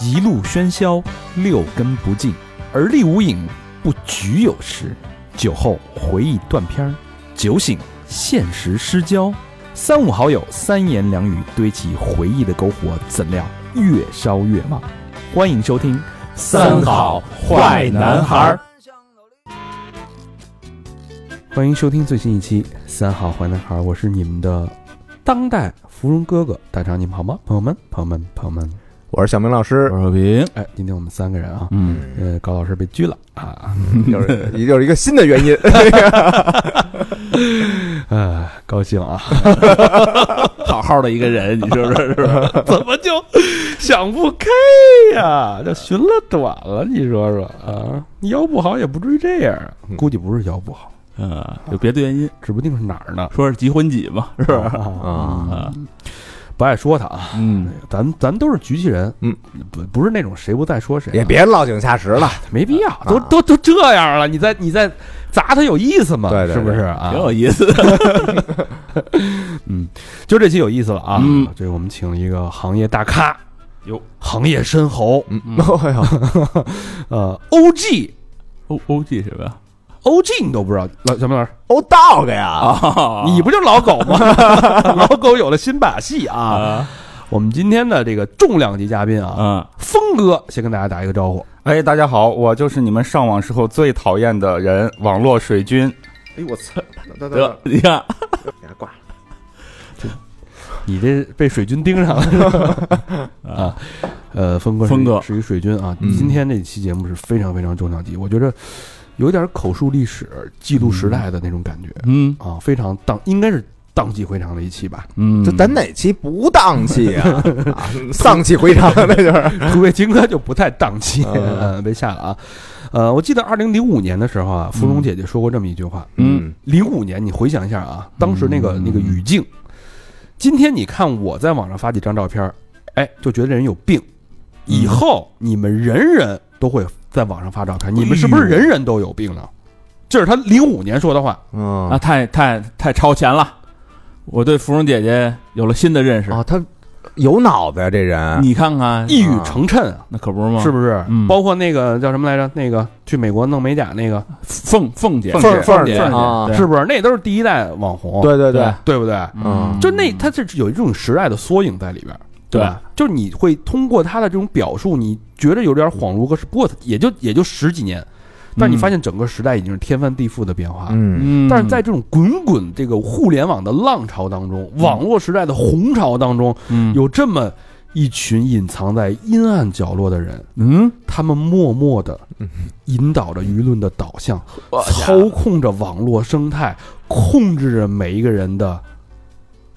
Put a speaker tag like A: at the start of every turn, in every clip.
A: 一路喧嚣，六根不净，而立无影，不局有时。酒后回忆断片儿，酒醒现实失焦。三五好友，三言两语堆起回忆的篝火，怎料越烧越旺。欢迎收听《
B: 三好坏男孩儿》，
C: 欢迎收听最新一期《三好坏男孩》，我是你们的当代芙蓉哥哥，大长你们好吗？朋友们，朋友们，朋友们，
B: 我是小明老 师，
A: 和平。
C: 哎，今天我们三个人啊，
A: 嗯，
C: 呃，高老师被拘了啊，
B: 又是又是一个新的原因，
C: 呃，高兴啊，
A: 好好的一个人，你说说是 吧？怎么就想不开呀？
C: 这寻了短了，你说说啊，腰不好也不至于这样啊，
B: 嗯
C: 估计不是腰不好，
D: 啊，有别的原因，
C: 指不定是哪儿呢，
D: 说是集婚几嘛，是
C: 是
D: 吧？
C: 啊？不爱说他啊，
D: 嗯，
C: 咱咱都是局气人，
B: 嗯，
C: 不不是那种谁不在说谁啊，
B: 也别落井下石了。
C: 没必要，都都都这样了，你再你再砸他有意思吗？
B: 对对对
C: 是不是啊
D: 挺？有意思的。
C: 嗯，就这期有意思了啊！
D: 嗯
C: 这个我们请了一个行业大咖，
D: 哟，
C: 行业深喉，
B: 嗯，哎呦，
C: 呃，OG
D: O O G 什么呀？
C: OG 你都不知道，老小明老师，
B: 欧 dog 呀，
D: 啊
C: 你不就是老狗 吗？ 老狗有了新把戏啊！
D: 啊
C: 我们今天的这个重量级嘉宾啊，
D: 啊！
C: 峰哥先跟大家打一个招呼。
E: 哎，大家好，我就是你们上网时候最讨厌的人，网络水军。
B: 哎我操，得
D: 得，，你看，
B: 给他挂了。
C: 你这被水军盯上了 是吧？啊，呃，峰哥是一，
D: 峰哥
C: 是一水军啊。
B: 嗯
C: 今天这期节目是非常非常重量级，我觉着有点口述历史、记录时代的那种感觉
D: 嗯
C: 啊，非常荡，应该是荡气回肠的一期吧，
D: 嗯
B: 这咱哪期不荡气呀？啊丧气回 肠，那就是。
C: 除非金哥就不太荡气，
B: 嗯
C: 嗯，被吓了啊。呃，我记得二零零五年的时候啊，芙蓉姐姐说过这么一句话。
D: 嗯，
C: 零五年，你回想一下啊，当时那个
D: 嗯
C: 那个语境。今天你看我在网上发几张照片儿，哎，就觉得这人有病。
D: 嗯
C: 以后你们人人都会在网上发照片，你们是不是
D: 哎
C: 人人都有病呢？这是他零五年说的话，
B: 嗯
D: 啊，太太太超前了，我对芙蓉姐姐有了新的认识。
B: 哦，他有脑子啊呀，这人。
D: 你看看，
C: 一语成谶啊，
D: 那可不是吗？
C: 是不是？
D: 嗯
C: 包括那个叫什么来着？那个去美国弄美甲那个，
D: 凤凤姐，
E: 凤
B: 凤凤
D: 姐
B: 姐啊，
D: 对
C: 是不是？那都是第一代网红，
B: 对对对
D: 对，
C: 对不对？
B: 哦嗯
C: 就那，它是有一种时代的缩影在里边儿，
D: 对
C: 吧？就是你会通过他的这种表述，你觉得有点恍如隔世，不过也就也就十几年，但你发现整个时代已经是天翻地覆的变化。
B: 嗯
D: 嗯，
C: 但是在这种滚滚这个互联网的浪潮当中，网络时代的洪潮当中，
D: 嗯
C: 有这么一群隐藏在阴暗角落的人，
D: 嗯，
C: 他们默默的引导着舆论的导向，操控着网络生态，控制着每一个人的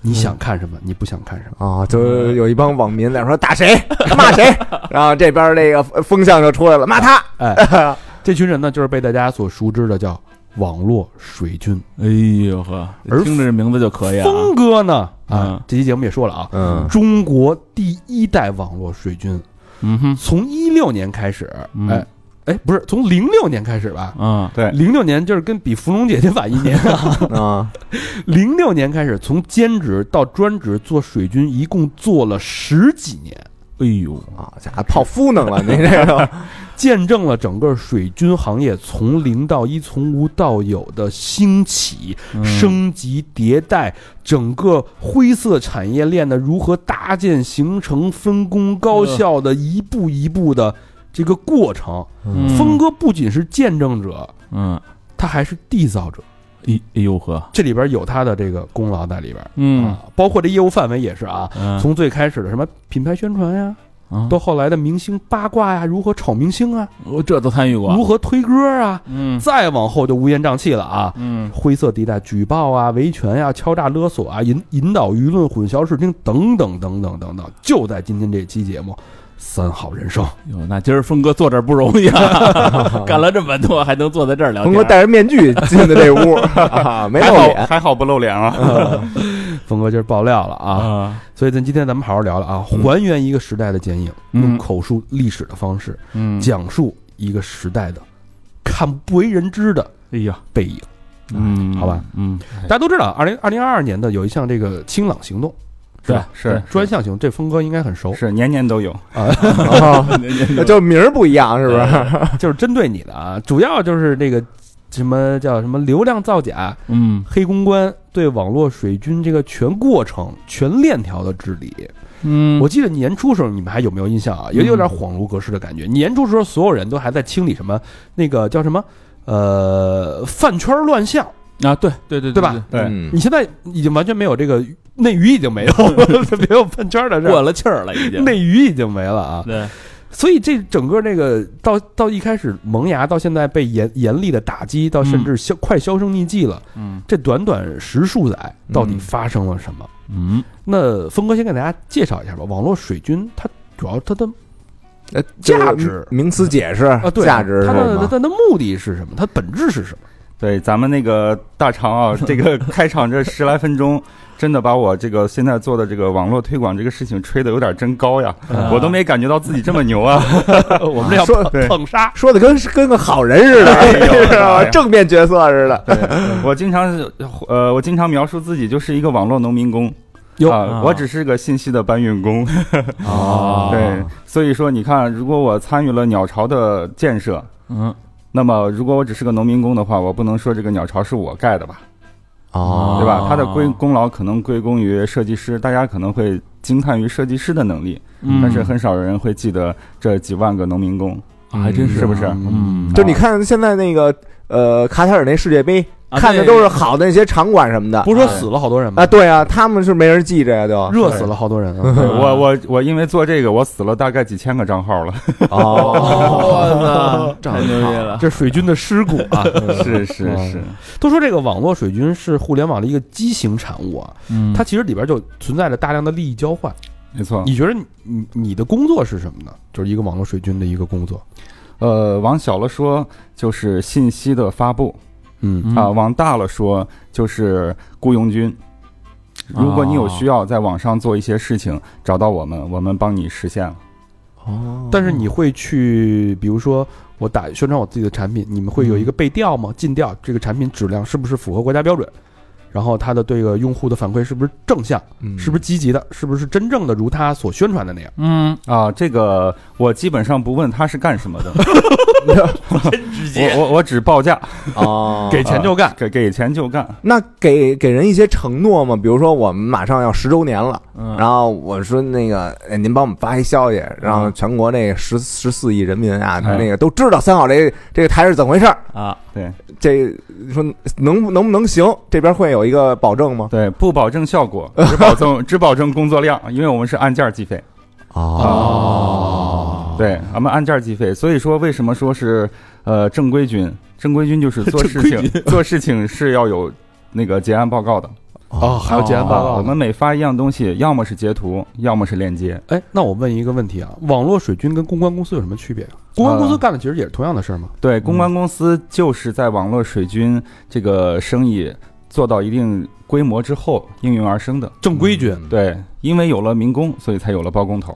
C: 你想看什么，你不想看什么。
B: 啊，就有一帮网民在说打谁 骂谁，然后这边那个风向就出来了，骂他。
C: 哎，这群人呢，就是被大家所熟知的叫网络水军。
D: 哎呦呵，
C: 而
D: 听着这名字就可以啊。
C: 峰哥呢，啊
D: 嗯，
C: 这期节目也说了啊，
B: 嗯
C: 中国第一代网络水军，
D: 嗯哼，
C: 从一六年开始，
D: 嗯
C: 哎，哎，不是从零六年开始吧？
D: 啊，
E: 对，
C: 零六年就是跟比芙蓉姐姐晚一年啊，
B: 啊，
C: 零六年开始从兼职到专职做水军，一共做了十几年，
D: 哎呦，
B: 啊，家伙泡芙 弄了，你这个
C: 见证了整个水军行业从零到一、从无到有的兴起、
D: 嗯
C: 升级、迭代，整个灰色产业链的如何搭建、形成、分工、高效的一步一步的这个过程。
D: 嗯
C: 峰哥不仅是见证者，
D: 嗯，
C: 他还是缔造者，
D: 哎哎呦呵，
C: 这里边有他的这个功劳在里边。
D: 嗯
C: 啊，包括这业务范围也是啊，
D: 嗯，
C: 从最开始的什么品牌宣传呀，
D: 啊
C: 到后来的明星八卦呀，如何炒明星啊，
D: 我这都参与过。
C: 如何推歌啊，
D: 嗯
C: 再往后就乌烟瘴气了啊。
D: 嗯
C: 灰色地带、举报啊、维权呀、敲诈勒索啊、引引导舆论、混淆视听等等等等等等，就在今天这期节目《三好 人生》，
D: 哟，那今儿峰哥坐这儿不容易 啊，干了这么多还能坐在这儿聊
B: 峰
D: 天。
B: 哥戴着面具进的这 屋，啊没
E: 还
B: 露
E: 好
B: 脸。
E: 还好不露脸啊。
C: 峰哥今儿爆料了啊，
D: 啊，嗯
C: 所以咱今天咱们好好聊聊啊，还原一个时代的剪影，用口述历史的方式
D: 嗯，
C: 讲述一个时代的看不为人知的
D: 哎呀，
C: 背影。
D: 嗯，
C: 好吧，
D: 嗯，
C: 大家都知道，二零二零二二年的有一项这个清朗行动，是吧？
E: 是
D: 嗯
C: 专项型，这峰哥应该 很熟，
E: 是年年都有，
B: 啊，
E: 年年
B: 就名儿不一样是不是？
C: 就是针对你的啊，主要就是这个什么叫什么流量造假、
D: 嗯
C: 黑公关对网络水军这个全过程、全链条的治理。
D: 嗯
C: 我记得年初时候你们还有没有印象啊？也有点恍如隔世的感觉。年初时候所有人都还在清理什么那个叫什么呃饭圈乱象，
D: 啊，对对对
C: 对吧？
E: 对，
B: 嗯
C: 你现在已经完全没有这个内娱已经 没有了，没有饭圈的事
D: 过
C: 儿，
D: 了气儿了已经。
C: 内娱已经没了啊。
D: 对，
C: 所以这整个这个到到一开始萌芽，到现在被严严厉的打击，到甚至消、快销声匿迹了。
D: 嗯
C: 这短短十数载，到底
D: 嗯
C: 发生了什么？
D: 嗯，
C: 那峰哥先给大家介绍一下吧。网络水军它主要它的
B: 呃
C: 价值
B: 名词解释
C: 啊，对，
B: 价值是
C: 它的它
B: 吗？
C: 的目的是什么？它本质是什么？
E: 对，咱们那个大肠啊，这个开场这十来分钟，真的把我这个现在做的这个网络推广这个事情吹的有点真高呀，
D: 啊
E: 我都没感觉到自己这么牛啊！
D: 哦
C: 我们这叫
B: 说
E: 对
C: 捧杀。
B: 说的跟跟个好人似
E: 哎呦
B: 的， 是
E: 妈
B: 吧？
E: 呀
B: 正面角色似的。
E: 我经常是呃，我经常描述自己就是一个网络农民工
C: 哟
E: 啊，我只是个信息的搬运工。
A: 啊
D: 哦
E: 对，所以说你看，如果我参与了鸟巢的建设，
D: 嗯
E: 那么如果我只是个农民工的话，我不能说这个鸟巢是我盖的吧，
A: 啊
D: 哦
E: 对吧？它的归
D: 哦
E: 功劳可能归功于设计师，大家可能会惊叹于设计师的能力，
D: 嗯，
E: 但是很少有人会记得这几万个农 民工。
D: 啊还真是
E: 是不是
D: 嗯，
B: 就你看现在那个呃卡塔尔那世界杯，
D: 啊
B: 看的
D: 对
B: 都是好的那些场馆什么
D: 啊
B: 的
C: 不是说死了好多人吗
B: 啊，？对啊，他们是没人记着呀，就哦
C: 热死了好多人啊！
E: 对我我我因为做这个，我死了大概几千个 账号了。
B: 哦
D: 哦，我 操，太牛逼了！
C: 这水军的尸骨 啊！
E: 是是是，
C: 都说这个网络水军是互联网的一个畸形产物啊，
D: 嗯
C: 它其实里边就存在着大量的利益交换。
E: 没错。
C: 你觉得你你你的工作是什么呢？就是一个网络水军的一个工作。
E: 呃，往小了说就是信息的发布
C: 嗯
E: 啊、往大了说就是雇佣军。如果你有需要在网上做一些事情，找到我们，我们帮你实现了。
B: 哦
C: 但是你会去，比如说我打宣传我自己的产品，你们会有一个背调吗？尽调这个产品质量是不是符合国家标准？然后它的对个用户的反馈是不是正向？是不是积极的？是不是真正的如他所宣传的那样？
D: 嗯，
E: 啊，这个我基本上不问他是干什么的，
D: 直
E: 我我我只报价，
B: 哦
C: 给钱就干，
E: 给给钱就干。
B: 那给给人一些承诺嘛，比如说我们马上要十周年了，
D: 嗯
B: 然后我说那个，哎您帮我们发一消息，然后全国那十十四亿人民啊，
E: 哎
B: 那个都知道三好这这个台是怎么回事儿，
D: 啊，
E: 对
B: 这说能不能不能行？这边会有一个保证吗？
E: 对，不保证效果，只保证 只保证工作量，因为我们是按件儿计费。啊
D: 哦，
E: 对，我们按件儿计费，所以说为什么说是呃正规军？正规军就是 做事情做事情是要有那个结案报告的。
C: 哦，还有结案报
E: 啊
C: 告
E: 我
C: 呢。
E: 们每发一样东西，要么是截图，要么是链接。
C: 哎，那我问一个问题啊，网络水军跟公关公司有什么区别？啊公关公司干的其实也是同样的事儿吗？
E: 对，公
C: 嗯
E: 关公司就是在网络水军这个生意做到一定规模之后应运而生的。
C: 正规军
E: 对，因为有了民工，所以才有了包工头。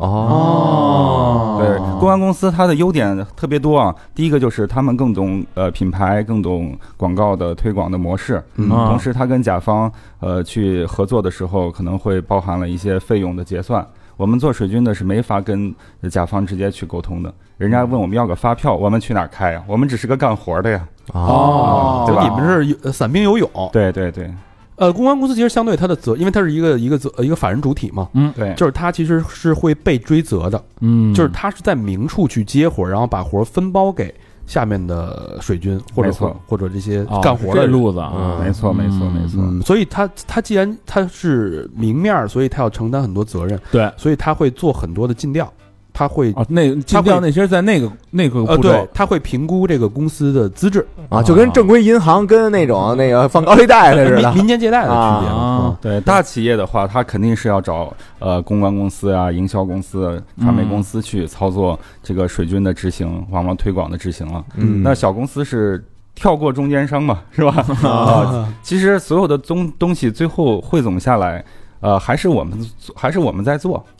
A: 啊
C: 哦
E: 对，公关公司它的优点特别多啊。第一个就是他们更懂呃品牌，更懂广告的推广的模式。
C: 嗯
D: 啊
E: 同时，它跟甲方呃去合作的时候，可能会包含了一些费用的结算。我们做水军的是没法跟甲方直接去沟通的，人家问我们要个发票，我们去哪儿开啊呀、我们只是个干活的呀。
C: 哦
E: 对吧
C: 你们是游呃散兵游泳。
E: 对对对
C: 呃，公关公司其实相对它的责，因为它是一个一个责呃一个法人主体嘛，
E: 对，
C: 就是它其实是会被追责的，
D: 嗯，
C: 就是它是在明处去接活，然后把活分包给下面的水军或者
E: 没错
C: 或者这些
D: 哦
C: 干活
D: 这
C: 的人。
D: 路子啊，
E: 没错没错没错。
C: 嗯，所以他他既然他是明面儿，所以他要承担很多责任，
D: 对，
C: 所以他会做很多的尽调，他会
D: 哦，那
C: 他
D: 尽
C: 会
D: 调那些在那个那个
C: 呃
D: 步
C: 对
D: 骤，，
C: 他会评估这个公司的资质，
B: 啊，就跟正规银行跟那种那个放高利贷的似
C: 民
B: 的。嗯
C: 民间借贷的区别
D: 啊
C: 嘛。
E: 对大企业的话，他肯定是要找呃公关公司啊、营销公司、传媒公司去操作这个水军的执行、网络推广的执行了。
C: 嗯
E: 那小公司是跳过中间商嘛，是吧？啊，其实所有的东东西最后汇总下来，呃，还是我们还是我们在做，
C: 嗯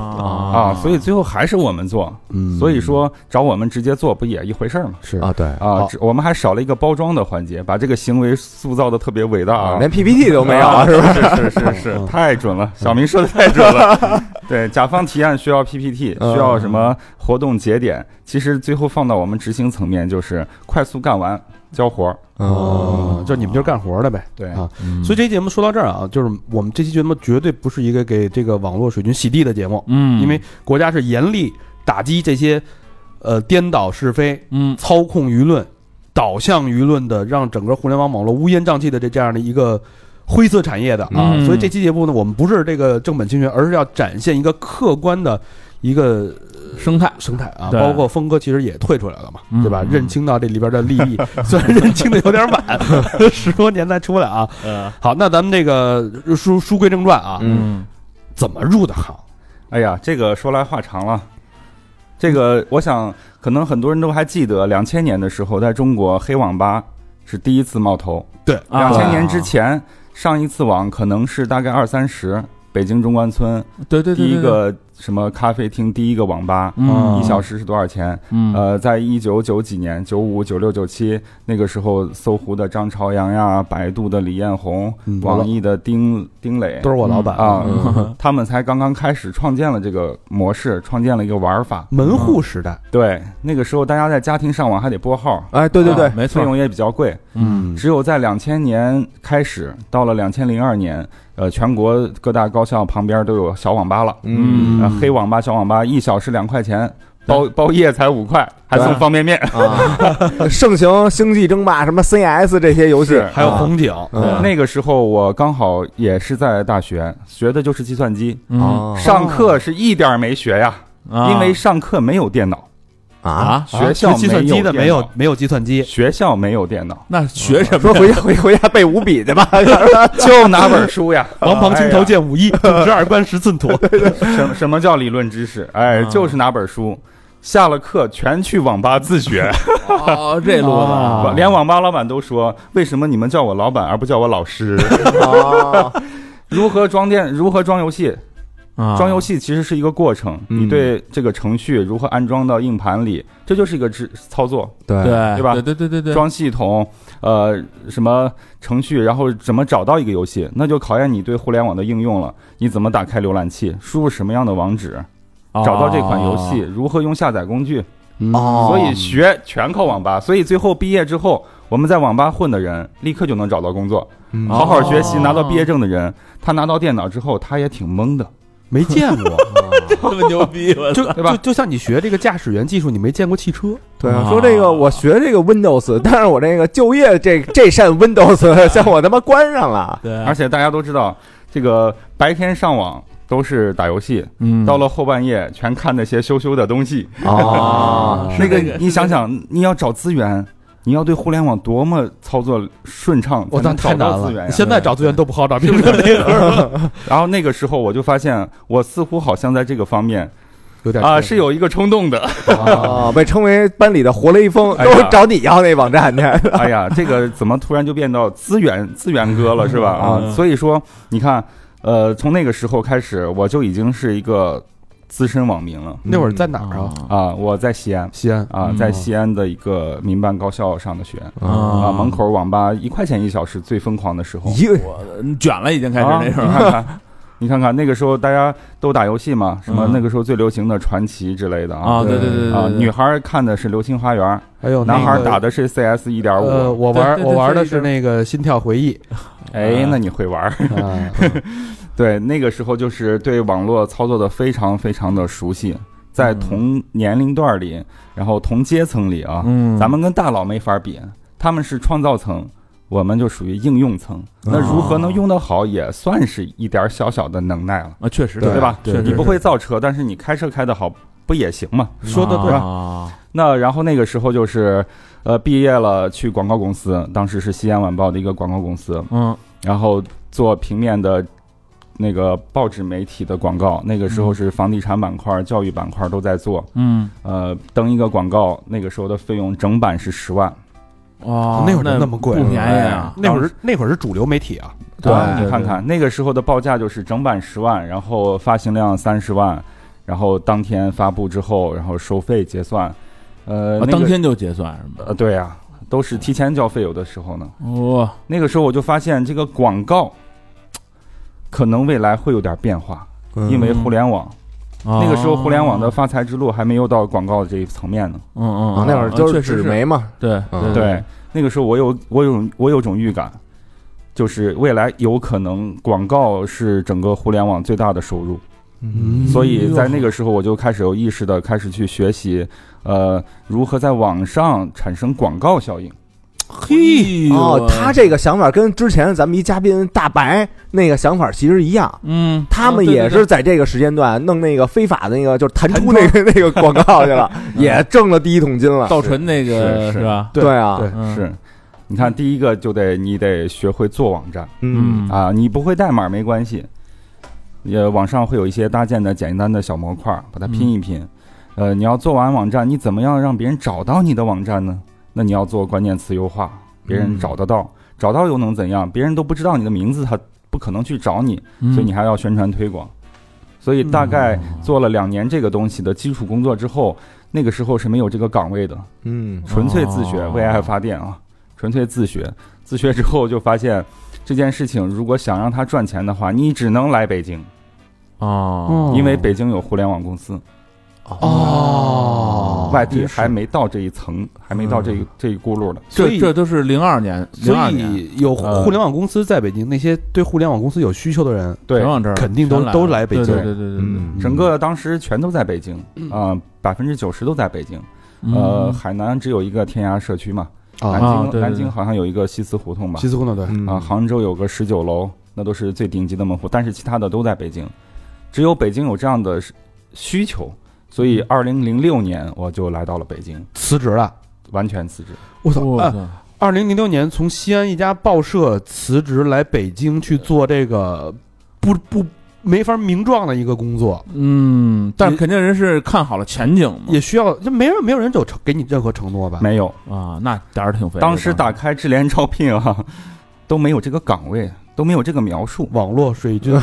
D: 啊
E: 啊，所以最后还是我们做。
C: 嗯
E: 所以说找我们直接做不也一回事儿吗？
C: 是
B: 啊，对
E: 啊，
C: 好
E: 只我们还少了一个包装的环节，把这个行为塑造的特别伟大啊，
B: 连 PPT 都没有啊，是吧？
E: 是是是是，
C: 嗯
E: 太准了，小明说的太 准了。对，甲方提案需要 PPT，
B: 嗯
E: 需要什么活动节点，其实最后放到我们执行层面就是快速干完交活儿。
C: 哦，就你们就是干活的呗。
E: 对
C: 啊
D: 嗯
C: 所以这期节目说到这儿啊，就是我们这期节目绝对不是一个给这个网络水军洗地的节目，
D: 嗯，
C: 因为国家是严厉打击这些呃颠倒是非、
D: 嗯
C: 操控舆论、导向舆论的，让整个互联网网络乌烟瘴气的这这样的一个灰色产业的啊。
D: 嗯
C: 所以这期节目呢，我们不是这个正本清源，而是要展现一个客观的一个
D: 生态，
C: 生态啊，
D: 对
C: 包括峰哥其实也退出来了嘛，
D: 嗯
C: 对吧？
D: 嗯
C: 认清到这里边的利益，虽然认清的有点 晚，十多年才出来啊。
D: 嗯
C: 好，那咱们这个书书归正传啊，
D: 嗯
C: 怎么入的行？
E: 哎呀，这个说来话长了。这个我想，可能很多人都还记得，两千年的时候，在中国黑网吧是第一次冒头。
C: 对，
D: 啊
E: 两千年之
D: 前，
E: 前，上一次网可能是大概二三十，北京中关村
D: 对对对，
E: 第
D: 对
E: 一，个什么咖啡厅，第一个网吧，
D: 嗯，
E: 一小，时是多少钱？
D: 嗯
E: 呃，在一九九几年，九五、九六、九七那个时候，搜狐的张朝阳呀，百度的李彦宏
C: 嗯，
E: 网易的丁丁磊
C: 都是我老板
E: 啊，
D: 嗯
E: 他们才刚刚开始创建了这个模式，创建了一个玩法。
C: 门户时代，
E: 对，那个时候大家在家庭上网还得拨号，
B: 哎，对对对
D: 啊，没
E: 费
D: 错，
E: 用也比较贵。
D: 嗯
E: 只有在两千年开始，到了两千零二年，呃，全国各大高校旁边都有小网吧了。
B: 嗯
D: 啊
E: 呃黑网吧、小网吧，一小时两块钱，包包夜才五块，还
B: 对
E: 送方便面。
B: 啊， 盛行《星际争霸》什么 CS 这些游戏
E: 是，
C: 还有
B: 啊
C: 红警，
B: 嗯
E: 那个时候我刚好也是在大学，学的就是计算机，
D: 嗯，
B: 啊
E: 上课是一点儿没学呀，
D: 啊
E: 因为上课没有 电脑，
B: 啊，
D: 啊，，
E: 学校
C: 学计算机的没
E: 有
C: 有
E: 电
C: 没有计算
E: 脑，
C: 机，
E: 学校没有电 脑
D: 那学什么
B: 说 回家回回家背五笔去 吧，
E: 就拿本书 呃哎呀，
C: 王庞青头
E: 剑，
C: 剑舞一，十二关十寸土，
E: 哎什么什么叫理论知识？哎，
D: 啊
E: 就是拿本书。下了课全去网吧自学，
D: 哦，这路
E: 网
D: 子，
E: 连网吧老板都说：“为什么你们叫我老板而不叫我 老师？
D: 哦
B: 啊
E: 如何装电？如何装游戏？
D: 啊
E: 装游戏其实是一个过程，
B: 嗯
E: 你对这个程序如何安装到硬盘里，这就是一个知操作，
B: 对
D: 对
E: 对吧
D: 对对对对对，
E: 装系统，呃，什么程序，然后怎么找到一个游戏，那就考验你对互联网的应用了。你怎么打开浏览器，输入什么样的网址，
D: 哦嗯
E: 找到这款游戏，，如何用下载工具，
B: 哦
E: 所以学全靠网
D: 啊
E: 吧。所以最后毕业之后，我们在网吧混的人，立刻就能找到工作，
B: 嗯
E: 好好学习，
D: 哦
E: 拿到毕业证的人，他拿到电脑之后，他也挺懵的。
C: 没见过，
D: 这么牛逼，我
C: 就
E: 对吧
C: 就就像你学这个驾驶员技术，你没见过汽车，
B: 对啊
D: 啊，
B: 说这个我学这个 Windows，但是我这个就业这这扇 Windows 像我他妈关上了，
D: 对，
E: 而且大家都知道，这个白天上网都是打游戏，
D: 嗯
E: 到了后半夜全看那些羞羞的东西。
B: 哦
E: 那个
D: 是这个
E: 你想想，你要找资源，你要对互联网多么操作顺畅，
C: 我操，
E: 才能
C: 太
E: 找
C: 难
E: 到
C: 了
E: 资源，
C: 你
E: 呀。
C: 现在找资源都不好找，是不是？
E: 然后那个时候我就发现，我似乎好像在这个方面
C: 有点啊
E: 啊是有一个冲动的。
B: 哦，被称为班里的活雷锋，
E: 哎
B: 都
E: 呀
B: 找你要那网站去。
E: 哎呀，这个怎么突然就变到资源资源哥了是吧？啊，
D: 嗯
E: 所以说你看，呃，从那个时候开始，我就已经是一个资深网民了
C: 那会儿在哪儿啊？？
E: 啊！我在西安。
C: 西安
E: 啊，
D: 嗯
E: 在西安的一个民办高校上的学
D: 啊
E: 啊，门口网吧一块钱一小时，最疯狂的时候。
B: 一个
D: 嗯卷了，已经开始
E: 啊
D: 那时
E: 你
D: 候，
E: 看看，你看看那个时候大家都打游戏嘛，什么
D: 嗯
E: 那个时候最流行的传奇之类的啊
D: 啊，对对对对
E: 啊，
D: 对哦
E: 女孩儿看的是《流星花园》，
C: 还有
E: 男孩儿
C: 那个
E: 打的是 CS 一点
C: 呃，
E: 五。
C: 我
D: 对
C: 玩
D: 对对
C: 我玩的
D: 这
C: 是那个《心跳回忆
D: 呃
E: 哎，那你会玩儿？》
C: 啊，
E: 对，那个时候就是对网络操作的非常非常的熟悉，在
D: 嗯
E: 同年龄段儿里，然后同阶层里啊，
D: 嗯
E: 咱们跟大佬没法比，他们是创造层，我们就属于应用层。
D: 哦
E: 那如何能用得好，也算是一点儿小小的能耐了，
D: 啊，确实
C: 对
E: 对吧？
D: 确实
E: 你不会造车，但是你开车开得好，不也行吗？
C: 说得对
D: 对，啊
E: 那然后那个时候就是，呃，毕业了去广告公司，当时是西安晚报的一个广告公司，
D: 嗯，
E: 然后做平面的。那个报纸媒体的广告，那个时候是房地产板块、教育板块都在做。
D: 嗯
E: 呃，登一个广告，那个时候的费用整版是十万，
D: 哦，
C: 那会儿就那么贵
D: 不便宜啊。
C: 哎那会儿是那会儿是主流媒体啊，
E: 对，
D: 对
E: 你看看那个时候的报价就是整版十万，然后发行量三十万，然后当天发布之后，然后收费结算，呃，
D: 啊
E: 那个
D: 当天就结算是吗？
E: 呃，对呀、都是提前交费，有的时候呢，
D: 哇，
E: 那个时候我就发现这个广告可能未来会有点变化，因为互联网，那
D: 那
E: 个时候互联网的发财之路还没有到广告这一层面呢。
D: 嗯嗯
B: 啊，，那会儿就
D: 确
B: 是
D: 实
B: 纸媒嘛，
D: 对
B: 嗯
E: 对，那个时候我有我有我有种预感，就是未来有可能广告是整个互联网最大的收入。
B: 嗯
E: 所
D: 哎
E: 以在那个时候，我就开始有意识的开始去学习，呃，如何在网上产生广告效应。
D: 嘿
B: 哦，他这个想法跟之前咱们一嘉宾大白那个想法其实一样。
D: 嗯，
B: 他们
D: 啊对
B: 也
D: 对
B: 是在这个时间段弄那个非法的那个，就是弹出那个那个广告去 了，也挣了第一桶金了
D: 对。稻醇那个
E: 是是
D: 吧？
B: 对啊，
C: 对
D: 嗯，
E: 是，你看，第一个就得你得学会做网站
B: 嗯，
D: 嗯
E: 啊，你不会代码没关系，也网上会有一些搭建的简单的小模块儿，把它拼一拼。呃，你要做完网站，你怎么样让别人找到你的网站呢？那你要做关键词优化，别人找得到，找到又能怎样？别人都不知道你的名字，他不可能去找你。
D: 嗯
E: 所以你还要宣传推广。所以大概做了两年这个东西的基础工作之后，那个时候是没有这个岗位的，
B: 嗯
E: 纯粹自学，
D: 哦
E: 为爱发电啊，纯粹自学。自学之后就发现这件事情，如果想让它赚钱的话，你只能来北京，
D: 哦
E: 因为北京有互联网公司，
C: 哦
E: 外地还没到这一层，还没到这
D: 嗯
E: 一这一轱辘呢。
C: 所以
D: 这这都是零二年，零
C: 所
D: 二年
C: 以有
E: 呃
C: 互联网公司在北京，那些对互联网公司有需求的人，
E: 对
D: 全，往这儿
C: 肯定都
D: 全来
C: 都
D: 了
C: 来北京
D: 对对对对对对
B: 嗯
E: 整个当时全都在北京啊，百分之九十都在北京。
D: 嗯
E: 呃，海南只有一个天涯社区嘛，南
C: 啊，
D: 啊对对
E: 京
D: 对
E: 南京好像有一个西祠胡同吧
C: 西，斯工作队
E: 啊，杭州有个十九楼，那都是最顶级的门户，但是其他的都在北京，只有北京有这样的需需求，所
C: 嗯
E: 以二零零六年我就来到了北京，
C: 辞职了。
E: 完全辞职。
C: 我操！
D: 我
C: 哎
D: 操，
C: 二零零六年从西安一家报社辞职来北京去做这个不不没法名状的一个工作，
D: 嗯，但是肯定人是看好了前景嘛，
C: 也需要就没人没有人有承给你任何承诺吧？
E: 没有，
D: 啊，那胆儿挺肥的。啊
E: 当
C: 啊
E: 时打开智联招聘啊， 都没有这个岗位，都没有这个描述。
C: 网络水 军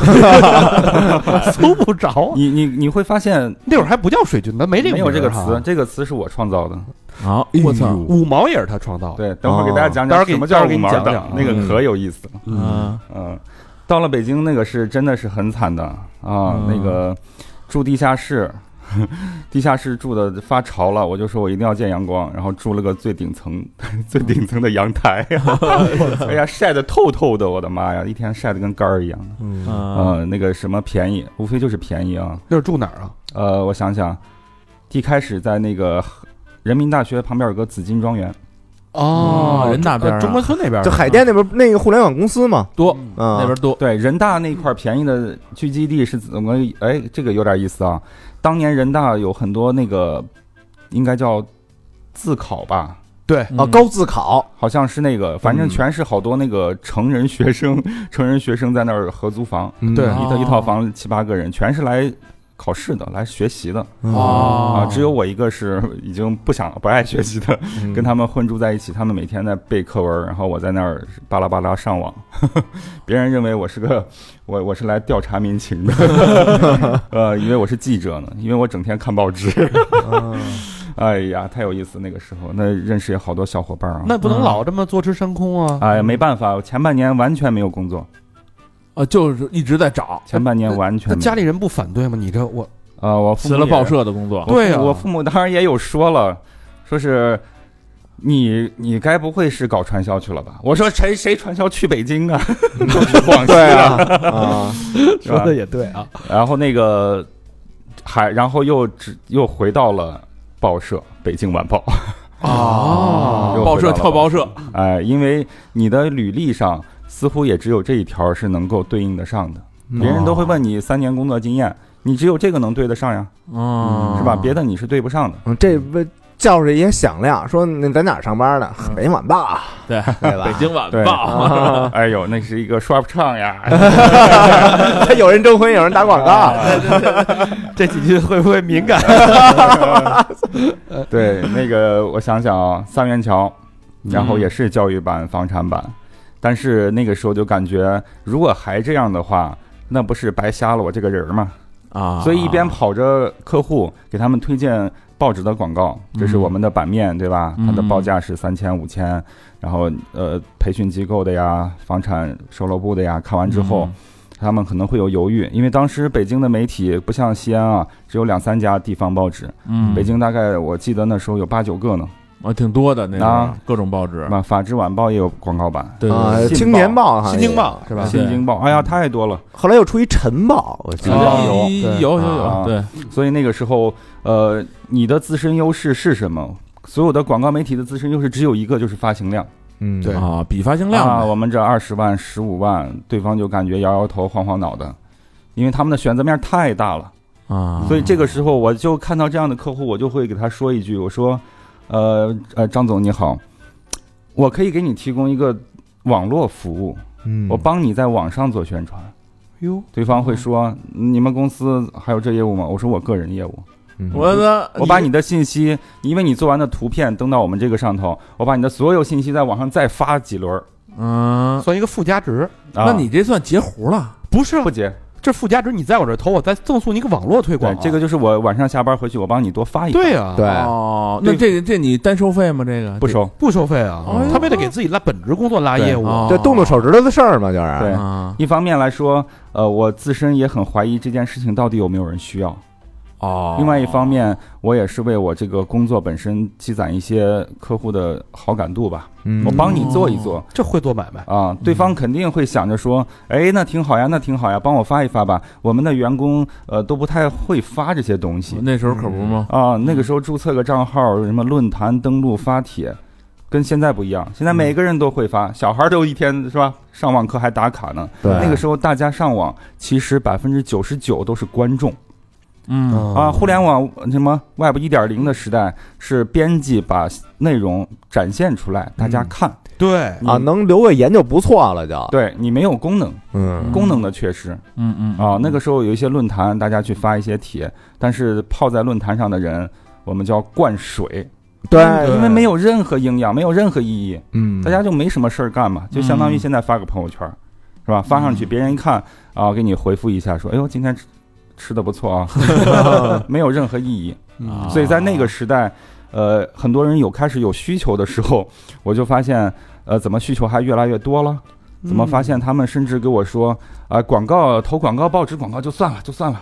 C: 搜不着，啊
E: 你你你会发现
C: 那会儿还不叫水军呢，没哎这个
E: 没有这个
C: 名儿哈
E: 词，。这个词是我创造的。
D: 好，我操，
C: 五毛也是他创造的，
E: 对，等会儿给大家讲
C: 哦待会儿
E: 讲
C: 给
E: 什么叫
C: 待会儿给
E: 五
C: 你
E: 毛
C: 讲
E: 的
C: 讲，
E: 那个可有意思了。
D: 嗯
E: 嗯，到了北京那个是真的是很惨的啊，
D: 嗯
E: 那个住地下室， 地下室住的发潮了，我就说我一定要见阳光，然后住了个最顶层 最顶层的阳台， 哎呀晒得透透的，我的妈呀，一天晒得跟干儿一样的。
B: 嗯
D: 啊，
E: 嗯、那个什么便宜，无非就是便宜啊。
C: 那是住哪儿啊？
E: 呃，我想想，一开始在那个人民大学旁边有个紫金庄园，
D: 哦人大边儿啊
C: 嗯中关村那边儿啊
B: 就海淀那边那个互联网公司嘛，
D: 多
B: 嗯，
D: 那边多，
E: 对，人大那块便宜的聚集地是怎么？哎，这个有点意思啊。当年人大有很多那个，应该叫自考吧，
C: 对，
D: 嗯
B: 啊高自考，
E: 好像是那个，反正
B: 嗯
E: 全是好多那个成人学生， 成人学生在那儿合租房，
B: 啊
C: 对
E: 一套
D: 哦
E: 一套房七八个人，全是来考试的，来学习的啊。
D: 哦
E: 只有我一个是已经不想不爱学习的，
C: 嗯
E: 跟
D: 嗯
E: 他们混住在一起，他们每天在背课文，然后我在那儿巴拉巴拉上网， 别人认为我是个我我是来调查民 情的，呃，以为我是记者呢，因为我整天看报纸。
D: 啊
E: 哎呀，太有意思那个时候，那认识也好多小伙伴啊。
C: 那不能老这么坐吃山空啊！
E: 哎，没办法，我前半年完全没有工作，
D: 啊，就是一直在找，
E: 前半年完全
C: 那
E: 没有
C: 家里人不反对吗？你这我
E: 呃，我父母
D: 辞了
E: 也
D: 报社的工作，
C: 对啊
E: 我父母当然也有说了，说是你你该不会是搞传销去了吧？我说谁谁传销去北京啊，都去广西
B: 对
E: 啊，
B: 啊，啊，
E: 是吧
C: 也对啊，
E: 然后那个还然后又只又回到了报社《北京晚报》
D: 哦
E: 啊又
D: 报
E: 回到
D: 社
E: 了
D: 跳报社，
E: 哎、因为你的履历上似乎也只有这一条是能够对应得上的，
C: 嗯
E: 嗯别人都
C: 哦
E: 会问你三年工作经验，你只有这个能对得上呀，
D: 嗯
E: 是吧？别的你是对不上的。
B: 嗯这不教授也响亮，说那在哪儿上班呢？北京晚报啊，
D: 对
B: 对吧
D: 北？京晚
E: 对
D: 报，
E: 哎呦，那是一个说不唱呀，
B: 有人征婚，有人打广告，
C: 这几句会不会敏感？
E: 对，那个我想想啊，三元桥，然后也是教育版、房产版。但是那个时候就感觉，如果还这样的话，那不是白瞎了我这个人吗？
B: 啊，
E: 所以一边跑着客户，给他们推荐报纸的广告，这是我们的版面，对吧？它的报价是三千、五千，然后呃，培训机构的呀，房产售楼部的呀，
D: 嗯
E: 看完之后，他们可能会有犹豫，因为当时北京的媒体不像西安啊，只有两三家地方报纸，
D: 嗯，
E: 北京大概我记得那时候有八九个呢，
D: 啊挺多的那
E: 啊
D: 种各种报纸
E: 是，吧？法制晚报也有广告版，
D: 对
B: 啊，
D: 对，
B: 青年报哈，
C: 新京报
B: 是吧？
D: 对
E: 新京报，哎呀，太多了。
B: 后来又出一晨报，我记
D: 对
E: 晨
B: 得
E: 报
D: 有
E: 有
D: 有
B: 对
D: 有
E: 啊
D: 有对，
E: 所以那个时候，呃，你的自身优势是什么？所有的广告媒体的自身优势只有一个，就是发行量。
B: 嗯，
C: 对
D: 啊，比发行
E: 啊，
D: 量呗
E: 我们这二十万、十五万，对方就感觉摇摇头、晃晃脑的，因为他们的选择面太大了。
D: 啊，
E: 所以这个时候，我就看到这样的客户，我就会给他说一句：“我说，呃呃，张总你好，我可以给你提供一个网络服务，
B: 嗯，
E: 我帮你在网上做宣传。”
C: 哟，
E: 对方会说：“你们公司还有这业务吗？”我说：“我个人业务。”
B: 嗯
D: 我的
E: 我把你的信息，因为你做完的图片登到我们这个上头，我把你的所有信息在网上再发几轮儿。
D: 嗯，
C: 算一个附加值，
E: 啊、
D: 那你这算截胡了，
C: 不是
E: 不接？
C: 这附加值，你在我这儿投，我再赠送你一个网络推广
E: 对
C: 啊，，
E: 这个就是我晚上下班回去，我帮你多发一发
C: 对啊，
B: 对
D: 哦，那这这你单收费吗？这个
E: 不收，
C: 不收费啊
D: 哎，呦
C: 他为了给自己拉本职工作拉
E: 对
C: 业务啊，
D: 哦
B: 这动动手指头的事儿嘛，就是
E: 对
D: 啊
E: 一方面来说，呃，我自身也很怀疑这件事情到底有没有人需要；
D: 哦，
E: 另外一方面，我也是为我这个工作本身积攒一些客户的好感度吧。
B: 嗯
E: 我帮你做一做
C: 嗯这会做买卖，
E: 啊，对方肯定会想着说，哎，那挺好呀，那挺好呀，帮我发一发吧。我们的员工呃都不太会发这些东西，
D: 哦那时候可不吗？
E: 啊，那个时候注册个账号，什么论坛登录发帖，跟现在不一样。现在
D: 嗯
E: 每个人都会发，小孩儿都一天是吧？上网课还打卡呢。
B: 对
D: 嗯
E: 那个时候大家上网，其实百分之九十九都是观众
D: 嗯
E: 啊。互联网什么 Web 一点零的时代，是编辑把内容展现出
D: 嗯
E: 来，大家看。
C: 对，
B: 啊，能留个言就不错了，就
E: 对你没有功能，
B: 嗯
E: 功能的缺失
D: 嗯嗯
E: 啊。那个时候有一些论坛，大家去发一些帖，但是泡在论坛上的人，我们叫灌水。
B: 对，
E: 因为没有任何营养，没有任何意义，
B: 嗯，
E: 大家就没什么事儿干嘛，就相当于现在发个朋友圈儿，是吧？发
B: 嗯
E: 上去，别人一看啊，给你回复一下，说：“哎呦，今天吃吃的不错 啊。” 没有任何意义。
D: 啊
E: 所以在那个时代，呃，很多人有开始有需求的时候， 我就发现，呃，怎么需求还越来越多了？怎么发现他们甚至给我说啊、广告投广告、报纸广告就算了，就算了。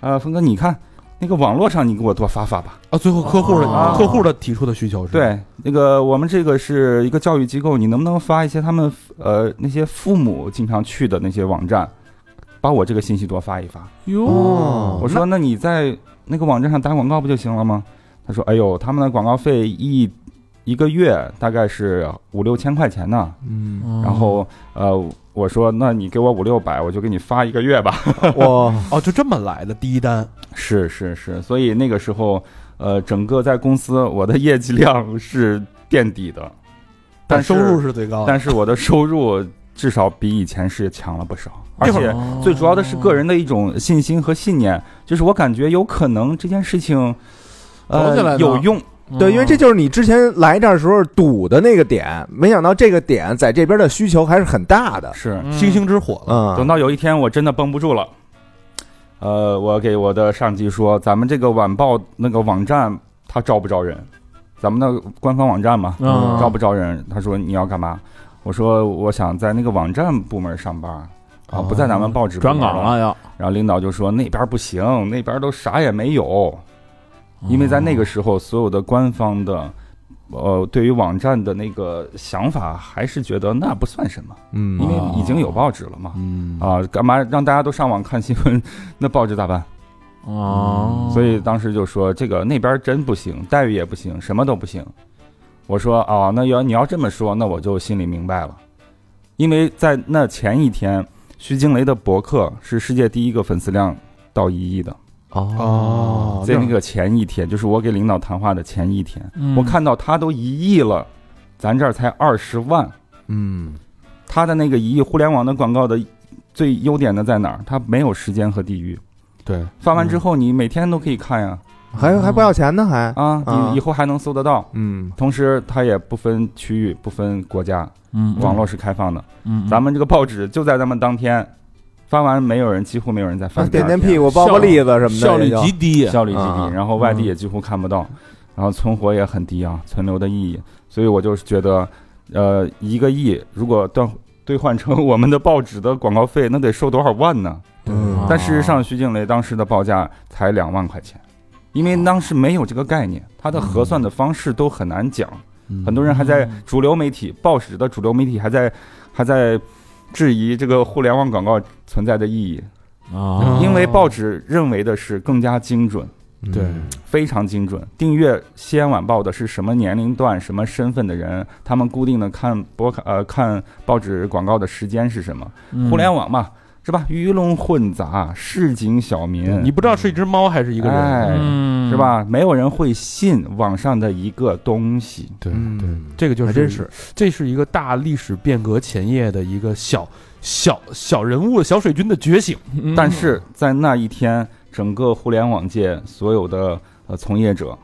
E: 啊，峰哥，你看那个网络上，你给我多发发吧。
C: 啊，最后客户的
D: 啊
C: 客户的提出的需求是，，
E: 哦对，那个我们这个是一个教育机构，你能不能发一些他们呃那些父母经常去的那些网站，把我这个信息多发一发？
D: 哟，
E: 我说那你在那个网站上打广告不就行了吗？他说哎呦，他们的广告费一一个月大概是五六千块钱呢。
B: 嗯，
E: 然后呃我说那你给我五六百，我就给你发一个月吧。
B: 我
C: 哦，就这么来的第一单，
E: 是是是，所以那个时候呃整个在公司我的业绩量是垫底的。但
C: 收
E: 是
C: 入是最高的，
E: 但是我的 收入至少比以前是强了不少，而
C: 那会儿哦
E: 且
D: 哦
E: 最主要的是个人的一种信心和信念，就是我感觉有可能这件事情，
D: 走起来呢
E: 呃，有用。
D: 哦
B: 对，因为这就是你之前来这儿时候赌的那个点，没想到这个点在这边的需求还是很大的，
E: 是，
D: 嗯
C: 星星之火了，
B: 嗯，
E: 等到有一天我真的绷不住了，呃，我给我的上级说，咱们这个晚报那个网站它招不招人？咱们的官方网站嘛，
D: 嗯
E: 招不招人？他说你要干嘛？我说我想在那个网站部门上班啊，不在咱们报纸部
D: 哦转
E: 门
D: 岗了要，
E: 然后领导就说那边不行，那边都啥也没有，嗯因为在那
D: 哦
E: 个时候，所有的官方的，呃，对于网站的那个想法，还是觉得那不算什么，
B: 嗯
E: 因为已经有报纸了嘛。
D: 嗯
E: 啊，干嘛让大家都上网看新闻？ 那报纸咋办？
D: 哦，
E: 所以当时就说这个那边真不行，待遇也不行，什么都不行。我说啊，那要你要这么说，那我就心里明白了，因为在那前一天，徐静蕾的博客是世界第一个粉丝量到一亿的，
C: 哦
E: 在那个前一天，就是我给领导谈话的前一天，
D: 嗯
E: 我看到他都一亿了，咱这儿才二十万，
B: 嗯
E: 他的那个一亿互联网的广告的最优点的在哪儿？它没有时间和地域，
C: 对，
E: 发完之后你每天都可以看呀。
B: 还还不要钱呢，还
E: 啊，
B: 啊
E: 以以后还能搜得到。
B: 嗯
E: 同时，它也不分区域、不分国家，
D: 嗯，
E: 网络是开放的。
D: 嗯，嗯，
E: 咱们这个报纸就在咱们当天发完，没有人，几乎没有人再翻
B: 啊
E: 第
B: 点
E: 二
B: 点
E: 天。
B: 屁股包包栗子什么的，
D: 效率
B: 也就
D: 极低，
E: 效率极低
B: 啊，
E: 然后外地也几乎看不到，然后存活也很低啊，存留的意义。所以我就是觉得，呃，一个亿如果兑兑换成我们的报纸的广告费，那得收多少万呢？
B: 嗯
E: 但事实上，徐静蕾当时的报价才两万块钱，因为当时没有这个概念，它的核算的方式都很难讲。很多人还在
B: 嗯
E: 主流媒体、报纸的主流媒体还在还在质疑这个互联网广告存在的意义，
D: 啊，
E: 因为报纸认为的是更加精准。
B: 嗯
C: 对，
E: 非常精准。订阅《西安晚报》的是什么年龄段、什么身份的人？他们固定的看播客呃看报纸广告的时间是什么？
D: 嗯
E: 嗯互联网嘛，是吧？鱼龙混杂，市井小民，
C: 你不知道是一只猫还是一个人，
E: 哎，
D: 嗯
E: 是？吧？没有人会信网上的一个东西。
C: 对对，
B: 嗯，
C: 这个就
B: 还
C: 是
B: 真是，
C: 这是一个大历史变革前夜的一个小小小人物、小水军的觉醒。
D: 嗯
E: 但是在那一天，整个互联网界所有的呃从业者，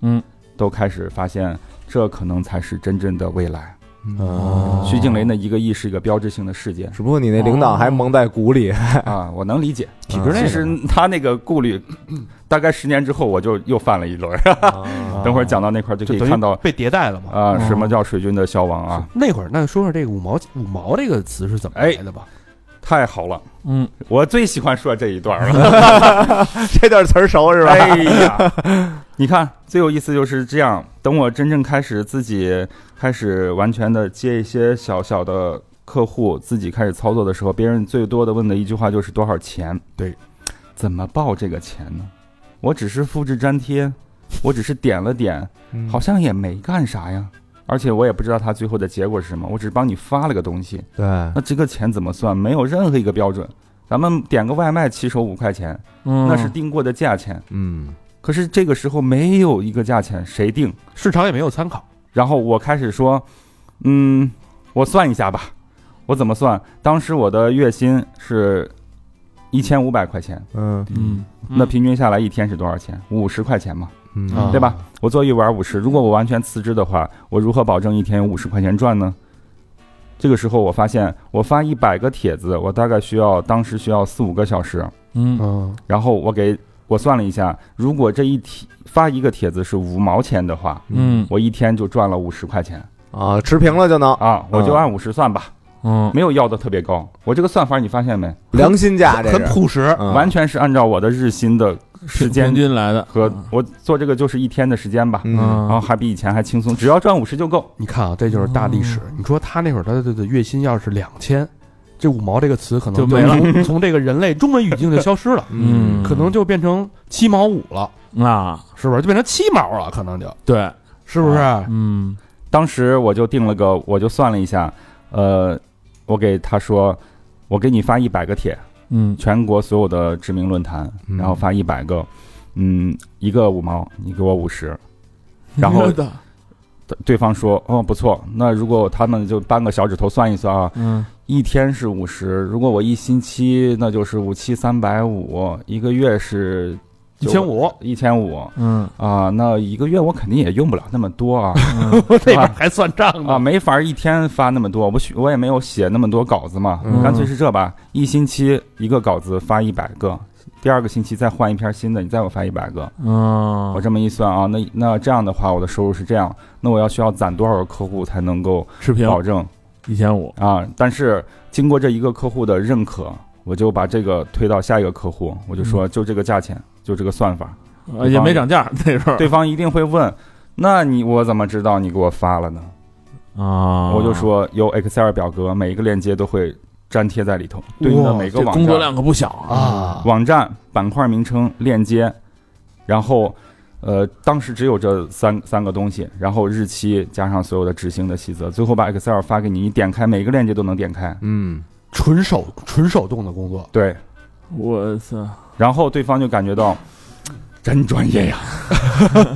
D: 嗯，
E: 都开始发现，这可能才是真正的未来。
B: 啊
E: 徐静蕾那一个亿是一个标志性的事件。
B: 只不过你那领导还蒙在鼓里，
E: 啊，我能理解，
B: 体制内
E: 其
B: 的
E: 实他那个顾虑，大概十年之后我就又犯了一轮。哦 等会儿讲到那块儿就可
C: 就
E: 以
C: 等于
E: 看到
C: 被迭代了嘛。
E: 啊，什么叫水军的消亡啊？哎
C: 那会儿，那说说这个五毛五毛这个词是怎么来的吧？
E: 太好了，
D: 嗯，
E: 我最喜欢说这一段了。
B: 这段词儿熟是吧？
E: 哎呀， 你看最有意思就是这样。等我真正开始自己开始完全的接一些小小的客户，自己开始操作的时候，别人最多的问的一句话就是多少钱？
C: 对，
E: 怎么报这个钱呢？我只是复制粘贴，我只是点了点，
B: 嗯
E: 好像也没干啥呀。而且我也不知道它最后的结果是什么，我只是帮你发了个东西。
B: 对，
E: 那这个钱怎么算？没有任何一个标准。咱们点个外卖起手五块钱，那
C: 嗯
D: 那
E: 是定过的价钱。
B: 嗯
E: 可是这个时候没有一个价钱，谁定？
C: 市场也没有参考，
E: 然后我开始说，嗯，我算一下吧，我怎么算？当时我的月薪是一千五百块钱，
B: 嗯
D: 嗯
E: 那平均下来一天是多少钱？五十块钱嘛，
B: 嗯
C: 啊
E: 对吧？我做一碗五十，如果我完全辞职的话，我如何保证一天有五十块钱赚呢？这个时候我发现，我发一百个帖子，我大概需要当时需要四五个小时，
D: 嗯
C: 嗯，
E: 然后我给我算了一下，如果这一帖发一个帖子是五毛钱的话，
D: 嗯
E: 我一天就赚了五十块钱
B: 啊，持平了就能
E: 啊，我就按五十算吧，
D: 嗯
E: 没有要的特别高。我这个算法你发现没？
B: 良心价，这
C: 很
B: 是
C: 朴实。
B: 嗯
E: 完全是按照我的日薪的时间
D: 平均来的
E: 和我做这个就是一天的时间吧，
B: 嗯
E: 然后还比以前还轻松，只要赚五十就够。
C: 你看啊，这就是大历史。你说他那会儿他的月薪要是两千，这五毛这个词可能
D: 就没了
C: 从，从这个人类中文语境就消失了，
D: 嗯
C: 可能就变成七毛五了，
D: 啊，
C: 是不是？就变成七毛了，可能就
D: 对，
C: 是不是？
D: 嗯
E: 当时我就定了个，我就算了一下，呃，我给他说，我给你发一百个帖，
D: 嗯
E: 全国所有的知名论坛，
B: 嗯
E: 然后发一百个，嗯，一个五毛，你给我五十。然 后对对方说，哦，不错，那如果他们就扳个小指头算一算啊，
D: 嗯
E: 一天是五十，如果我一星期那就是五七三百五，一个月是
C: 一千五，
E: 一千五
D: 嗯
E: 啊，那一个月我肯定也用不了那么多啊
C: 那边 还算账
E: 啊，
C: 呢。
E: 没法一天发那么多，我许我也没有写那么多稿子嘛，
B: 嗯
E: 干脆是这吧，一星期一个稿子发一百个，第二个星期再换一篇新的，你再给我发一百个，
D: 嗯
E: 我这么一算啊，那那这样的话，我的收入是这样，那我要需要攒多少个客户才能够
D: 持平
E: 保证
D: 一千五，
E: 啊？但是经过这一个客户的认可，我就把这个推到下一个客户，我就
D: 嗯
E: 说就这个价钱，就这个算法，
D: 呃也没涨价那时候
E: 对方一定会问，那你我怎么知道你给我发了呢？
D: 啊，
E: 我就说有 Excel 表格，每一个链接都会粘贴在里头，对应的每个
D: 这
E: 网站
D: 工作量可不小
C: 啊，
E: 网站板块名称、链接，然后呃，当时只有这三三个东西，然后日期加上所有的执行的细则，最后把 Excel 发给你，你点开每个链接都能点开。
B: 嗯
C: 纯手纯手动的工作，
E: 对，
D: 我操，
E: 然后对方就感觉到真专业呀，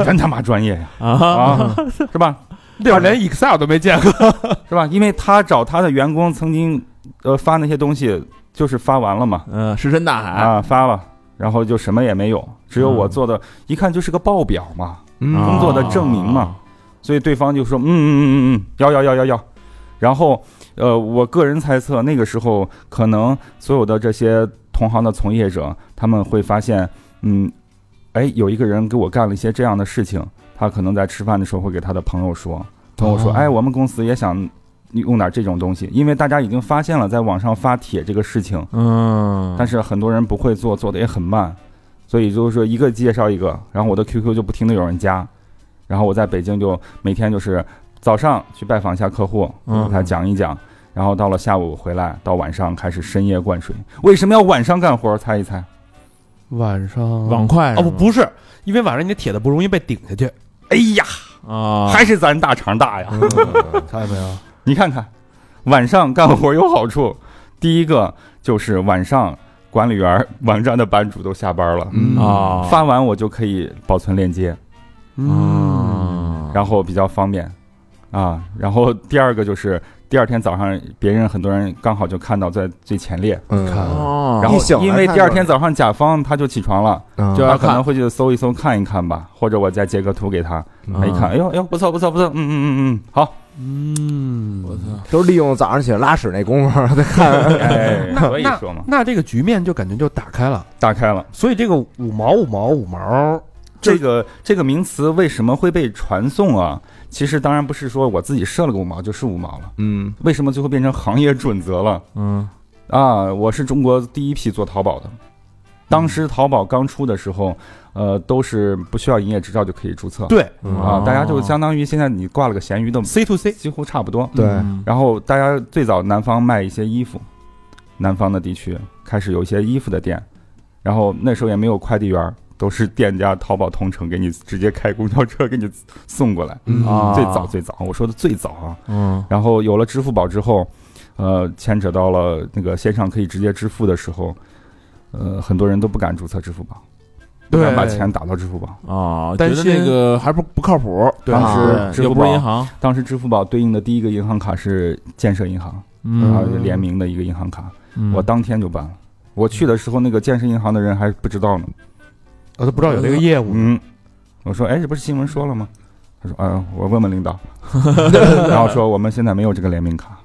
E: 真他妈专业呀，啊，是吧？
C: 那会儿连 Excel 都没见过。
E: 是吧？因为他找他的员工曾经呃发那些东西，就是发完了嘛， 啊
D: 嗯，石沉大海，
E: 啊，发了，然后就什么也没有，只有我做的，一看就是个报表嘛，
D: 工
E: 嗯工作的证明嘛。所以对方就说嗯嗯嗯嗯嗯，要要要要要。然后呃，我个人猜测，那个时候可能所有的这些同行的从业者，他们会发现，嗯，哎，有一个人给我干了一些这样的事情，他可能在吃饭的时候会给他的朋友说，朋友说，
C: 哦
E: 哎，我们公司也想。用点这种东西，因为大家已经发现了在网上发帖这个事情，
A: 嗯，
E: 但是很多人不会做，做的也很慢，所以就是说一个介绍一个，然后我的 QQ 就不停的有人加，然后我在北京就每天就是早上去拜访一下客户，
A: 嗯
E: 给他讲一讲，然后到了下午回来，到晚上开始深夜灌水。为什么要晚上干活？猜一猜，
C: 晚上
A: 碗筷
D: 嗯
C: 哦不不是，因为晚上你的帖子不容易被顶下去，
E: 哎呀，
A: 不啊，嗯
E: 还是咱大肠大呀！
C: 看见没有？
E: 你看看，晚上干活有好处，第一个就是晚上管理员、网站的版主都下班了，
C: 嗯
A: 啊
E: 发完我就可以保存链接。
D: 啊
A: 嗯，
E: 然后比较方便啊。然后第二个就是第二天早上，别人很多人刚好就看到在最前列，
B: 嗯
C: 看
A: 哦
E: 然后
B: 一醒来
E: 因为
B: 看
E: 第二
B: 就
E: 天早上甲方他就起床了，
B: 嗯
D: 就要
E: 他可
D: 看
E: 能会去搜一搜看一看吧，或者我再截个图给他，
B: 嗯
D: 哦
E: 他一看，哎呦哎呦，不错不错不错，嗯嗯嗯嗯，好，
C: 嗯，我操！
B: 都利用早上起来拉屎那功夫再看，
E: 哎，所以
C: 那
E: 说嘛，
C: 那这个局面就感觉就打开了，
E: 打开了。
C: 所以这个五毛五毛五毛，
E: 这个这个名词为什么会被传送啊？其实当然不是说我自己设了个五毛就是五毛了，
B: 嗯
E: 为什么最后变成行业准则了？
A: 嗯
E: 啊，我是中国第一批做淘宝的。当时淘宝刚出的时候，呃，都是不需要营业执照就可以注册。
C: 对
E: 啊
B: 嗯
A: 哦，
E: 大家就相当于现在你挂了个闲鱼的，
C: C to C，
E: 几乎差不多。
B: 对
A: 嗯
E: 然后大家最早南方卖一些衣服，南方的地区开始有一些衣服的店，然后那时候也没有快递员儿，都是店家淘宝同城给你直接开公交车给你送过来。
B: 嗯
A: 啊
E: 最早最早，我说的最早啊，
A: 嗯
E: 然后有了支付宝之后，呃，牵扯到了那个线上可以直接支付的时候，呃，很多人都不敢注册支付宝，不敢把钱打到支付宝。
D: 啊，
A: 担
D: 觉得那
A: 心
D: 个还不不靠谱，
E: 对
B: 啊
E: 当时支
D: 又
E: 付
D: 不是银
E: 宝，
D: 行，
E: 当时支付宝对应的第一个银行卡是建设银行，然后就联名的一个银行卡，
A: 嗯
E: 我当天就办了。我去的时候，那个建设银行的人还不知道呢。
C: 我呃都不知道有这个业务，
E: 嗯，我说，哎，这不是新闻说了吗？他说，嗯、我问问领导。然后说，我们现在没有这个联名卡，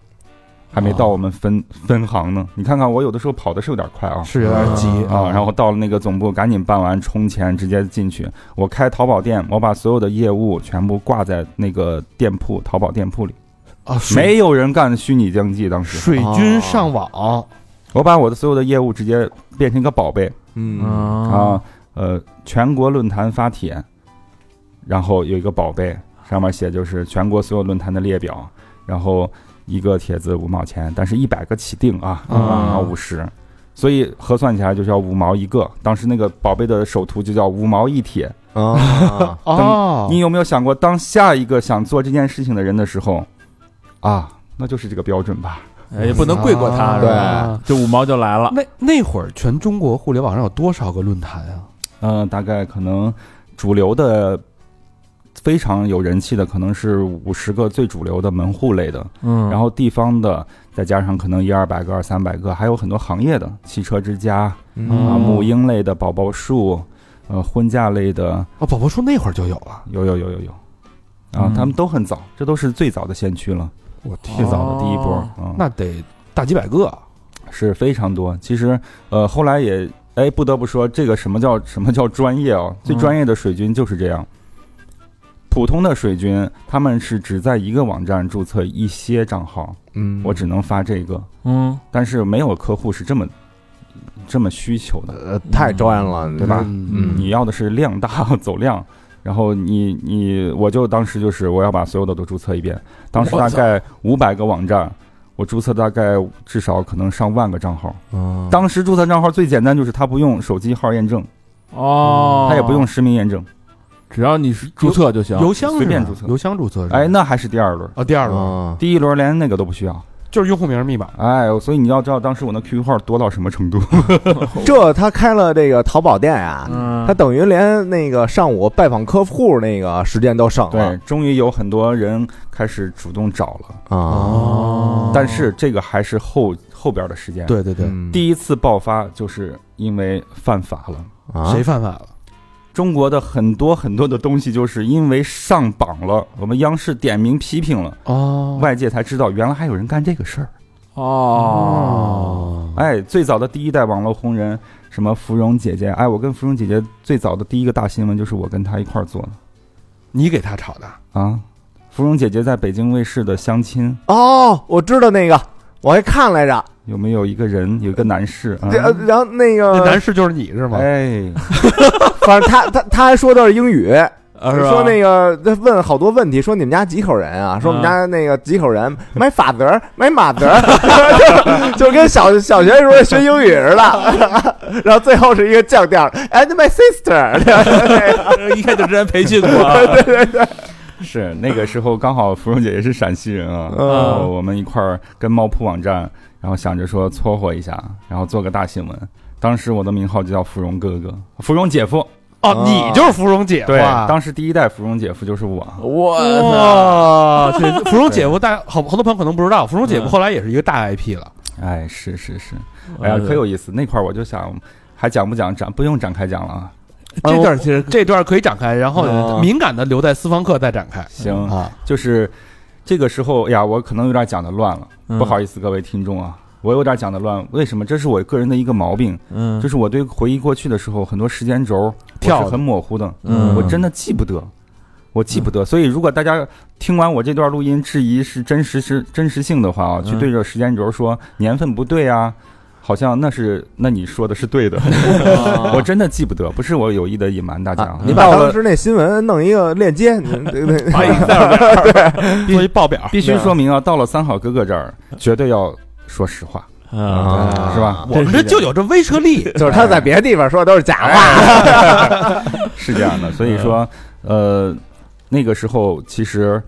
E: 还没到我们分分行呢。你看看，我有的时候跑的是有点快
D: 嗯
E: 啊。
C: 是有点急
E: 啊，然后到了那个总部，赶紧办完充钱，直接进去。我开淘宝店，我把所有的业务全部挂在那个店铺，淘宝店铺里，
C: 啊，水
E: 没有人干虚拟经济。当时，
C: 水军上网，
E: 我把我的所有的业务直接变成一个宝贝
B: 嗯
A: 啊
E: 啊，呃，全国论坛发帖，然后有一个宝贝，上面写就是全国所有论坛的列表，然后一个帖子五毛钱，但是一百个起订啊，五毛五十。所以核算起来就是要五毛一个，当时那个宝贝的首图就叫五毛一帖，
B: 啊，
C: 哦，
E: 你有没有想过，当下一个想做这件事情的人的时候，啊，那就是这个标准吧？
D: 哎也不能贵过
E: 啊
D: 他，是吧？这五毛就来了，
C: 那那会儿全中国互联网上有多少个论坛啊？
E: 嗯、大概可能主流的非常有人气的，可能是五十个最主流的门户类的，
A: 嗯
E: 然后地方的，再加上可能一二百个、二三百个，还有很多行业的，汽车之家啊、
D: 嗯
A: 哦
E: 母婴类的、宝宝树，呃，婚嫁类的，
C: 啊，宝宝说那会儿就有了，
E: 有有有有有。啊
A: 嗯，
E: 他们都很早，这都是最早的先驱了，
A: 我天
E: 最早的第一波
D: 哦。
E: 嗯
C: 那得大几百个啊，
E: 是非常多。其实，呃，后来也，哎，不得不说，这个什么叫什么叫专业啊？最专业的水军就是这样。普通的水军，他们是只在一个网站注册一些账号，
B: 嗯
E: 我只能发这个，
A: 嗯
E: 但是没有客户是这么这么需求的。
B: 呃太专了，
E: 对吧
C: 嗯
E: 你要的是量大走量，然后你你我就当时就是我要把所有的都注册一遍，当时大概五百个网站，我注册大概至少可能上万个账号。
B: 嗯？
E: 当时注册账号最简单就是他不用手机号验证，
D: 哦，
E: 他也不用，实名验证，
D: 只要你是注册就行，
C: 邮箱是吧
E: 随便注册
C: 邮箱注册是吧
E: 哎，那还是第二轮，
C: 啊，第二轮
B: 啊，
E: 第一轮连那个都不需要，
C: 就是用户名密码，
E: 哎，所以你要知道当时我那 QQ 号多到什么程度，
B: 这他开了这个淘宝店呀，
D: 嗯
B: 他等于连那个上午拜访客户那个时间都省
E: 对
B: 了，
E: 终于有很多人开始主动找
B: 啊。
E: 了，
C: 哦
E: 但是这个还是后后边的时间，，
C: 对对对，
B: 嗯
E: 第一次爆发就是因为犯法了，
C: 嗯
B: 啊
C: 谁犯法了？
E: 中国的很多很多的东西，就是因为上榜了，我们央视点名批评了，
C: 哦
E: 外界才知道原来还有人干这个事儿。
D: 哦，
E: 哎，最早的第一代网络红人，什么芙蓉姐姐，哎，我跟芙蓉姐姐最早的第一个大新闻就是我跟她一块儿做的
C: 你给他炒的，
E: 啊。芙蓉姐姐在北京卫视的相亲，
B: 哦，我知道那个，我还看来着。
E: 有没有一个人，有一个男士啊？
B: 这呃然后那
C: 那
B: 个
C: 男，士就是你是吗？
E: 哎，
B: 反正他他他还说的是英语，
D: 啊是吧？
B: 哦说那个他问好多问题，说你们家几口人啊？说我们家那个几口人，买法子儿，买马子儿， 就就跟小小学时候学英语似的。 然后最后是一个降调，and my sister，
D: 一看就之前培训 过，
E: 是那个时候刚好芙蓉姐姐是陕西人啊，
B: 嗯
E: 然后我们一块儿跟猫扑网站，然后想着说撮合一下，然后做个大新闻。当时我的名号就叫芙蓉哥哥，芙蓉姐夫。
C: 哦，你就是芙蓉姐夫
E: 对，
C: 啊。
E: 当时第一代芙蓉姐夫就是我。
D: 我
C: 哇，这 芙蓉姐夫大好好多朋友可能不知道，芙蓉姐夫后来也是一个大 IP 了。
E: 哎，是是是，
D: 嗯
E: 哎呀，可有意思。那块儿我就想，还讲不讲展？不用展开讲了啊。
C: 这段其实呃这段可以展开，然后
B: 哦
C: 敏感的留在私房课再展开
E: 行，
C: 啊。
E: 就是这个时候，哎呀，我可能有点讲的乱了，
D: 嗯
E: 不好意思，各位听众啊，我有点讲的乱。为什么？这是我个人的一个毛病。
D: 嗯，
E: 就是我对回忆过去的时候，很多时间轴我是
C: 跳的
E: 很模糊的，
D: 嗯
E: 我真的记不得，我记不得。所以如果大家听完我这段录音质疑是真实是真实性的话啊，
D: 嗯
E: 去对着时间轴说年份不对啊，好像那是那你说的是 对的，我真的记不得，不是我有意的隐瞒大家啊。
B: 你把当时那新闻弄一个链接，你对
C: 啊
B: 对对
D: 把
C: 哎
D: Excel
C: 做一报表，
E: 必须说明啊，到了三好哥哥这儿，绝对要说实话，
D: 表啊，
E: 是吧？
C: 我们这就有这威慑力。
B: 就是他在别的地方说的都是假
D: 哎
B: 话。
E: 是这样的，
C: 嗯
E: 所以说，呃，那个时候其实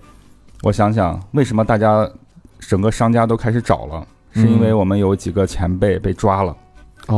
E: 我想想，为什么大家整个商家都开始找了，是因为我们有几个前辈被抓了。
C: 嗯哦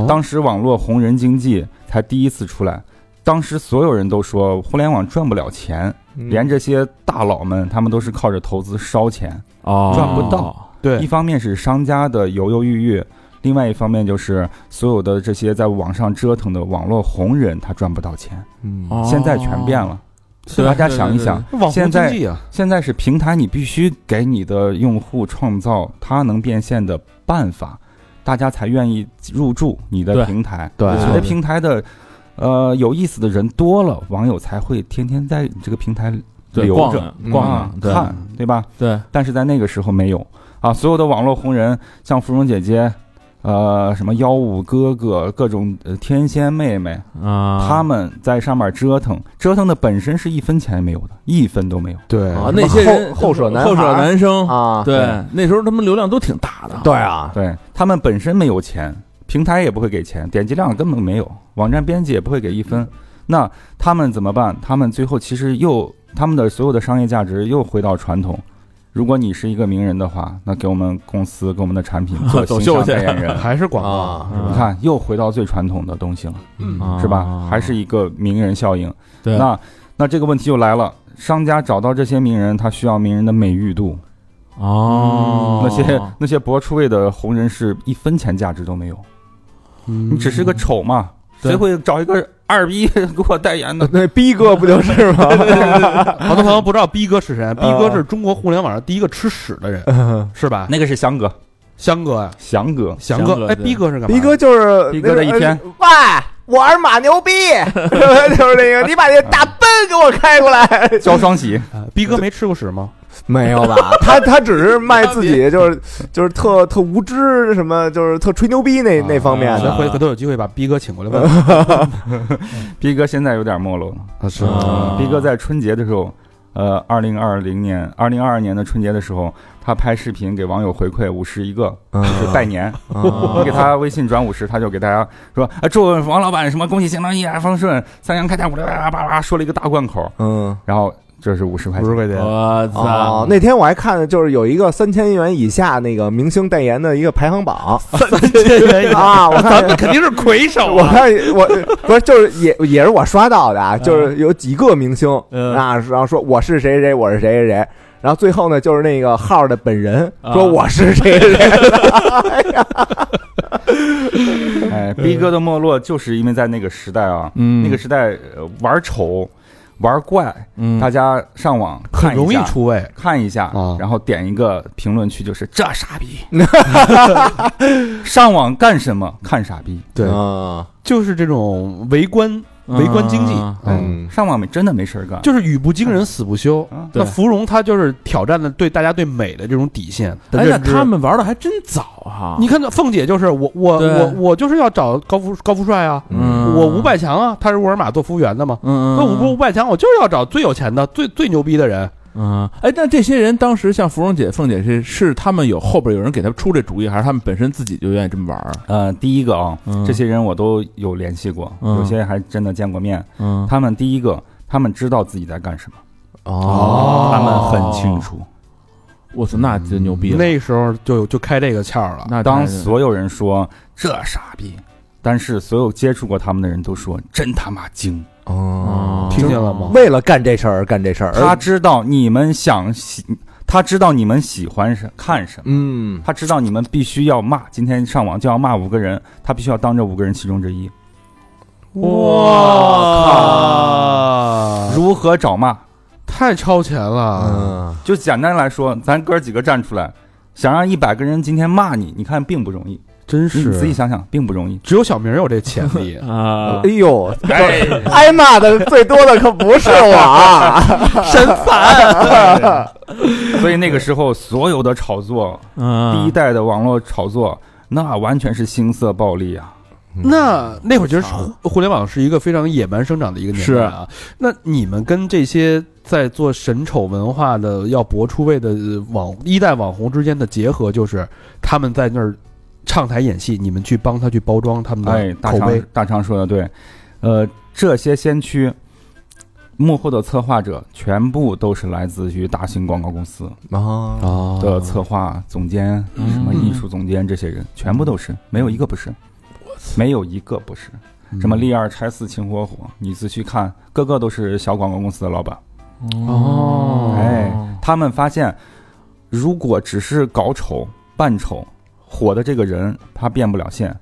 E: 当时网络红人经济才第一次出来，当时所有人都说互联网赚不了钱，
C: 嗯
E: 连这些大佬们他们都是靠着投资烧钱。
D: 哦
E: 赚不到，一
C: 对，
E: 方面是商家的犹犹豫豫。另外一方面就是所有的这些在网上折腾的网络红人，他赚不到钱，
B: 嗯
D: 哦
E: 现在全变了。
D: 是
E: 大家想一想，
C: 网红
E: 现
C: 经
E: 在
C: 济啊，
E: 现在是平台，你必须给你的用户创造他能变现的办法，大家才愿意入驻你的
D: 对
E: 平台。
C: 对
E: 你的平台的，呃，有意思的人多了，网友才会天天在你这个平台
D: 对
E: 留
D: 逛
E: 着
D: 着逛
E: 啊
D: 着，对
E: 看，对吧？
D: 对，
E: 但是在那个时候没有啊，所有的网络红人，像芙蓉姐姐，呃，什么幺五哥哥，各种呃天仙妹妹，
D: 啊，
E: 他们在上面折腾，折腾的本身是一分钱也没有的，一分都没有。
C: 对
D: 啊那些人
B: 后后舍男孩
D: 后舍男生，
B: 啊，
D: 对
E: 对，
D: 那时候他们流量都挺大的，
B: 对啊，
E: 对他们本身没有钱，平台也不会给钱，点击量根本没有，网站编辑也不会给一
D: 嗯
E: 分。那他们怎么办？他们最后其实又他们的所有的商业价值又回到传统。如果你是一个名人的话，那给我们公司给我们的 产品做
D: 走
E: 形
D: 秀
E: 象
D: 去
E: 代言 人，
C: 还是广告。
B: 啊，
E: 你看又回到最传统的东西了，
D: 啊
E: 是吧？还是一个名人效应。
D: 对
E: 那那这个问题就来了，商家找到这些名人，他需要名人的美誉度。
D: 哦，
E: 嗯那些那些博出位的红人是一分钱价值都没有。你
B: 嗯
C: 你
E: 只是个 丑嘛，
D: 对
E: 谁会找一个二逼 给我代言呢？
B: 啊那逼哥不就 是吗？
C: 好多朋友不知道逼哥是谁，啊逼哥是中国互联网上第一个吃屎的人，
B: 嗯
C: 是吧？
E: 那个是翔哥，
C: 翔哥呀，
E: 翔哥，
C: 翔
D: 翔
C: 哥，
D: 哥
C: 哎，
D: 对
C: 逼哥是干嘛？
B: 逼哥就是
E: 逼哥的一天，
B: 喂，我是马牛逼，就是那个，你把那大奔给我开过来。
E: 焦双喜，
C: 啊，逼哥没吃过屎吗？
B: 没有吧？他他只是卖自己，就是就是特特无知，什么就是特吹牛逼那
C: 啊
B: 那方面
C: 咱
B: 的。嗯
C: 回回头有机会把逼哥请过来问问。
E: 逼哥现在有点没落了。
C: 啊，是
D: 吗
B: 嗯
D: 啊
E: 逼哥在春节的时候，呃，二零二零年、二零二二年的春节的时候，他拍视频给网友回馈五十一个，就是拜年。你给他微信转五十，他就给大家说啊，祝王老板什么恭喜新郎一帆风顺，三阳开泰，五六八八八，说了一个大贯口，
B: 嗯，
E: 然后这是五十块
C: 五
E: 钱
C: 十。块钱，
D: 我
B: 哦
D: 操，，
B: 那天我还看，就是有一个三千元以下那个明星代言的一个排行榜啊，我看
C: 咱们肯定是魁首
B: 我
C: 啊！
B: 看我不是就是也也是我刷到的啊，就是有几个明星
D: 嗯
B: 啊，然后说我是谁谁谁我是谁谁谁，然后最后呢，就是那个号的本人
D: 啊
B: 说我是这个人，
E: 哎，逼哥的没落就是因为在那个时代啊，
C: 嗯
E: 那个时代呃玩丑、玩怪，
C: 嗯
E: 大家上网看
C: 很
E: 一
C: 容易
E: 下，
C: 出位，
E: 看一下
C: 啊，
E: 然后点一个评论区，就是这傻 逼，上网干什么？看傻逼，
C: 对，
B: 啊，
C: 就是这种围观围观经济，
D: 啊
C: 嗯，
B: 嗯，
E: 上网没真的没事儿干，
C: 就是语不惊人死不休。
E: 啊，
D: 对
C: 那芙蓉她就是挑战了对大家对美的这种底线的
D: 哎，那
C: 认知。
D: 他们玩的还真早啊哈。
C: 你看那凤姐就是我我
D: 对
C: 我我就是要找高富高富帅啊，
D: 嗯，
C: 我伍佰强啊，他是沃尔玛做服务员的嘛。
D: 嗯，嗯，
C: 那我伍佰强，我就是要找最有钱的、最最牛逼的人。
D: 嗯，哎，那这些人当时像芙蓉姐、凤姐是是他们有后边有人给他们出这主意，还是他们本身自己就愿意这么玩儿啊？
E: 呃，第一个啊
D: 嗯，
E: 这些人我都有联系过，
D: 嗯
E: 有些还真的见过面。
D: 嗯，
E: 他们第一个，他们知道自己在干什么，
D: 哦
E: 他们很清楚。
D: 我操，那就牛逼了。
C: 那时候就就开这个窍了。
D: 那
E: 当
D: 时。
E: 所有人说这傻逼，但是所有接触过他们的人都说真他妈精。
B: 哦，
C: 听见了吗
B: 为了干这事儿而干这事儿，而
E: 他知道你们想喜，他知道你们喜欢什看什么，
B: 嗯
E: 他知道你们必须要骂。今天上网就要骂五个人，他必须要当这五个人其中之一。
C: 哇靠！
E: 如何找骂？
C: 太超前了。
B: 嗯
E: 就简单来说，咱哥几个站出来，想让一百个人今天骂你，你看并不容易。
C: 真
E: 你
C: 是
E: 仔细想想，并不容易。
C: 只有小明有这潜力
D: 啊
B: 哎，呦，挨骂的最多的可不是我啊，
E: 所以那个时候，所有的炒作，第
D: 第
C: 嗯
E: 一代的网络炒作，那完全是腥涩暴力啊！
C: 那那会儿其实互互联网是一个非常野蛮生长的一个年代啊。那你们跟这些在做神丑文化的要搏出位的呃网一代网红之间的结合，就是他们在那儿唱台演戏，你们去帮他去包装他们
E: 哎
C: 的，嗯
E: 大
C: 口
E: 长
C: 碑。
E: 大长说的对，呃，这些先驱。幕后的策划者全部都是来自于大型广告公司
B: 啊
C: 啊
E: 的策划总监、
D: 嗯
E: 什么艺术总监，这些人全部都是，没有一个不是，没有一个不是。什
C: 嗯
E: 么立二拆四秦火火，你仔细看，个个都是小广告公司的老板。
C: 哦
E: 哎，他们发现，如果只是搞丑、扮丑，火的这个人他变不了现，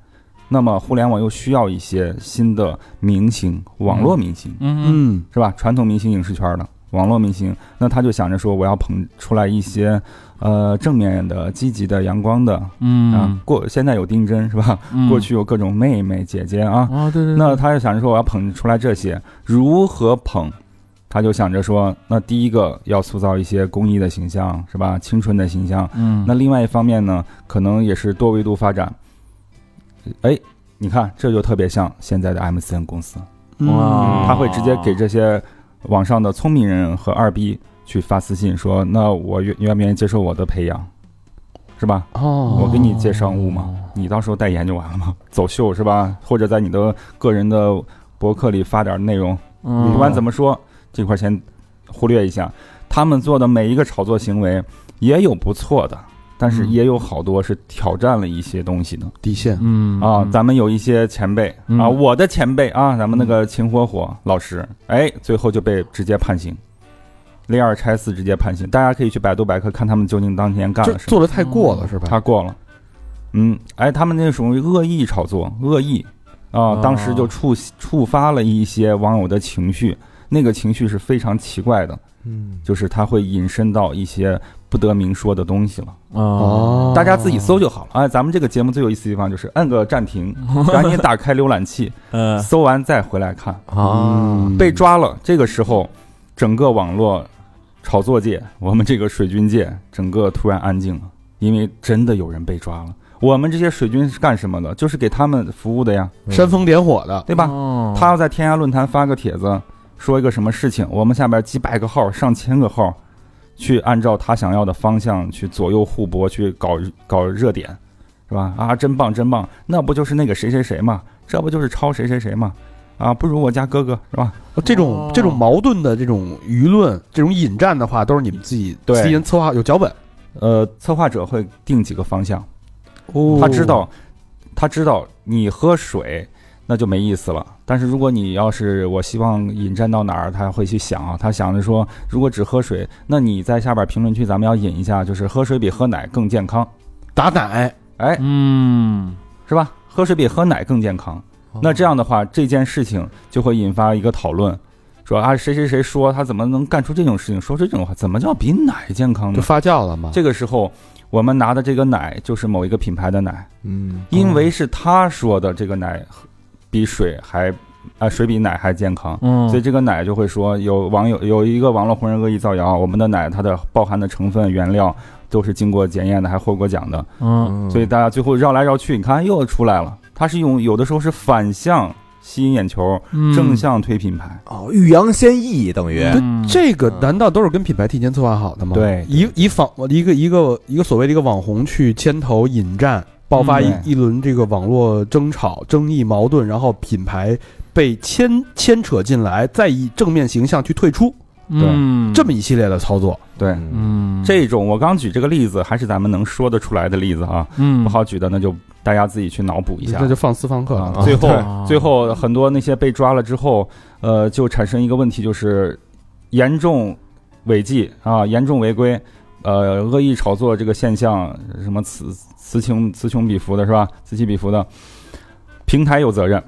E: 那么互联网又需要一些新的明星，网络明星、
D: 嗯嗯
C: 嗯
E: 是吧？传统明星、影视圈的网络明星，那他就想着说，我要捧出来一些，呃，正面的、积极的、阳光的啊
D: 嗯。
E: 过现在有丁真是吧？
D: 嗯
E: 过去有各种妹妹、姐姐啊，
C: 哦
D: 啊，对
A: 嗯
D: 对，对
E: 那他就想着说我要捧出来这些，如何捧？他就想着说，那第一个要塑造一些公益的形象，是吧？青春的形象。
D: 嗯
E: 那另外一方面呢，可能也是多维度发展。哎，你看，这就特别像现在的 MCN 公司，
C: 嗯啊
D: 哇
E: 他会直接给这些网上的聪明人和二逼去发私信说，那我愿愿不愿意接受我的培养，是吧？
C: 哦
E: 我给你介商务嘛，你到时候代言就完了嘛，走秀是吧？或者在你的个人的博客里发点内容，
D: 嗯
E: 不管怎么说，这块先忽略一下。他们做的每一个炒作行为也有不错的，但是
D: 嗯
E: 也有好多是挑战了一些东西的
C: 底线
D: 嗯
E: 啊。咱们有一些前辈
D: 嗯
E: 啊，我的前辈啊，咱们那个秦火火老师，哎，最后就被直接判刑。立二拆四直接判刑，大家可以去百度百科看他们究竟当年干
C: 就
E: 了什么。
C: 做的太过了是吧？
E: 他过了。嗯，哎，他们那属于恶意炒作，恶意啊、
D: 哦
E: 当时就触触发了一些网友的情绪，那个情绪是非常奇怪的，
B: 嗯
E: 就是它会引申到一些不得明说的东西了。
D: 哦
C: 哦，
E: 大家自己搜就好了。哎，咱们这个节目最有意思的地方就是摁个 暂停，然后你打开浏览器，
D: 呃
E: 搜完再回来看。
B: 啊，
C: 嗯
E: 被抓了，这个时候，整个网络炒作界，我们这个水军界，整个突然安静了，因为真的有人被抓了。我们这些水军是干什么的？就是给他们服务的呀，
C: 煽风点火的，
E: 对
D: 对
E: 吧？
D: 吧
E: 他要在天涯论坛发个帖子，说一个什么事情，我们下边几百个号、上千个号，去按照他想要的方向去左右互搏，去搞搞热点，是吧？啊，真棒，真棒！那不就是那个谁谁谁嘛？这不就是抄谁谁谁嘛？啊，不如我家哥哥是吧？
C: 这种
D: 哦
C: 这种矛盾的这种舆论、这种引战的话，都是你们自己
E: 对
C: 自己人策划有脚本，
E: 呃，策划者会定几个方向，
C: 哦
E: 他知道，他知道你喝水，那就没意思了。但是如果你要是我希望引战到哪儿，他会去想啊，他想着说，如果只喝水，那你在下边评论区咱们要引一下，就是喝水比喝奶更健康，
C: 打奶，
E: 哎，
D: 嗯，
E: 是吧？喝水比喝奶更健康。那这样的话，这件事情就会引发一个讨论，说啊，谁谁谁说他怎么能干出这种事情，说出这种话，怎么叫比奶健康
C: 就
E: 呢？
C: 发酵了嘛。
E: 这个时候，我们拿的这个奶就是某一个品牌的奶，
B: 嗯，
E: 因为是他说的这个奶比水还啊、水比奶还健康。
D: 嗯
E: 所以这个奶就会说，有网友有一个网络红人恶意造谣，我们的奶它的包含的成分原料都是经过检验的，还获过奖的。
D: 嗯，
B: 嗯
E: 所以大家最后绕来绕去，你看又出来了。它是用有的时候是反向吸引眼球，正向推品牌。
B: 哦，欲扬先抑等于
D: 对嗯
C: 这个难道都是跟品牌提前策划好的吗？
E: 对
C: 以以仿一个一个一个所谓的一个网红去牵头引战，爆发一、
E: 嗯
C: 一轮这个网络争吵、争议、矛盾，然后品牌被牵牵扯进来，再以正面形象去退出，
D: 嗯，
C: 这么一系列的操作。
E: 对，
D: 嗯，
E: 这种我刚举这个例子，还是咱们能说得出来的例子啊，
D: 嗯
E: 不好举的那就大家自己去脑补一下
C: 那。就放私房课了。
E: 啊，最
D: 对
E: 后最后很多那些被抓了之后，呃，就产生一个问题，就是严重违纪啊，严重违规，呃，恶意炒作这个现象，什么此此情此穷彼伏的是吧？此起彼伏的，平台有责任。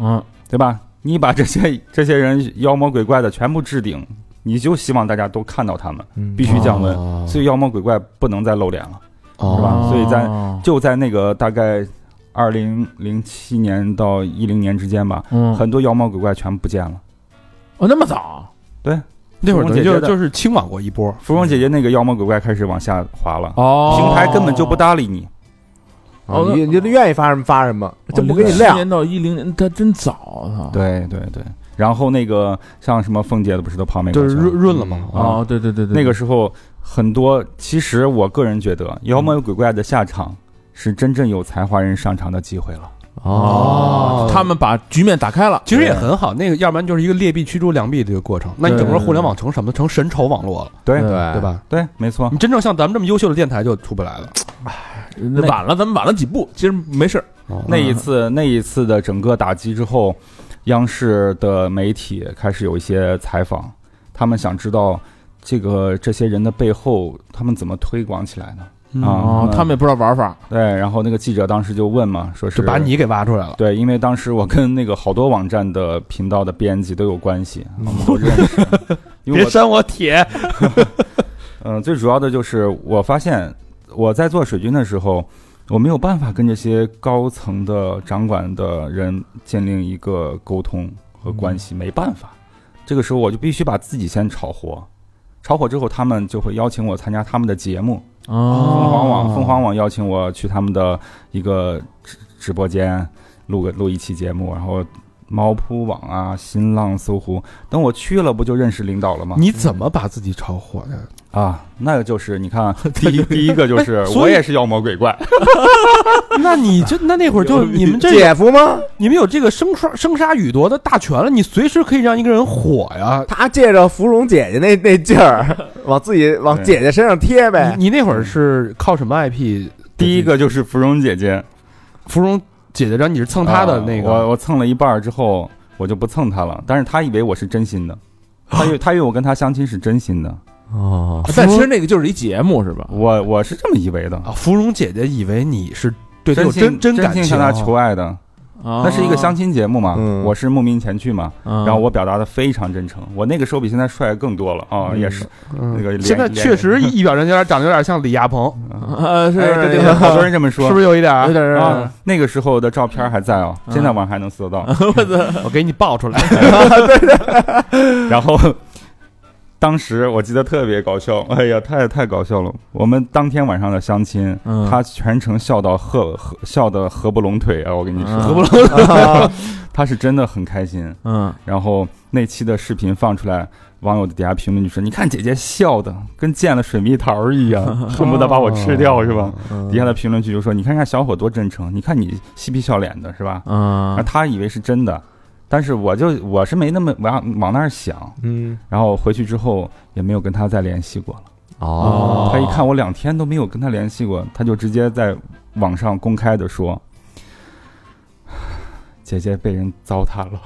D: 嗯
E: 对吧？你把这些这些人妖魔鬼怪的全部置顶，你就希望大家都看到他们，必须降温。
C: 哦
E: 所以妖魔鬼怪不能再露脸了，
C: 哦
E: 是吧所以咱
D: 哦
E: 就在那个大概二零零七年到一零年之间吧，
D: 嗯
E: 很多妖魔鬼怪全不见了。
D: 哦那么早，
C: 那会儿等于
E: 芙
C: 就
E: 蓉姐姐的
C: 就是清网过一波，
E: 芙蓉姐姐那个妖魔鬼怪开始往下滑了，
D: 哦
E: 平台根本就不搭理你。
B: 哦你你愿意发什么发什么，就不给
D: 哦
B: 你
D: 零七
B: 亮。
D: 年到一零年，他真早，啊操
E: 对对对，然后那个像什么凤姐的不是都跑美国
C: 就是
E: 去了
C: 润润了嘛。
E: 嗯
D: 哦，对对对对，
E: 那个时候很多，其实我个人觉得妖魔鬼怪的下场是真正有才华人上场的机会了。
D: 哦，他们把局面打开了，
C: 其实也很好，那个要不然就是一个劣币驱逐良币的一个过程。那你整个互联网成什么？成神丑网络了，
E: 对
D: 对
C: 对吧？
E: 对，没错
C: 你。真正像咱们这么优秀的电台就出不来了。
D: 那晚了，咱们晚了几步，其实没事儿，
E: 那一次那一次的整个打击之后，央视的媒体开始有一些采访，他们想知道这个这些人的背后，他们怎么推广起来的。啊
D: 哦，他们也不知道玩法，
E: 对，然后那个记者当时就问嘛，说是
C: 就把你给挖出来了。
E: 对，因为当时我跟那个好多网站的频道的编辑都有关系， 嗯我们都认识。因为我
C: 删我帖，
E: 嗯，最主要的就是我发现我在做水军的时候，我没有办法跟这些高层的掌管的人建立一个沟通和关
C: 嗯
E: 系，没办法。这个时候我就必须把自己先炒火，炒火之后，他们就会邀请我参加他们的节目。凤
D: 哦，
E: 凰网，凤凰网邀请我去他们的一个直直播间录个录一期节目，然后猫扑网啊、新浪、搜狐，等我去了，不就认识领导了吗？
C: 你怎么把自己炒火的？
E: 啊，那个就是 你看，第一第一个就是
C: 哎所以
E: 我也是妖魔鬼怪，
C: 那你 就那那会儿就你们这
B: 姐夫吗？
C: 你们有这个生杀生杀予夺的大权了，你随时可以让一个人火呀。
B: 他借着芙蓉姐姐那那劲儿，往自己往姐姐身上贴呗。
C: 你你那
E: 嗯
C: 会儿是靠什么 IP？
E: 第一个就是芙蓉姐姐
C: 芙蓉姐姐，然后你是蹭她的那
E: 啊
C: 个
E: 我我蹭了一半儿之后，我就不蹭她了，但是她以为我是真 心的，她以为她以为我跟她相亲是真心的，
B: 哦，
D: 但其实那个就是一节目是吧？
E: 我我是这么以为的，
C: 啊？芙蓉姐姐以为你是对她有
E: 真
C: 真真
E: 心
C: 感
E: 心
C: 情
E: 向
C: 啊，
E: 她求爱的，
D: 那
E: 那是一个相，亲节目嘛，
B: 嗯
E: 我是慕名前去嘛，
D: 然
E: 然后我表达的非常真诚，我那个时候比现在帅更多了啊，也是那
C: 嗯
E: 个 脸
C: 现在
E: 脸
C: 确实一表人有点长得有点像李亚鹏，
D: 呃是
E: 哎对 对对，好多人这么说，
C: 是不是有一点
D: 有
C: 儿？
D: 点儿
E: 啊，那个时候的照片还在哦，
D: 嗯
E: 现在网上还能搜到。
C: 我给你爆出来。
E: 然后 当时我记得特别搞笑，哎呀，太太搞笑了。我们当天晚上的相亲，
D: 嗯
E: 他全程笑到合合笑得合不拢腿啊！我跟你说，
D: 嗯合不
E: 拢腿，他是真的很开心。
D: 嗯
E: 然后那期的视频放出来，网友底下评论就说：“你看姐姐笑的跟见了水蜜桃 一样，恨不得把我吃掉是吧？”
B: 哦
E: 底下的评论区就说：“你看人家小伙多真诚，你看你嬉皮笑脸的是吧？”
D: 嗯
E: 啊，他以为是真的，但是我就我是没那么往往那儿想，
B: 嗯，
E: 然后回去之后也没有跟他再联系过了。
B: 哦，
E: 他一看我两天都没有跟他联系过，他就直接在网上公开的说：“姐姐被人糟蹋了。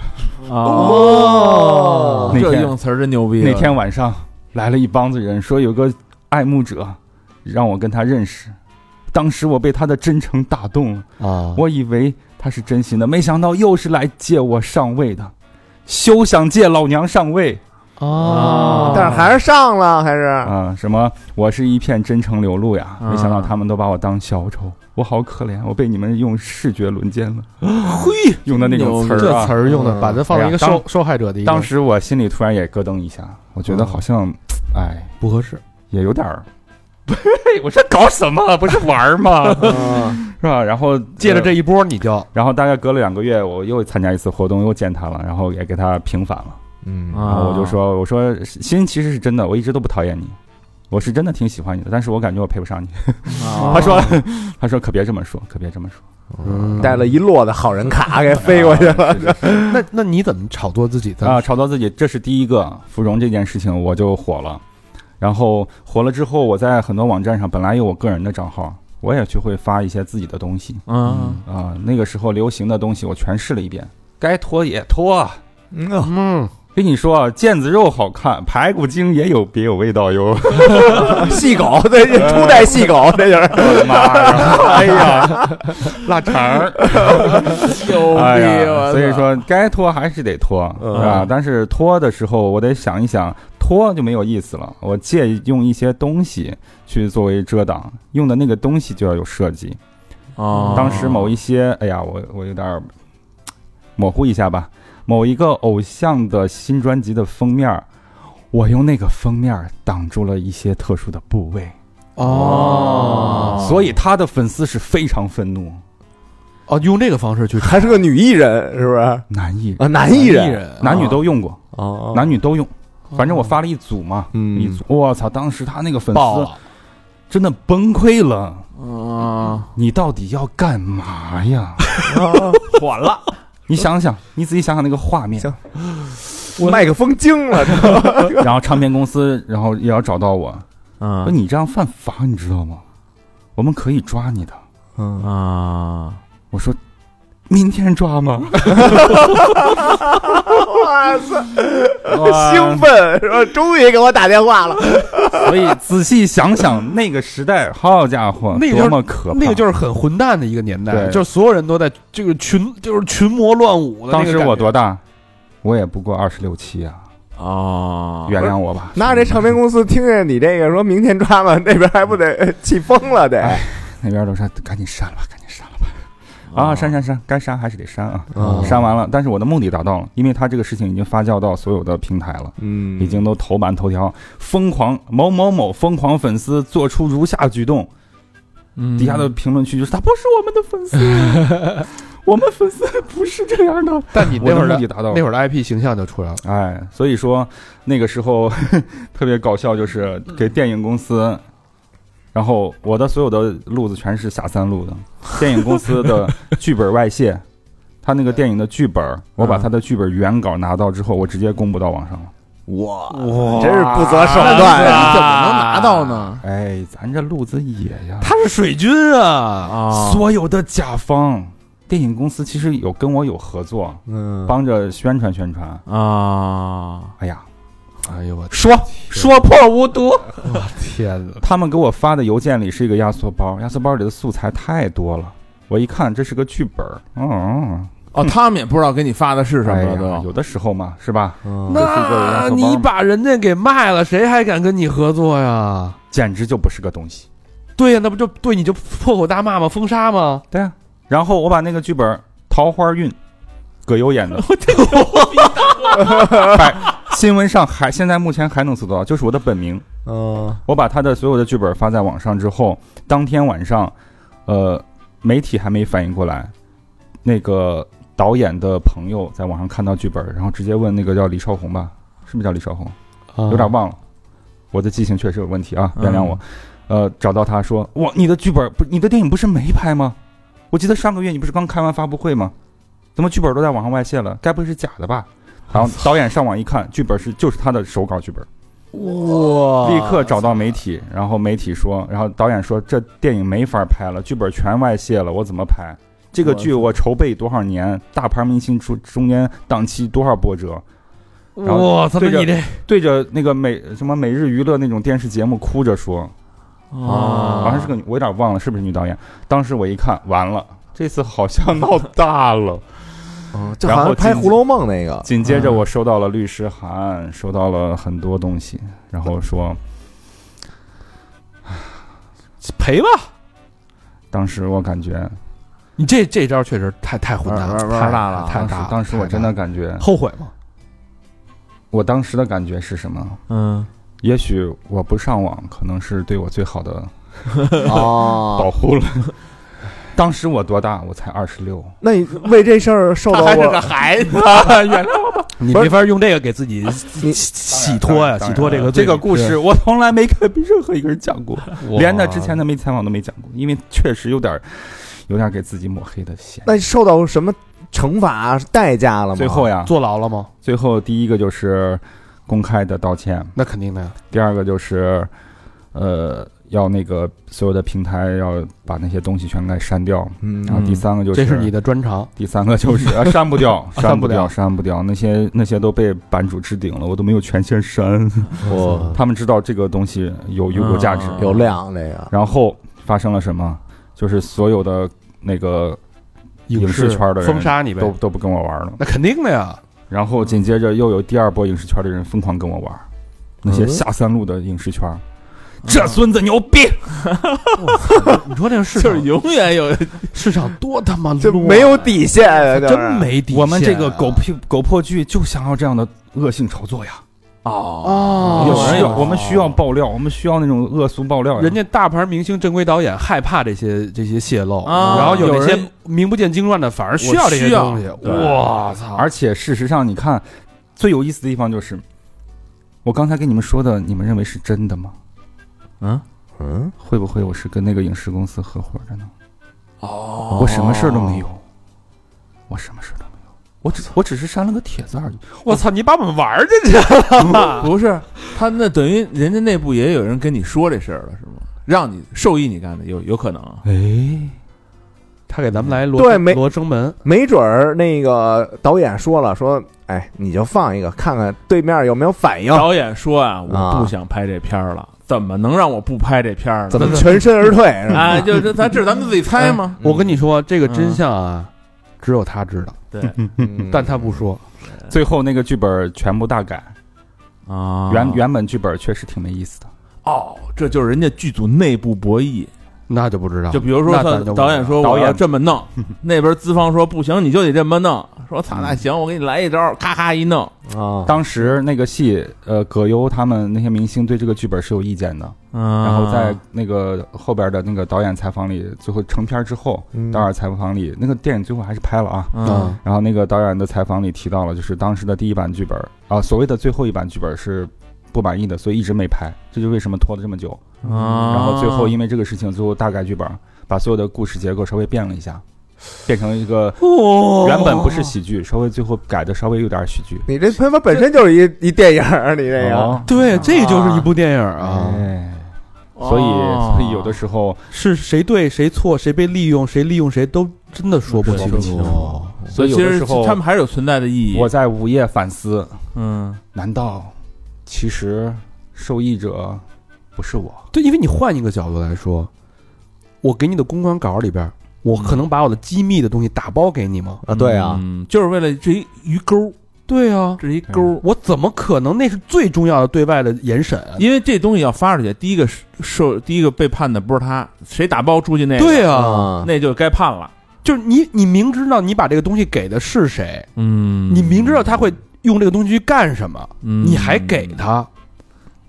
D: 哦
E: 那
D: 这
E: 天
D: 用词儿真牛逼啊。
E: 那天晚上来了一帮子人，说有个爱慕者，让我跟他认识。当时我被他的真诚打动了，
C: 啊
E: 我以为他是真心的，没想到又是来借我上位的，休想借老娘上位
C: 啊
B: 但是还是上了，还是
E: 啊、什么，我是一片真诚流露呀，
D: 啊
E: 没想到他们都把我当小丑，我好可怜，我被你们用视觉轮奸了，嘿，用的那种词儿
C: 这词
E: 啊。
C: 儿用的，
B: 嗯
C: 把它放在一个
E: 哎呀
C: 受受害者的一个
E: 当时我心里突然也咯噔一下，我觉得好像，哎，
C: 不合适，
E: 也有点 儿。对，我说搞什么？不是玩儿 吗？
B: 嗯
D: 啊
E: 是吧？然后
C: 借着，
E: 呃
C: 这一波你就
E: 然后大概隔了两个月，我又参加一次活动，又见他了，然后也给他平反了。
B: 嗯
E: 然
D: 啊，
E: 后我就说，我说心其实是真的，我一直都不讨厌你，我是真的挺喜欢你的，但是我感觉我配不上你。
D: 啊，
E: 他说，他说可别这么说，可别这么说。
C: 嗯
B: 带了一摞的好人卡给飞过去了，
C: 那那你怎么炒作自己的
E: 啊，？炒作自己，这是第一个芙蓉这件事情我就火了，然后火了之后，我在很多网站上本来有我个人的账号，我也去会发一些自己的东西
D: 嗯，
E: 啊、那个时候流行的东西我全试了一遍，该脱也脱。啊
B: 嗯
C: 嗯，
E: 跟你说啊，腱子肉好看，排骨精也有别有味道哟。
B: 细狗，对，哎初代细狗，这就是
E: 我的妈呀！哎呀，腊肠儿，
D: 牛
E: 哎
D: 逼，
E: 呀，
D: 哦我
E: 所以
D: 操
E: 说该脱还是得脱，
B: 嗯
E: 是吧？但是脱的时候，我得想一想，脱就没有意思了。我借用一些东西去作为遮挡，用的那个东西就要有设计。
D: 哦
E: 当时某一些，哎呀，我我有点儿模糊一下吧。某一个偶像的新专辑的封面儿，我用那个封面儿挡住了一些特殊的部位，
D: 哦
E: 所以他的粉丝是非常愤怒。
C: 哦，用这个方式去炒
B: 还是个女艺人，是不是？
E: 男艺
B: 啊，男
C: 艺
B: 艺人，
C: 人
E: 男女都用过，
B: 哦
E: 男女都用。反正我发了一组嘛，
B: 嗯
E: 一组。我操，当时他那个粉
C: 爆
E: 丝
C: 了，
E: 真的崩溃了。
D: 啊，
E: 你到底要干嘛呀？
B: 缓了，
E: 你想想，你仔细想想那个画面。
B: 行麦克风惊了，这
E: 然后唱片公司，然后也要找到我，说
D: 嗯
E: 你这样犯法，你知道吗？我们可以抓你的。
B: 嗯
D: 啊，
E: 我说，明天 抓吗？
B: 哇塞，
E: 哇
B: 兴奋是吧？终于给我打电话了，
E: 所以仔细想想，那个时代，好家伙，
C: 那个就是
E: 多么可怕！
C: 那个就是很混蛋的一个年代，
E: 对
C: 就是所有人都在这个群，就是群魔乱舞的那
E: 当
C: 个感觉。
E: 时我多大？我也不过二十六七啊，
D: 哦，
E: 原谅我吧。
B: 那这唱片公司听见你这个说明天抓嘛，那边还不得呃气疯了得？
E: 哎那边都说赶紧删了吧，赶紧删了吧。啊，删删删，该删还是得删啊。
B: 嗯
E: 删完了，但是我的目的达到了，因为他这个事情已经发酵到所有的平台了，
B: 嗯
E: 已经都头版头条，疯狂某某某疯狂粉丝做出如下举动，
D: 嗯
E: 底下的评论区就是他不是我们的粉丝，我们粉丝不是这样的。
C: 但你那
E: 我
C: 会儿
E: 的目
C: 的
E: 的达到
C: 那
E: 了，
C: 会儿的 IP 形象就出来了，
E: 哎，所以说那个时候 特别搞笑，就是给电影公司。然后我的所有的路子全是下三路的，电影公司的剧本外泄，他那个电影的剧本，我把他的剧本原稿拿到之后，我直接公布到网上了。
B: 哇，
C: 哇
B: 真是不择手
C: 啊
D: 那
B: 段呀！
D: 你怎么能拿到呢？
E: 哎，咱这路子野呀！
C: 他是水军啊，
D: 啊，
E: 所有的甲方电影公司其实有跟我有合作，
B: 嗯，
E: 帮着宣传宣传。
D: 啊，
E: 哎呀，
C: 哎呦我
E: 说说破无毒。
C: 天呐，
E: 他们给我发的邮件里是一个压缩包，压缩包里的素材太多了。我一看这是个剧本，嗯，
D: 哦，他们也不知道给你发的是啊什么
E: 哎
D: 了
E: 呀，
D: 都。
E: 有的时候嘛，是吧？
B: 嗯
E: 这是一个
C: 那
E: 人和
C: 你
E: 猫嘛
C: 把人家给卖了，谁还敢跟你合作呀？
E: 简直就不是个东西。
C: 对呀、那不就对你就破口大骂吗？封杀吗？
E: 对啊，然后我把那个剧本《桃花运》，葛优演的， 还新闻上还现在目前还能搜得到，就是我的本名。
B: 嗯
E: 我把他的所有的剧本发在网上之后，当天晚上，呃，媒体还没反应过来，那个导演的朋友在网上看到剧本，然后直接问那个叫李少红吧，是不是叫李少红？
C: 啊
E: 有点忘了，我的记性确实有问题啊，
D: 嗯
E: 原谅我。呃，找到他说：“哇，你的剧本不，你的电影不是没拍吗？我记得上个月你不是刚开完发布会吗？怎么剧本都在网上外泄了？该不会是假的吧？”然后导演上网一看，剧本是就是他的手稿剧本。
C: 哇
D: 啊
E: 立刻找到媒体，然后媒体说，然后导演说这电影没法拍了，剧本全外泄了，我怎么拍？这个
D: 我
E: 剧我筹备多少年，大牌明星中中间档期多少波折，然后
A: 我操，那
E: 对着
A: 你这
E: 对着那个每什么每日娱乐那种电视节目哭着说，
D: 啊
E: 好像是个女我有点忘了是不是女导演。当时我一看，完了，这次好像闹大了。
B: 嗯就
E: 然
B: 好
E: 后
B: 像拍《
E: 紧
B: 红楼梦》那 个，
E: 紧接着我收到了律师函，收到了很多东西，然后说
C: 赔吧。
E: 当时我感觉，
C: 你这这招确实太太混蛋了，
B: 玩玩
C: 太
B: 玩大了
C: 啊太
E: 当时
C: 大了。嗯
E: 当时我
C: 太
E: 真
C: 大
E: 的
C: 了
E: 感觉，
C: 后悔吗？
E: 我当时的感觉是什么？
D: 嗯，
E: 也许我不上网，可能是对我最好的
B: 哦，
E: 保护了。当时我多大？我才二十六。
B: 那你为这事儿受到过
C: 孩子， 原谅我吧。你
B: 不是
C: 没法用这个给自己洗
B: 你
E: 当
C: 洗
E: 然
C: 脱呀，
E: 当然呃
C: 洗脱这个
E: 这
C: 罪
E: 个
C: 名
E: 故事，，我从来没跟任何一个人 讲过，
C: 哇
E: 连在之前的没采访都没讲过，因为确实有点儿，有点儿给自己抹黑的嫌疑。
B: 那受到什么惩罚代价了吗？
E: 最后呀，
C: 坐牢了吗？
E: 最后第一个就是公开的道歉，
C: 那肯定的呀。
E: 第二个就是，呃，要那个所有的平台要把那些东西全给删掉，
B: 嗯，
E: 然后第三个就是，
C: 这是你的专长，
E: 第三个 就是、啊、删不掉，删
C: 删不
E: 掉，
C: 掉
E: 删不掉，那些那些都被版主置顶了，我都没有权限删，
B: 我
E: 他们知道这个东西有有有价值，
B: 有量这个，
E: 然后发生了什么？就是所有的那个影视圈的人
C: 封杀你呗
E: 都，都不跟我玩了。
C: 那肯定的呀。
E: 然后紧接着又有第二波影视圈的人疯狂跟我玩，那些下三路的影视圈，这孙子牛逼，
C: 你说这个
D: 就
C: 市
D: 是
C: 场，
D: 永远有
C: 市场多他妈
B: 这
C: 乱
B: 没有，底线啊，就是
C: 真没底线啊。
E: 我们这个狗屁狗破剧就想要这样的恶性炒作呀！
B: 哦，
C: 哦，
E: 我们需要
C: 哦
E: 我们需要爆料，我们需要那种恶俗爆料呀。
C: 人家大牌明星、正规导演害怕这些这些泄露，
D: 啊
C: 然后有
D: 有
C: 那些
D: 人
C: 名不见经传的，反而需这些东西。
E: 对
C: 我操！
E: 而且事实上，你看最有意思的地方就是，我刚才跟你们说的，你们认为是真的吗？
D: 嗯
B: 嗯，
E: 会不会我是跟那个影视公司合伙着呢？哦，我什么事儿都没有，我什么事儿都没有，我只我只是删了个帖子而已。
C: 我操，你把我们玩儿进去啊了！
D: 不是他那等于人家内部也有人跟你说这事儿了，是吗？让你受益你干的有有可能啊，
E: 哎，
C: 他给咱们来罗
B: 对没
C: 罗生门，
B: 没准儿那个导演说了，说，哎，你就放一个，看看对面有没有反应，
D: 导演说啊，
B: 啊
D: 我不想拍这片儿
E: 啊
D: 了，怎么能让我不拍这片儿呢？
B: 怎么 全身而退是吧？
D: 啊？就是咱这是咱们自己猜吗？
C: 我跟你说，这个真相啊，只有他知道，
E: 哎
D: 对
B: 嗯
C: 但他不说。
E: 最后那个剧本全部大改，
D: 啊，
E: 原原本剧本确实挺没意思的。
D: 哦，这就是人家剧组内部博弈。
C: 那就不知
E: 啊
C: 道，
D: 就比如说
C: 那咱
D: 他
C: 就不知道
D: 导演说
E: 导
D: 我
E: 演
D: 要这么 弄，那边资方说不行，你就得这么弄。说操，那行，我给你来一招，咔咔一弄。
B: 啊，
E: 当时那个戏，呃，葛优他们那些明星对这个剧本是有意见的，
D: 嗯
E: 然后在那个后边的那个导演采访里，最后成片之后，
B: 嗯
E: 导演采访里那个电影最后还是拍了啊。
D: 嗯
E: 然后那个导演的采访里提到了，就是当时的第一版剧本啊，所谓的最后一版剧本是不满意的，所以一直没拍，这就是为什么拖了这么久。
C: 哦
D: 啊，
E: 嗯然后最后因为这个事情，最后大改剧本，把所有的故事结构稍微变了一下，变成一个
C: 哦
E: 原本不是喜剧，稍微最后改的稍微有点喜剧。
B: 你这他妈本身就是一一电影儿，你这个
E: 哦
C: 对，这就是一部电影啊，
E: 哎，
D: 哦
E: 所以
C: 哦
E: 所以有的时候
C: 是谁对谁错，谁被利用，谁利用谁都真的说不清
E: 说不清
C: 楚。
E: 所以有
D: 其
E: 的
D: 实
E: 时候
D: 他们还是有存在的意义。
E: 我在午夜反思，
D: 嗯，
E: 难道其实受益者不是我？
C: 对，因为你换一个角度来说，我给你的公关稿里边，我可能把我的机密的东西打包给你吗？
B: 啊，对啊，
D: 嗯，就是为了这一鱼钩，
C: 对啊，
D: 这一钩，
C: 我怎么可能？那是最重要的对外的严审。啊
D: 因为这东西要发出去，第一个受第一个被判的不是他，谁打包出去那个，
C: 对啊，
B: 啊，
D: 那就该判了。
C: 就是你，你明知道你把这个东西给的是谁，
D: 嗯
C: 你明知道他会用这个东西去干什么，你
D: 你
C: 还给？他，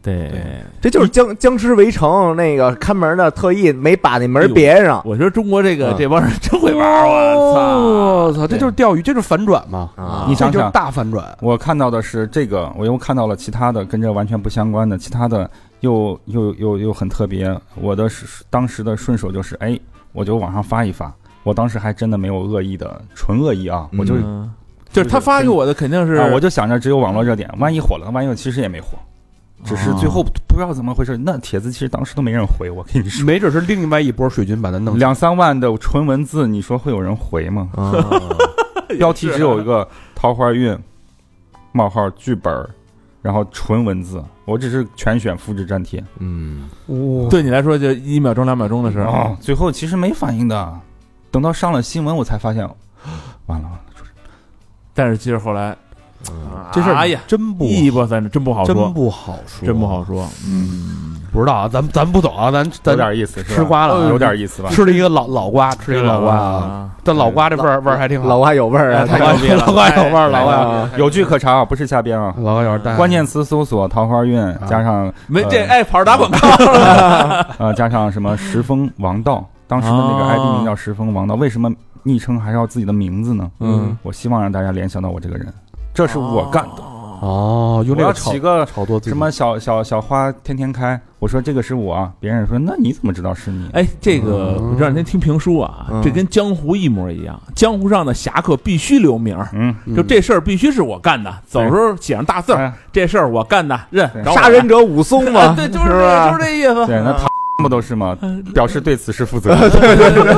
D: 对，
B: 这就是僵僵尸围城那个看门的特意没把那门别上
D: 我觉得中国这个
B: 嗯
D: 这帮人真会玩儿，我操！
C: 我操，这就是钓鱼，这就是反转嘛，
B: 啊
E: 你，
C: 这
E: 想
C: 就是
E: 想，
C: 大反转。
E: 我看到的是这个，我又看到了其他的跟这完全不相关的，其他的又又又又很特别。我的是当时的顺手就是，哎，我就往上发一发。我当时还真的没有恶意的，纯恶意啊，我就、
B: 嗯
D: 嗯就是他发给我的肯定是，
E: 啊，我就想着只有网络热点，万一火了，万一我其实也没火，只是最后不知道怎么回事，那帖子其实当时都没人回，我跟你说，
C: 没准是另外一波水军把它弄
E: 两三万的纯文字，你说会有人回吗？
B: 啊，
E: 标题只有一个桃花运，冒号剧本儿，然后纯文字，我只是全选复制粘贴。
B: 嗯，
C: 对，
D: 对你来说就一秒钟、两秒钟的事儿。
E: 哦，最后其实没反应的，等到上了新闻，我才发现， 完了完了，
D: 但是接着后来，
C: 这事儿
D: 哎呀，
C: 真不
D: 一波三折，真不好
C: 真
D: 说，
C: 不好说，
D: 真不好说。
C: 不知道啊，咱咱不懂啊，咱
E: 有
C: 咱
E: 点意思，是吧
C: 吃瓜了啊，
E: 有点意思吧？
C: 吃了一个老老瓜，吃了一个老瓜啊，
D: 啊，
C: 但老瓜这味儿味儿还挺好，
B: 老外有味儿啊，
C: 太
B: 太
C: 牛逼了，老瓜有味儿，
D: 哎
C: 老瓜有味儿
D: 嗯
B: 啊，
E: 有据可查啊，不是瞎编啊。
C: 老瓜有
A: 嗯
C: 点淡，
E: 关键词搜索“桃花运”，加上
D: 没
E: 呃
D: 这哎，跑着打广告，
E: 呃，加上什么石峰王道，当时的那个
D: 哦
E: ID 名叫石峰王道，为什么昵称还是要自己的名字呢？
D: 嗯，
E: 我希望让大家联想到我这个人，这是我干的。
C: 哦，用
E: 我
C: 这
E: 要
C: 个炒
E: 起个
C: 炒作自己
E: 什么小小小花天天开，我说这个是我啊，别人说那你怎么知道是你？
D: 哎，这个我这两天听评书啊，
B: 嗯
D: 这跟江湖一模一样，江湖上的侠客必须留名儿。
E: 嗯，
D: 就这事儿必须是我干的，走时候写上大字儿，
E: 哎
D: 这事儿我干的，认
E: 对
C: 嗯
D: 找我
B: 杀人者武松
D: 啊
B: 嘛，
D: 对，就是
B: 是
D: 这就
B: 吧
D: 是？这意思。
E: 对， 那他不都是吗？表示呃对此事负责。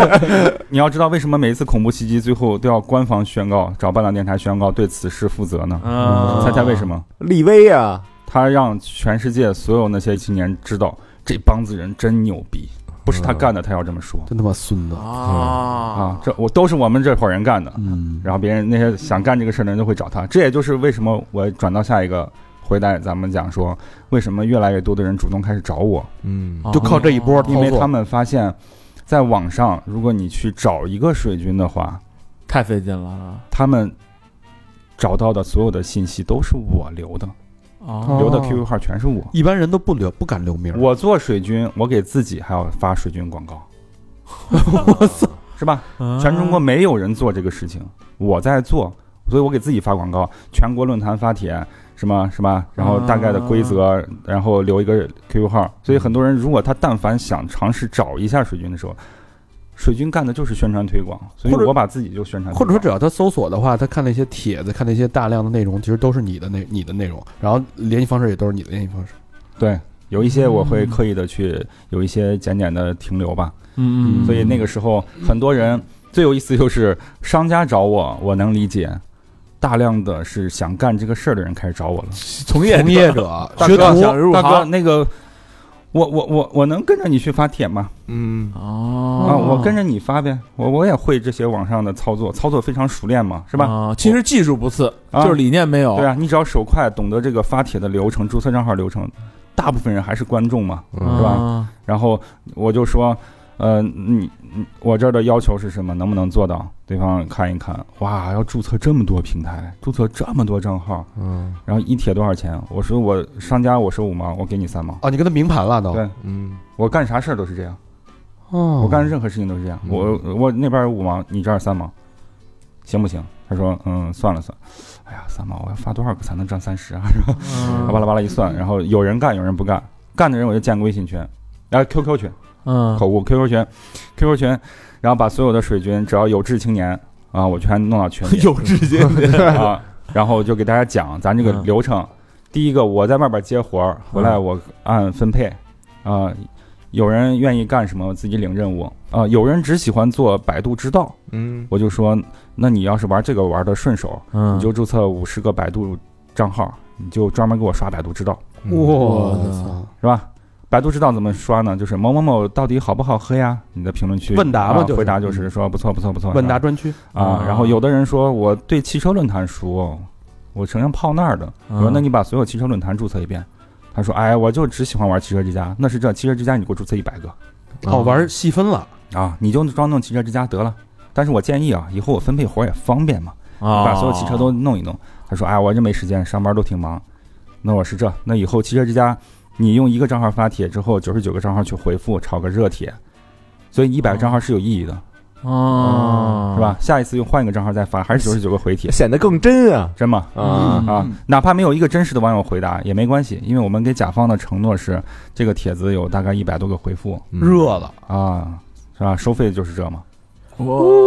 E: 你要知道为什么每一次恐怖袭击最后都要官方宣告，找伴郎电台宣告对此事负责呢？
D: 嗯
E: 猜猜为什么？
B: 立威啊，
E: 他让全世界所有那些青年知道这帮子人真牛逼，不是他干的，他要这么说
C: 真他妈孙子，
E: 啊
D: 啊，
E: 这我都是我们这伙人干的。
C: 嗯，
E: 然后别人那些想干这个事儿的人就会找他，这也就是为什么我转到下一个回答咱们讲说，为什么越来越多的人主动开始找我，
B: 嗯
D: 啊
C: 就靠这一波操作，
E: 因为他们发现，在网上如果你去找一个水军的话，
D: 太费劲了啊
E: 他们找到的所有的信息都是我留的，
C: 哦
D: 啊
E: 留的 QQ 号全是我。
C: 一般人都不留不敢留名儿，
E: 我做水军，我给自己还要发水军广告， 是吧？
C: 啊
E: 全中国
D: 嗯
E: 没有人做这个事情，我在做，所以我给自己发广告，全国论坛发帖，什么什么，然后大概的规
C: 啊
E: 则，然后留一个 QQ 号。所以很多人如果他但凡想尝试找一下水军的时候，水军干的就是宣传推广，所以
C: 或者
E: 我把自己就宣传推广，
C: 或者说只要他搜索的话，他看那些帖子，看那些大量的内容，其实都是你的内你的内容，然后联系方式也都是你的联系方式。
E: 对。有一些我会刻意的去有一些简简的停留吧，
D: 嗯嗯，
E: 所以那个时候很多人最有意思就是商家找我，我能理解，大量的是想干这个事儿的人开始找我了。
D: 从业
C: 从业者、
E: 大
C: 学
E: 哥
C: 徒，
E: 想入
D: 大
E: 大
D: 哥
E: 哥，那个，我我我我能跟着你去发帖吗？
B: 嗯
D: 哦
E: 啊，我跟着你发呗，我我也会这些网上的操作，操作非常熟练嘛，是
D: 是
E: 吧？
D: 啊，其实技术不次，
E: 啊
D: 就是理念没有。
E: 对啊，你只要手快，懂得这个发帖的流程、注册账号流程，大部分人还是观众嘛。
D: 啊，
E: 是吧然后我就说，呃，你你我这儿的要求是什么？能不能做到？对方看一看，哇，要注册这么多平台，注册这么多账号，
B: 嗯
E: 然后一帖多少钱？我说我商家我收五毛，我给你三毛。
C: 哦，你跟他明盘了都。
E: 对
B: 嗯
E: 我干啥事儿都是这样。
C: 哦，
E: 我干任何事情都是这样，
B: 嗯
E: 我我那边五毛，你这儿三毛，行不行？他说，嗯，算了算，哎呀，三毛，我要发多少个才能赚三十啊？是吧？
D: 嗯
E: 巴拉巴拉一算，然后有人干，有人不干，干的人我就建个微信群，然后 QQ 群，
D: 嗯
E: 口误，QQ 群，QQ 群，然后把所有的水军，只要有志青年啊，我全弄到 群里
D: 有志气，
E: 啊， 然后就给大家讲咱这个
D: 嗯
E: 流程。第一个，我在外边接活儿，回
C: 嗯
E: 来我按分配，啊、有人愿意干什么，我自己领任务啊、有人只喜欢做百度知道，
B: 嗯
E: 我就说，那你要是玩这个玩的顺手，
D: 嗯
E: 你就注册五十个百度账号，你就专门给我刷百度知道，
C: 我
D: 我
C: 操，
E: 是吧？百度知道怎么刷呢？就是某某某到底好不好喝呀？你的评论区
C: 问答嘛
E: 啊
C: 就是嗯
E: 回答就是说不错不错不错。
C: 问答
E: 是吧
C: 专区，
E: 啊，然后有的人说我对汽车论坛熟，我承认泡那儿的，我
D: 嗯
E: 说那你把所有汽车论坛注册一遍。他说：“哎，我就只喜欢玩汽车之家，那是这汽车之家，你给我注册一百个
C: 哦，玩细分了，
E: 啊，你就装弄汽车之家得了。但是我建议啊，以后我分配活儿也方便嘛，
D: 哦啊
E: 把所有汽车都弄一弄。”他说：“哎，我这没时间，上班都挺忙。”那我是这，那以后汽车之家，你用一个账号发帖之后，九十九个账号去回复，炒个热帖，所以一百个账号是有意义的，
D: 哦，
E: 是吧？下一次又换一个账号再发，还是九十九个 回帖，
B: 显得更真啊
E: 真吗？
C: 嗯
B: 啊
E: 啊，哪怕没有一个真实的网友回答也没关系，因为我们给甲方的承诺是，这个帖子有大概一百多个回复
C: 热了，
E: 啊，是吧？收费就是这嘛，
D: 哦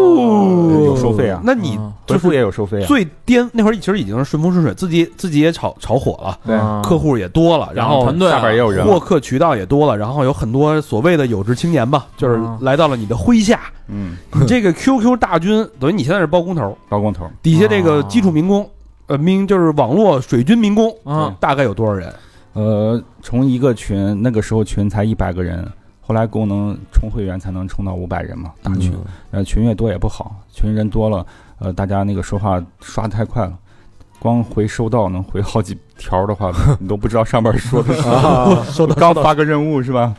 E: 有收费啊，
C: 那你
D: 嗯
E: 回
C: 就
E: 复
C: 是
E: 也有收费啊。
C: 最颠那会儿，其实已经是顺风顺水，自己自己也炒炒火了，
B: 对
D: 啊
C: 客户也多了，然
D: 后
C: 后
D: 团队啊
E: 啊下边也有人了
C: 获客渠道也多了，然后有很多所谓的有志青年吧，就是
D: 嗯
C: 来到了你的麾 下。
E: 嗯，
C: 你这个 QQ 大军，等于你现在是包工头，
E: 包工头，
C: 底下这个基础民工，呃，民就是网络水军民工，
D: 嗯
C: 大概有多少人？
E: 呃，从一个群，那个时候群才一百个人，后来功能充会员才能充到五百人嘛，大群。呃，群越多也不好，群人多了，呃，大家那个说话刷的太快了，光回收到能回好几条的 话，你都不知道上面说的是什 么。啊收到刚发个任务是吧？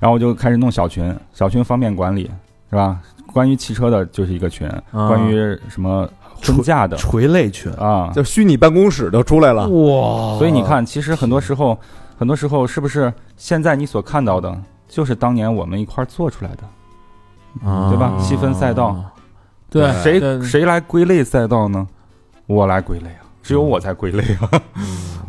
E: 然后我就开始弄小群，小群方便管理是吧？关于汽车的就是一个群，关于什么婚嫁的
C: 垂类群
E: 啊，
B: 就虚拟办公室就出来了，
C: 嗯哇
E: 所以你看，其实很多时候，很多时候是不是现在你所看到的，就是当年我们一块儿做出来的？对吧细分赛道，
D: 啊对
E: 谁
C: 嗯
D: 对
E: 谁来归类赛道呢？我来归类啊，只有
C: 嗯
E: 我才归类啊，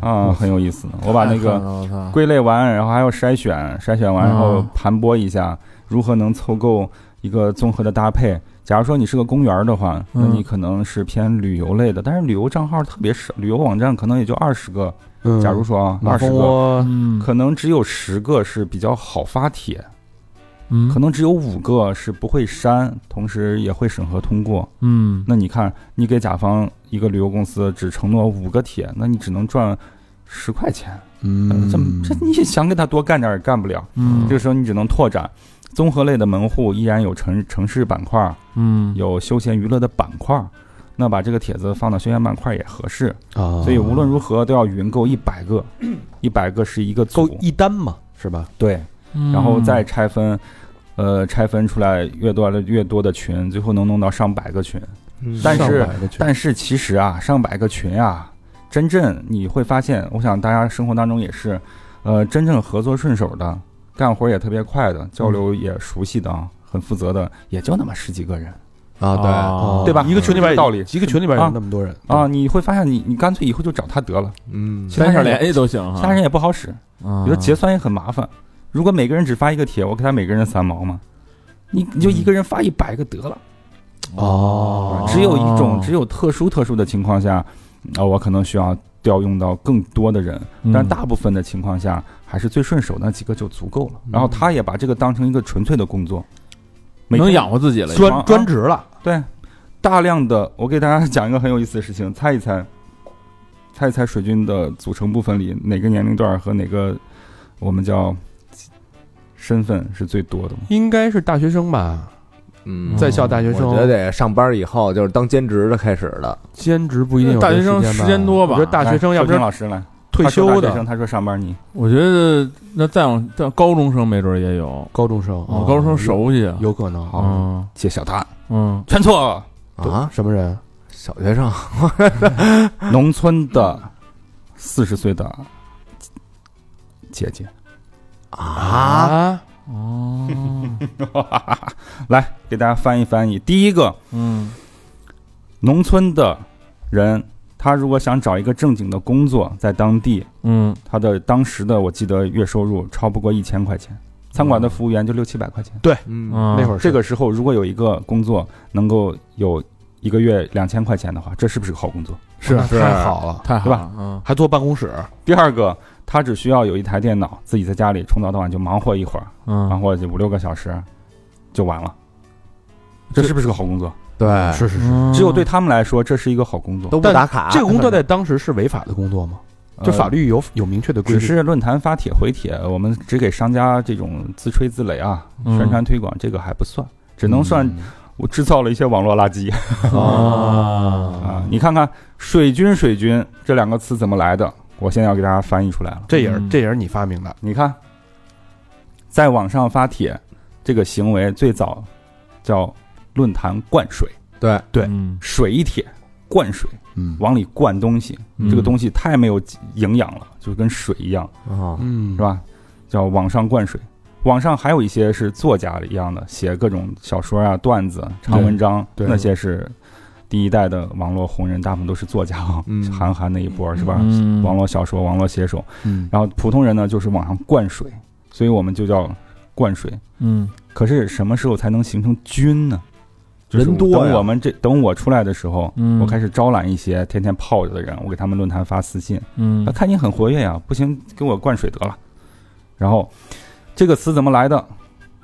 E: 啊，很有意思。我把那
D: 太
E: 个
D: 狠了我操
E: 归类完，然后还要筛选，筛选完然后
C: 嗯
E: 盘剥一下，如何能凑够一个综合的搭配。假如说你是个公园儿的话，那
D: 嗯
E: 你可能是偏旅游类的，但是旅游账号特别少，旅游网站可能也就二十个。
C: 嗯
E: 假如说啊，
C: 马
E: 二十
C: 蜂
E: 个，
C: 窝，
D: 嗯
E: 可能只有十个是比较好发帖，
D: 嗯
E: 可能只有五个是不会删，同时也会审核通过。
D: 嗯
E: 那你看，你给甲方一个旅游公司只承诺五个帖，那你只能赚十块钱，
C: 嗯
E: 这这你想给他多干点儿也干不了。
D: 嗯
E: 这个时候你只能拓展，综合类的门户依然有城城市板块，
D: 嗯
E: 有休闲娱乐的板块，那把这个帖子放到休闲板块也合适。
C: 啊，
E: 所以无论如何都要云购一百个，一百个是一个
C: 够
E: 组，
C: 一单嘛，是吧？
E: 对，
D: 嗯
E: 然后再拆分，呃，拆分出来越多的越多的群，最后能弄到上百个群。
A: 嗯
E: 嗯但
C: 上
E: 是
C: 百个群
E: 但是其实啊，上百个群啊，真正你会发现，我想大家生活当中也是，呃，真正合作顺手的，干活也特别快的，交流也熟悉的啊，很负责的，也就那么十几个人
B: 啊，对，
D: 哦
E: 对吧
C: 一个群里边
E: 有道理
C: 一个群里边有那么多人
E: 啊。，你会发现你，你干脆以后就找他得了，
B: 嗯，
E: 其他
D: 三
E: 人
D: 下
E: 也
D: 连 A 都行哈，
E: 其他人也不好使。
D: 嗯
E: 比如结算也很麻烦，如果每个人只发一个帖，我给他每个人三毛嘛，你你就一个人发一百个得了。
C: 哦
E: 只有一种，
D: 哦
E: 只有特殊特殊的情况下，啊，我可能需要调用到更多的人，
D: 嗯
C: 嗯
E: 但大部分的情况下，还是最顺手那几个就足够了。
C: 嗯
E: 然后他也把这个当成一个纯粹的工作，每天
D: 能养活自己了，
E: 啊
C: 专专职了，
E: 对，大量的我给大家讲一个很有意思的事情，猜一猜，猜一猜水军的组成部分里哪个年龄段和哪个我们叫身份是最多的吗？
C: 应该是大学生吧，
B: 嗯，
C: 在校大学
B: 我
C: 生，
B: 觉得上班以后就是当兼职的开始的，
C: 兼职不一定有
D: 大学生
C: 这
D: 时间多吧
C: 我觉得大学生
E: 来
C: 要不
E: 收
C: 然
E: 听哎老师来
C: 退
E: 他
C: 休
E: 说大学生
C: 的
E: 他说上班你
D: 我觉得那再往到高中生没准也有，
C: 高中生，
D: 哦
C: 哦，
D: 高中生熟悉，
C: 有有可能
E: 好
D: 嗯
E: 揭晓答案，
D: 嗯
E: 全错。
B: 啊，
C: 什么人？
B: 小学生
E: 农村的四十岁的姐姐，
B: 啊，
D: 哦，
E: 来给大家翻译翻译。第一个，
D: 嗯
E: 农村的人，他如果想找一个正经的工作，在当地，
D: 嗯
E: 他的当时的我记得月收入超不过一千块钱，餐馆的服务员就六七百块钱。
B: 嗯，
D: 嗯，
C: 哦那会儿是
E: 这个时候，如果有一个工作能够有一个月两千块钱的话，这是不是个好工作？
D: 是
C: 那太好了，
D: 太好
E: 对吧
D: 了，嗯
C: 还坐办公室，
E: 第二个，他只需要有一台电脑，自己在家里从早到晚就忙活一会儿，忙
D: 嗯，
E: 活就五六个小时，就完了。这是不是个好工作？
B: 对，
C: 是是是。
D: 嗯
E: 只有对他们来说，这是一个好工作。
B: 都不
C: 但
B: 打卡，
C: 这个工作在当时是违法的工作吗？就
E: 呃
C: 法律有有明确的规
E: 只
C: 定。
E: 是论坛发帖回帖，我们只给商家这种自吹自擂啊，
D: 嗯
E: 宣传推广这个还不算，只能
C: 嗯
E: 算我制造了一些网络垃圾
D: 嗯啊，
E: 啊。你看看“水军”“水军”这两个词怎么来的？我现在要给大家翻译出来了。
C: 这也是
D: 嗯
C: 这也是你发明的，
E: 你看，在网上发帖这个行为最早叫论坛灌水，
B: 对，
C: 对
D: 嗯
E: 水一帖灌水，
C: 嗯
E: 往里灌东西，
D: 嗯
E: 这个东西太没有营养了，就跟水一样。
B: 啊，
C: 嗯
E: 是？吧？叫网上灌水。网上还有一些是作家一样的，写各种小说啊、段子、长文章，
C: 对
E: 那些是第一代的网络红人，大部分都是作家啊，
B: 嗯
E: 韩寒那一波是吧？
D: 嗯
E: 网络小说、网络写手，
C: 嗯，
E: 然后普通人呢就是网上灌水，所以我们就叫灌水。
D: 嗯
E: 可是什么时候才能形成军呢？就是
B: 人多呀
E: 等我们这等我出来的时候，
D: 嗯
E: 我开始招揽一些天天泡着的人，我给他们论坛发私信，
D: 嗯
E: 啊，看你很活跃呀，不行，给我灌水得了。然后这个词怎么来的？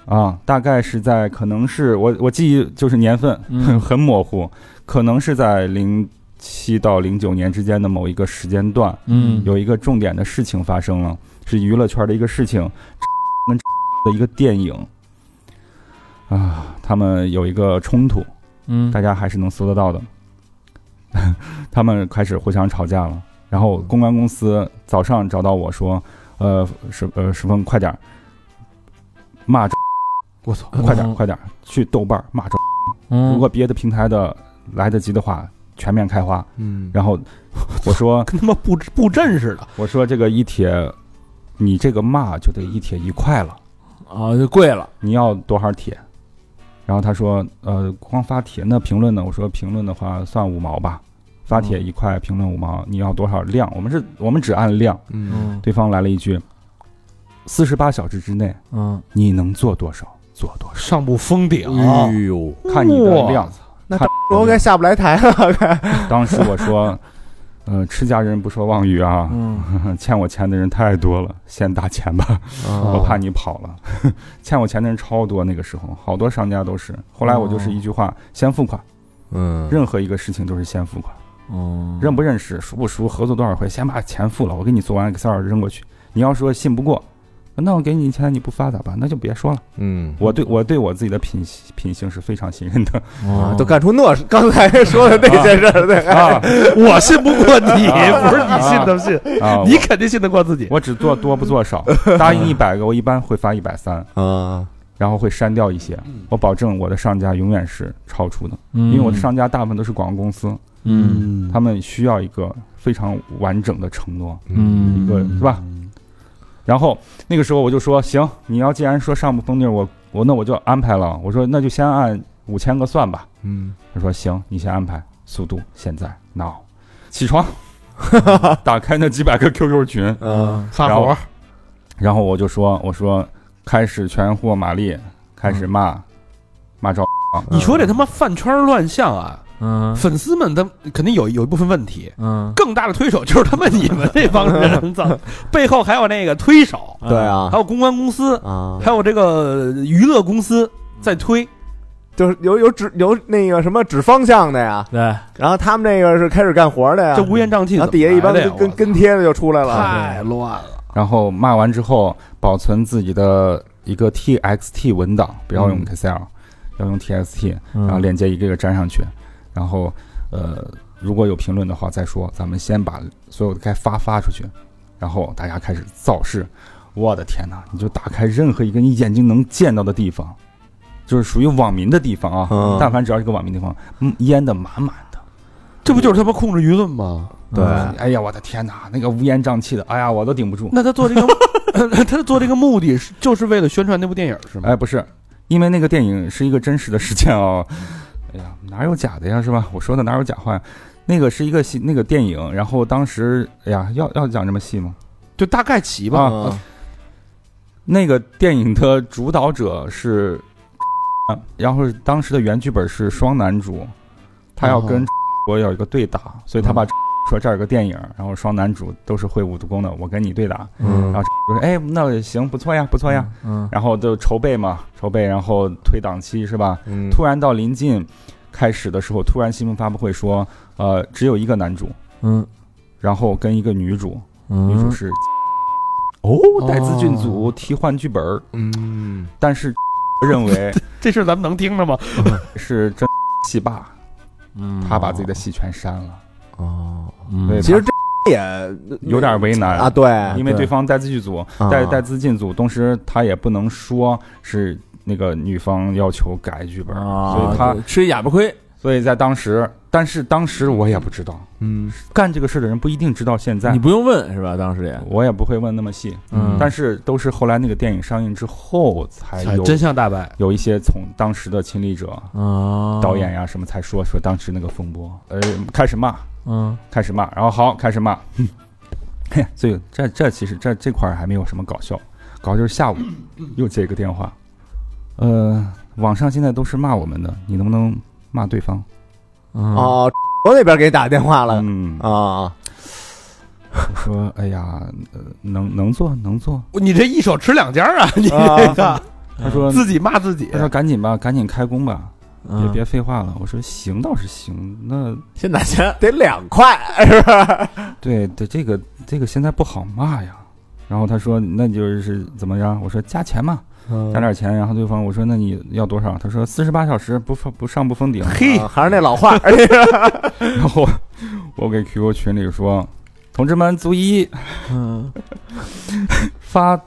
E: 啊，大概是在可能是我我记忆就是年份很
D: 嗯
E: 很模糊，可能是在零七到零九年之间的某一个时间段，
D: 嗯
E: 有一个重点的事情发生了，是娱乐圈的一个事情，跟 的一个电影啊，他们有一个冲突，
D: 嗯
E: 大家还是能搜得到的。 他们开始互相吵架了，然后公关公司早上找到我说：“呃，石呃石峰，快点儿骂这，我操，快点儿
D: 嗯
E: 快点儿去豆瓣儿骂这，
D: 嗯
E: 如果别的平台的来得及的话，全面开花。”
B: 嗯，
E: 然后我说
C: 跟他妈布布阵似的，
E: 我说这个一铁，你这个骂就得一铁一块了，
D: 啊就贵了，
E: 你要多少铁？然后他说，呃，光发帖那评论呢？我说评论的话算五毛吧，发帖一块，评论五毛，你要多少量？我们是，我们只按量。
B: 嗯，
E: 对方来了一句，四十八小时之内
D: 嗯
E: 你能做多少？做多
C: 上不封顶，
B: 哎呦，
A: 嗯
E: 少？嗯看你的
C: 哇
E: 量。
B: 那
E: 看
B: 我该下不来台了，
E: 当时我说，呃，吃家人不说妄语啊，
D: 嗯
E: 欠我钱的人太多了，先打钱吧。
B: 哦
E: 我
C: 嗯
E: 怕你跑了， 欠我钱的人超多。那个时候，好多商家都是。后来我就是一句话：先付款。
B: 嗯，
E: 任何一个事情都是先付款，
D: 嗯
E: 认不认识、熟不熟、合作多少回，先把钱付了，我给你做完 Excel 扔过去。你要说信不过，那我给你钱你不发咋办？那就别说了。
B: 嗯，
E: 我对我对我自己的品品性是非常信任 的。
D: 啊
B: 都干出那事刚才说的那些事儿，对，
E: 啊
C: 我信不过你，
E: 啊
C: 不是你信得信，
E: 啊！
C: 你
E: 我
C: 肯定信得过自己。
E: 我只做多不做少，答应一百个，我一般会发一百三，
B: 啊，
E: 然后会删掉一些。我保证我的上架永远是超出的，
D: 因
E: 因为我的上架大部分都是广告公司，
D: 嗯
E: 他们需要一个非常完整的承诺。
D: 嗯
E: 一个是吧？然后那个时候我就说，行，你要既然说上不封顶，我我那我就安排了。我说那就先按五千个算吧。
B: 嗯，
E: 他说行，你先安排，速度现在 now，起床， 打开那几百个 QQ 群，
B: 啊，
D: 嗯
C: 发
E: 然
C: 火
E: 后，然后我就说我说开始全货马力，开始骂、骂招，
C: 你说这他妈饭圈乱象啊！
D: 嗯
C: 粉丝们他肯定有有一部分问题，
D: 嗯
C: 更大的推手就是他妈你们这帮 人，操！背后还有那个推手，
B: 对啊
C: 还，有公关公司，
B: 啊，
C: 还有这个娱乐公司在推，
B: 就是有有指有那个什么指方向的呀，
D: 对
B: 然后他们这个是开始干活的呀
C: 这，乌烟瘴气怎
B: 然后
C: 么
B: 啊底下一帮
C: 来的呀
B: 跟跟跟贴的就出来
C: 我操
B: 了，
C: 太乱了，
E: 然后骂完之后保存自己的一个 TXT 文档，不要用 Excel，、要用 TXT。
D: 然
B: 嗯
E: 然后链接一个一个粘上去，然后呃，如果有评论的话再说，咱们先把所有的该发发出去，然后大家开始造势。我的天哪！你就打开任何一个你眼睛能见到的地方，就是属于网民的地方啊。
B: 嗯
E: 但凡只要是个网民地方，嗯，淹的满满的。
C: 这不就是他妈控制舆论吗？
B: 对
D: 嗯
E: 哎呀，我的天哪！那个乌烟瘴气的，哎呀，我都顶不住。
C: 那他做这个， 他做这个目的是就是为了宣传那部电影是吗？
E: 哎，不是，因为那个电影是一个真实的事件哦。哎呀，哪有假的呀，是吧？我说的哪有假话呀？那个是一个戏，那个电影，然后当时，哎呀，要要讲这么细吗？
C: 就大概齐吧。嗯
E: 啊，那个电影的主导者是，然后当时的原剧本是双男主，他
C: 哦
E: 要跟我有一个对打，所以他
C: 嗯
E: 把说这儿有个电影，然后双男主都是会武功的，我跟你对打，
B: 嗯
E: 然后 就说哎，那行，不错呀，不错呀，
D: 嗯
E: 然后就筹备嘛，筹备，然后推档期是吧？
B: 嗯
E: 突然到临近开始的时候，突然新闻发布会说，呃，只有一个男主，
D: 嗯
E: 然后跟一个女主，女主
D: 嗯
E: 是、哦，带资进组替换剧本儿，
B: 嗯，
E: 但是认为
C: 这事儿咱们能听着吗？
E: 是真戏霸，
D: 嗯
E: 他把自己的戏全删了，
B: 哦，
D: 嗯
B: 其实这也
E: 有点为难
B: 啊，。对，啊
E: 因为对方带资剧组，带带资进组，同时他也不能说是那个女方要求改剧本儿，
D: 啊，
E: 所以他
D: 吃哑巴亏，
E: 所以在当时，但是当时我也不知道，
B: 嗯
E: 干这个事的人不一定知道现在
D: 你，不用问是吧？当时也
E: 我也不会问那么细，
D: 嗯
E: 但是都是后来那个电影上映之后才有
C: 哎真相大白，
E: 有一些从当时的亲历者、
D: 啊
E: 导演呀什么才说说当时那个风波，呃，开始骂，
D: 嗯
E: 开始骂，然后好开始骂， 哼嘿，所以这这其实这这块儿还没有什么搞笑，搞笑就 是下午又接一个电话，呃，网上现在都是骂我们的，你能不能骂对方。
C: 嗯
D: 啊，
B: 哦，我那边给你打电话了
E: 嗯，
B: 啊，
E: 我说哎呀，呃能能做能做。
C: 你这一手吃两家啊！你
B: 啊
C: 这个
E: 他说
C: 自己骂自己
E: 他，说赶紧吧，赶紧开工吧，别
D: 嗯
E: 别废话了。我说行倒是行，那
B: 先拿钱得两块，是不是？
E: 对对，这个这个现在不好骂呀。然后他说那就是怎么样？我说加钱嘛，
D: 嗯
E: 加点钱。然后对方我说那你要多少？他说四十八小时不封不上不封顶。
C: 嘿，
B: 啊还是那老话，
E: 然后我给 QQ 群里说，同志们，足一
D: 嗯，
E: 发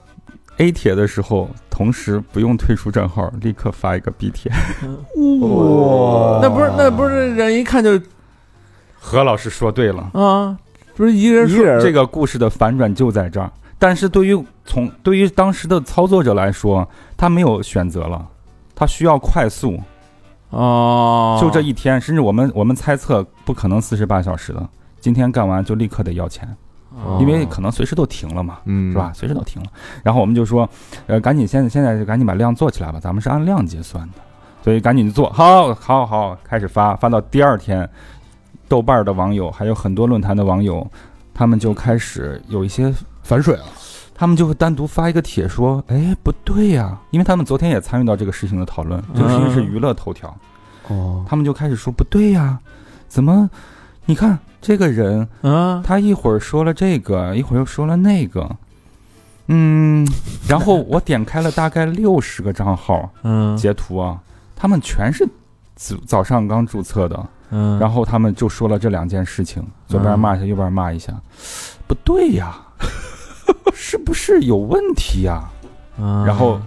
E: A 帖的时候，同时不用退出账号，立刻发一个 B 帖。
B: 哇
D: 那不是那不是人一看就
E: 何老师说对了，
D: 啊，不是一个人
B: 一
D: 说
B: 人
E: 这个故事的反转就在这儿。但是对于从对于当时的操作者来说，他没有选择了，他需要快速，
D: 哦，
E: 就这一天，甚至我们我们猜测不可能四十八小时的，今天干完就立刻得要钱，
D: 哦
E: 因为可能随时都停了嘛。
B: 嗯
E: 是吧？？随时都停了。然后我们就说，呃，赶紧现在现在就赶紧把量做起来吧，咱们是按量结算的，所以赶紧做好，好，好，开始发，发到第二天，豆瓣儿的网友还有很多论坛的网友，他们就开始有一些，
C: 反水了。
E: 他们就会单独发一个帖说，哎，不对呀、因为他们昨天也参与到这个事情的讨论，这个事情是娱乐头条，
C: 哦，
E: 他们就开始说不对呀、怎么，你看这个人
D: 啊，
E: 他一会儿说了这个，一会儿又说了那个，嗯，然后我点开了大概六十个账号
D: 嗯
E: 截图啊，他们全是早早上刚注册的，
D: 嗯，
E: 然后他们就说了这两件事情，左边骂一下，右边骂一下，不对呀， 是不是有问题呀？
D: 嗯
E: 然后。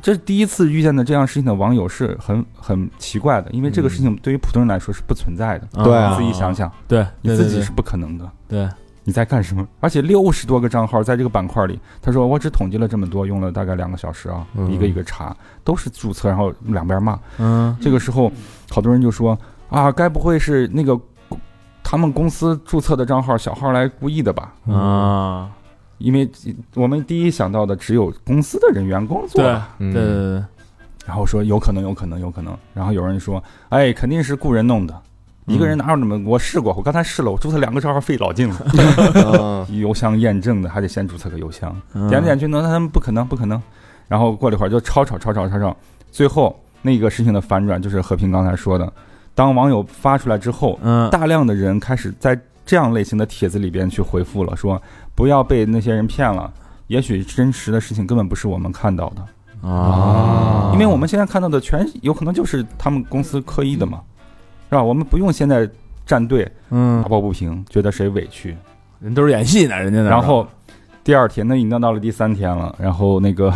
E: 这是第一次遇见的这样事情的网友是很很奇怪的，因为
D: 嗯
E: 这个事情对于普通人来说是不存在的。
B: 对啊
E: 你自己想，想，
D: 对，
E: 你
D: 对
E: 自
D: 对
E: 己
D: 对
E: 是不可能的。
D: 对，
E: 你在干什么？而且六十多个账号在这个板块里，他说我只统计了这么多，用了大概两个小时啊，
B: 嗯
E: 一个一个查，都是注册，然后两边骂。
D: 嗯
E: 这个时候，好多人就说啊，该不会是那个他们公司注册的账号小号来故意的吧？
D: 啊，
E: 因为我们第一想到的只有公司的人员工作
D: 对
E: 了，
C: 嗯
D: 对对对，
E: 嗯然后说有可能，有可能，有可能。然后有人说，哎，肯定是雇人弄的，一个人哪有那么？我试过，我刚才试了，我注册两个账号费老劲了，
B: 嗯
E: 邮箱验证的还得先注册个邮箱。
D: 对
E: 点来点去，那他们不可能，不可能。然后过了一会儿就吵吵吵吵吵吵，最后那个事情的反转就是和平刚才说的，当网友发出来之后，
D: 嗯，
E: 大量的人开始在这样类型的帖子里边去回复了，说不要被那些人骗了。也许真实的事情根本不是我们看到的，
D: 啊，
E: 因为我们现在看到的全有可能就是他们公司刻意的嘛，是吧？我们不用现在站队打
D: 嗯，
E: 抱不平，觉得谁委屈，
D: 人都是演戏呢，人家那
E: 然后第二天，那已经到了第三天了，然后那个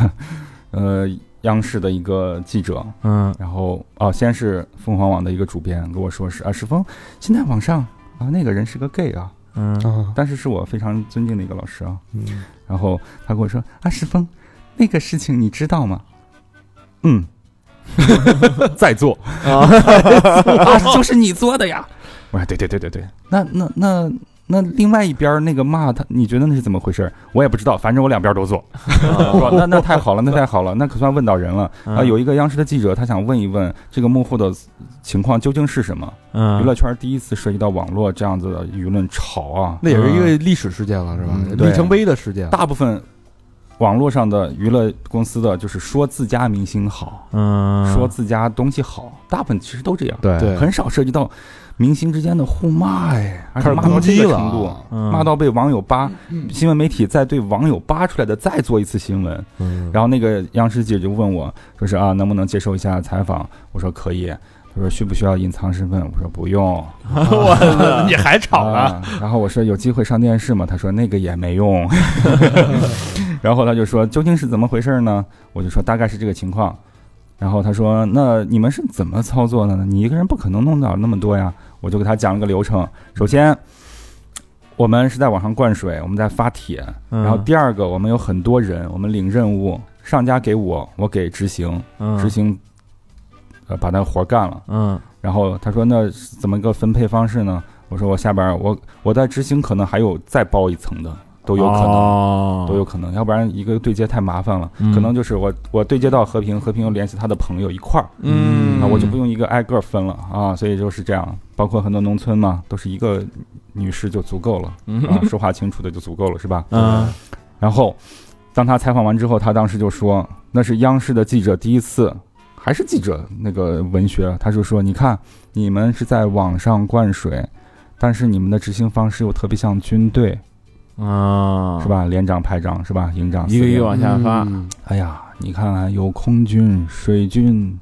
E: 呃，央视的一个记者，
D: 嗯
E: 然后哦，先是凤凰网的一个主编跟我说是啊，石峰，现在网上啊那个人是个 gay 啊，
D: 嗯
C: 啊，
E: 但是是我非常尊敬的一个老师啊，
B: 嗯
E: 然后他跟我说啊，石峰，那个事情你知道吗？嗯， 在做，
B: 啊，
E: 啊，就是你做的 呀。我哎说对对对对对，那那那那另外一边儿那个骂他，你觉得那是怎么回事儿？我也不知道，反正我两边儿都做。 我说那那太好了，那太好了，那可算问到人了。
D: 嗯
E: 啊，有一个央视的记者，他想问一问这个幕后的情况究竟是什么？
D: 娱
E: 娱乐圈儿第一次涉及到网络这样子的舆论潮啊，
C: 那也是一个历史事件了，是吧？
E: 嗯对
C: 里程碑的事件。
E: 大部分网络上的娱乐公司的就是说自家明星好，
D: 嗯
E: 说自家东西好，大部分其实都这样。
B: 对
C: 对，
E: 很少涉及到明星之间的互骂哎，而且
C: 开始
E: 骂到
C: 攻
E: 这
C: 击
E: 个
C: 了
E: 程度，
C: 啊
D: 嗯
E: 骂到被网友扒，新闻媒体再对网友扒出来的再做一次新闻，
B: 嗯
E: 然后那个央视记者就问我，说是啊，能不能接受一下采访？我说可以。他说需不需要隐藏身份？我说不用。
C: 我 你还吵呢？
E: 啊然后我说有机会上电视吗？他说那个也没用。然后他就说究竟是怎么回事呢？我就说大概是这个情况。然后他说那你们是怎么操作的呢？你一个人不可能弄到那么多呀。我就给他讲了个流程。首先，我们是在网上灌水，我们在发帖。
D: 嗯
E: 然后第二个，我们有很多人，我们领任务，上家给我，我给执行，执行，呃，把那活儿干了。
D: 嗯
E: 然后他说：“那怎么个分配方式呢？”我说：“我下边儿我我在执行可能还有再包一层的，都有可能。
D: 能
E: 都有可能，要不然一个对接太麻烦了，
D: 哦嗯
E: 可能就是我我对接到和平，和平又联系他的朋友一块儿，
D: 嗯
E: 那我就不用一个挨个分了啊，所以就是这样。包括很多农村嘛，都是一个女士就足够了
D: 嗯
E: 啊，说话清楚的就足够了，是吧？
D: 嗯
E: 然后，当他采访完之后，他当时就说，那是央视的记者第一次，还是记者那个文学，他就说，你看你们是在网上灌水，但是你们的执行方式又特别像军队，
D: 啊，
E: 是？吧？连长、排长是吧？营长、
D: 一个一个
E: 司令
D: 往下发，
B: 嗯
E: 哎呀，你看啊有空军、水军、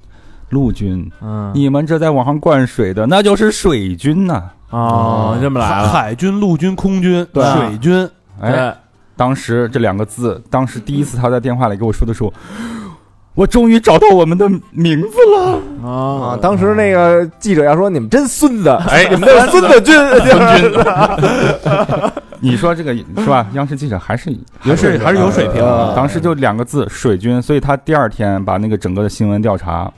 E: 陆军，
D: 嗯，
E: 你们这在网上灌水的，那就是水军呐、
D: 哦，这么来了，
C: 海军、陆军、空军、
E: 对啊
C: 水军，
E: 哎，当时这两个字，当时第一次他在电话里给我说的时候，我终于找到我们的名字了。
D: 对
B: 啊
D: 啊，
B: 当时那个记者要说你们真孙子，
E: 哎，
B: 你们都是孙子军，就是
E: 你说这个是吧？央视记者还是
C: 有水 还是有水平
E: 呃
C: 的。
E: 当时就两个字“水军”，所以他第二天把那个整个的新闻调查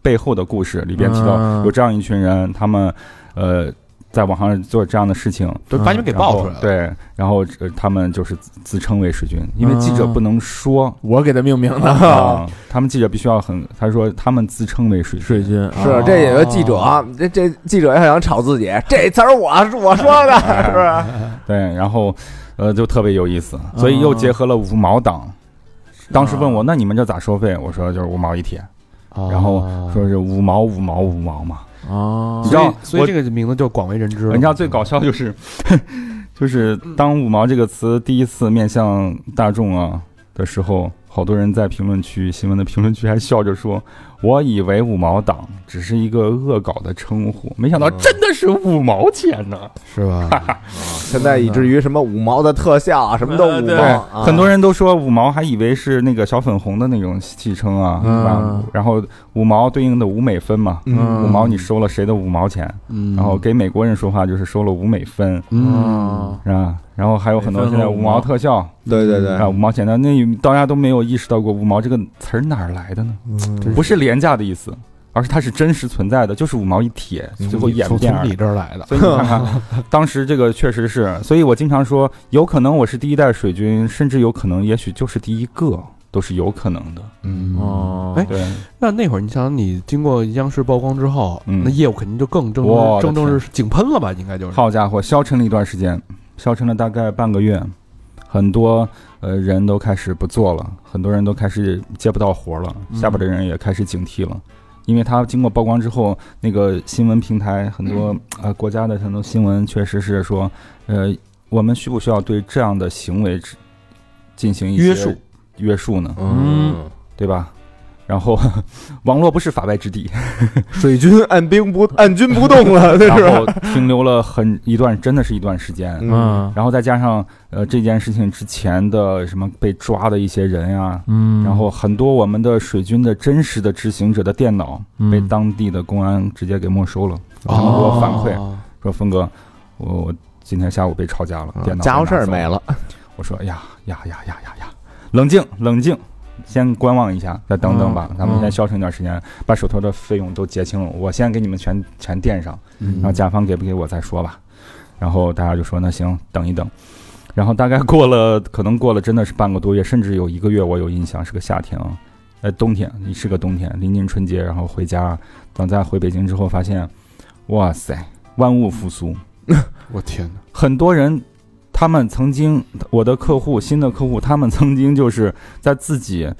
E: 背后的故事里边提
D: 嗯
E: 到有这样一群人，他们呃在网上做这样的事情，
C: 嗯对，把你们给
E: 然后
C: 爆出来了。，
E: 对，然后、呃他们就是自自称为水军，因为记者
D: 嗯
E: 不能说
D: 我给他命名的
C: 嗯
E: 啊，他们记者必须要很，他说他们自称为水军，
D: 水军
B: 是这也是记者，啊，这这记者要想炒自己，这词儿我是我说的， 是不是？
E: 对，然后呃就特别有意思，所以又结合了五毛党。当时问
C: 嗯
E: 我，那你们这咋收费？我说就是五毛一帖，
C: 哦
E: 然后说是五毛五毛五毛嘛。
D: 哦
E: 你知
C: 所
E: 道
C: 以所以
E: 我
C: 这个名字就广为人知了。
E: 你知道最搞笑就是 就是当“五毛”这个词第一次面向大众啊的时候，好多人在评论区、新闻的评论区还笑着说：“我以为五毛党只是一个恶搞的称呼，没想到
C: 嗯
E: 真的是五毛钱呢。
C: 是 吧？
B: 现在以至于什么五毛的特效啊，什么都五毛，
E: 对，
B: 啊
E: 很多人都说五毛，还以为是那个小粉红的那种戏称啊，是吧
D: 嗯？
E: 然后五毛对应的五美分嘛，
D: 嗯
E: 五毛你收了谁的五毛钱？
C: 嗯
E: 然后给美国人说话就是收了五美分，
D: 嗯，
E: 是吧？然后还有很多
D: 美分
E: 现在
D: 和
E: 五
D: 五毛
E: 毛特效。
B: 对对对
E: 啊，五毛钱的那大家都没有意识到过五毛这个词儿哪儿来的呢？
C: 真
E: 不是廉价的意思，而是它是真实存在的，就是五毛一铁，
C: 嗯
E: 最后演
C: 从
E: 变
C: 从
E: 而
C: 你。这儿来的。
E: 所以你看看，当时这个确实是，所以我经常说，有可能我是第一代水军，甚至有可能，也许就是第一个，都是有可能的。
C: 嗯
D: 哦，
C: 哎
E: 对，
C: 那那会儿，你想，你经过央视曝光之后，
E: 嗯
C: 那业务肯定就更正
E: 我
C: 正
E: 的
C: 正正是井喷了吧？应该就是。
E: 好家伙，消沉了一段时间，消沉了大概半个月，很多呃人都开始不做了，很多人都开始接不到活了，
C: 嗯
E: 下边的人也开始警惕了。因为他经过曝光之后，那个新闻平台很多
C: 嗯
E: 呃国家的很多新闻确实是说，呃，我们需不需要对这样的行为之进行一些
C: 约束
E: 约束呢？
D: 嗯
E: 对吧？然后 网络不是法外 之地，
B: 水军按兵不 按军不动了，这
E: 然
B: 是。
E: 后停留了很一段，真的是一段时间。
D: 嗯
E: 然后再加上呃这件事情之前的什么被抓的一些人呀、
D: 嗯
E: 然后很多我们的水军的真实的执行者的电脑
D: 嗯
B: 嗯
E: 被当地的公安直接给没收了，
C: 哦，
E: 然后给我反馈
C: 嗯
E: 说峰哥，我我今天下午被抄家了，电脑
B: 啊家伙事儿
E: 被拿走
B: 没。了，
E: 我说哎呀呀呀呀呀呀，冷静冷静。先观望一下，再等等吧。
D: 嗯
E: 咱们先
D: 嗯
E: 消停一段时间，把手头的费用都结清了。我先给你们全全垫上，然后
C: 嗯
E: 甲方给不给我再说吧。然后大家就说那行，等一等。然后大概过了， 可能过了真的是半个多月，甚至有一个月，我有印象是个夏天啊，呃，冬天是个冬天，临近春节，然后回家，等再回北京之后，发现，哇塞，万物复苏，
C: 我天哪！
E: 很多人。他们曾经，我的客户，新的客户，他们曾经就是在自己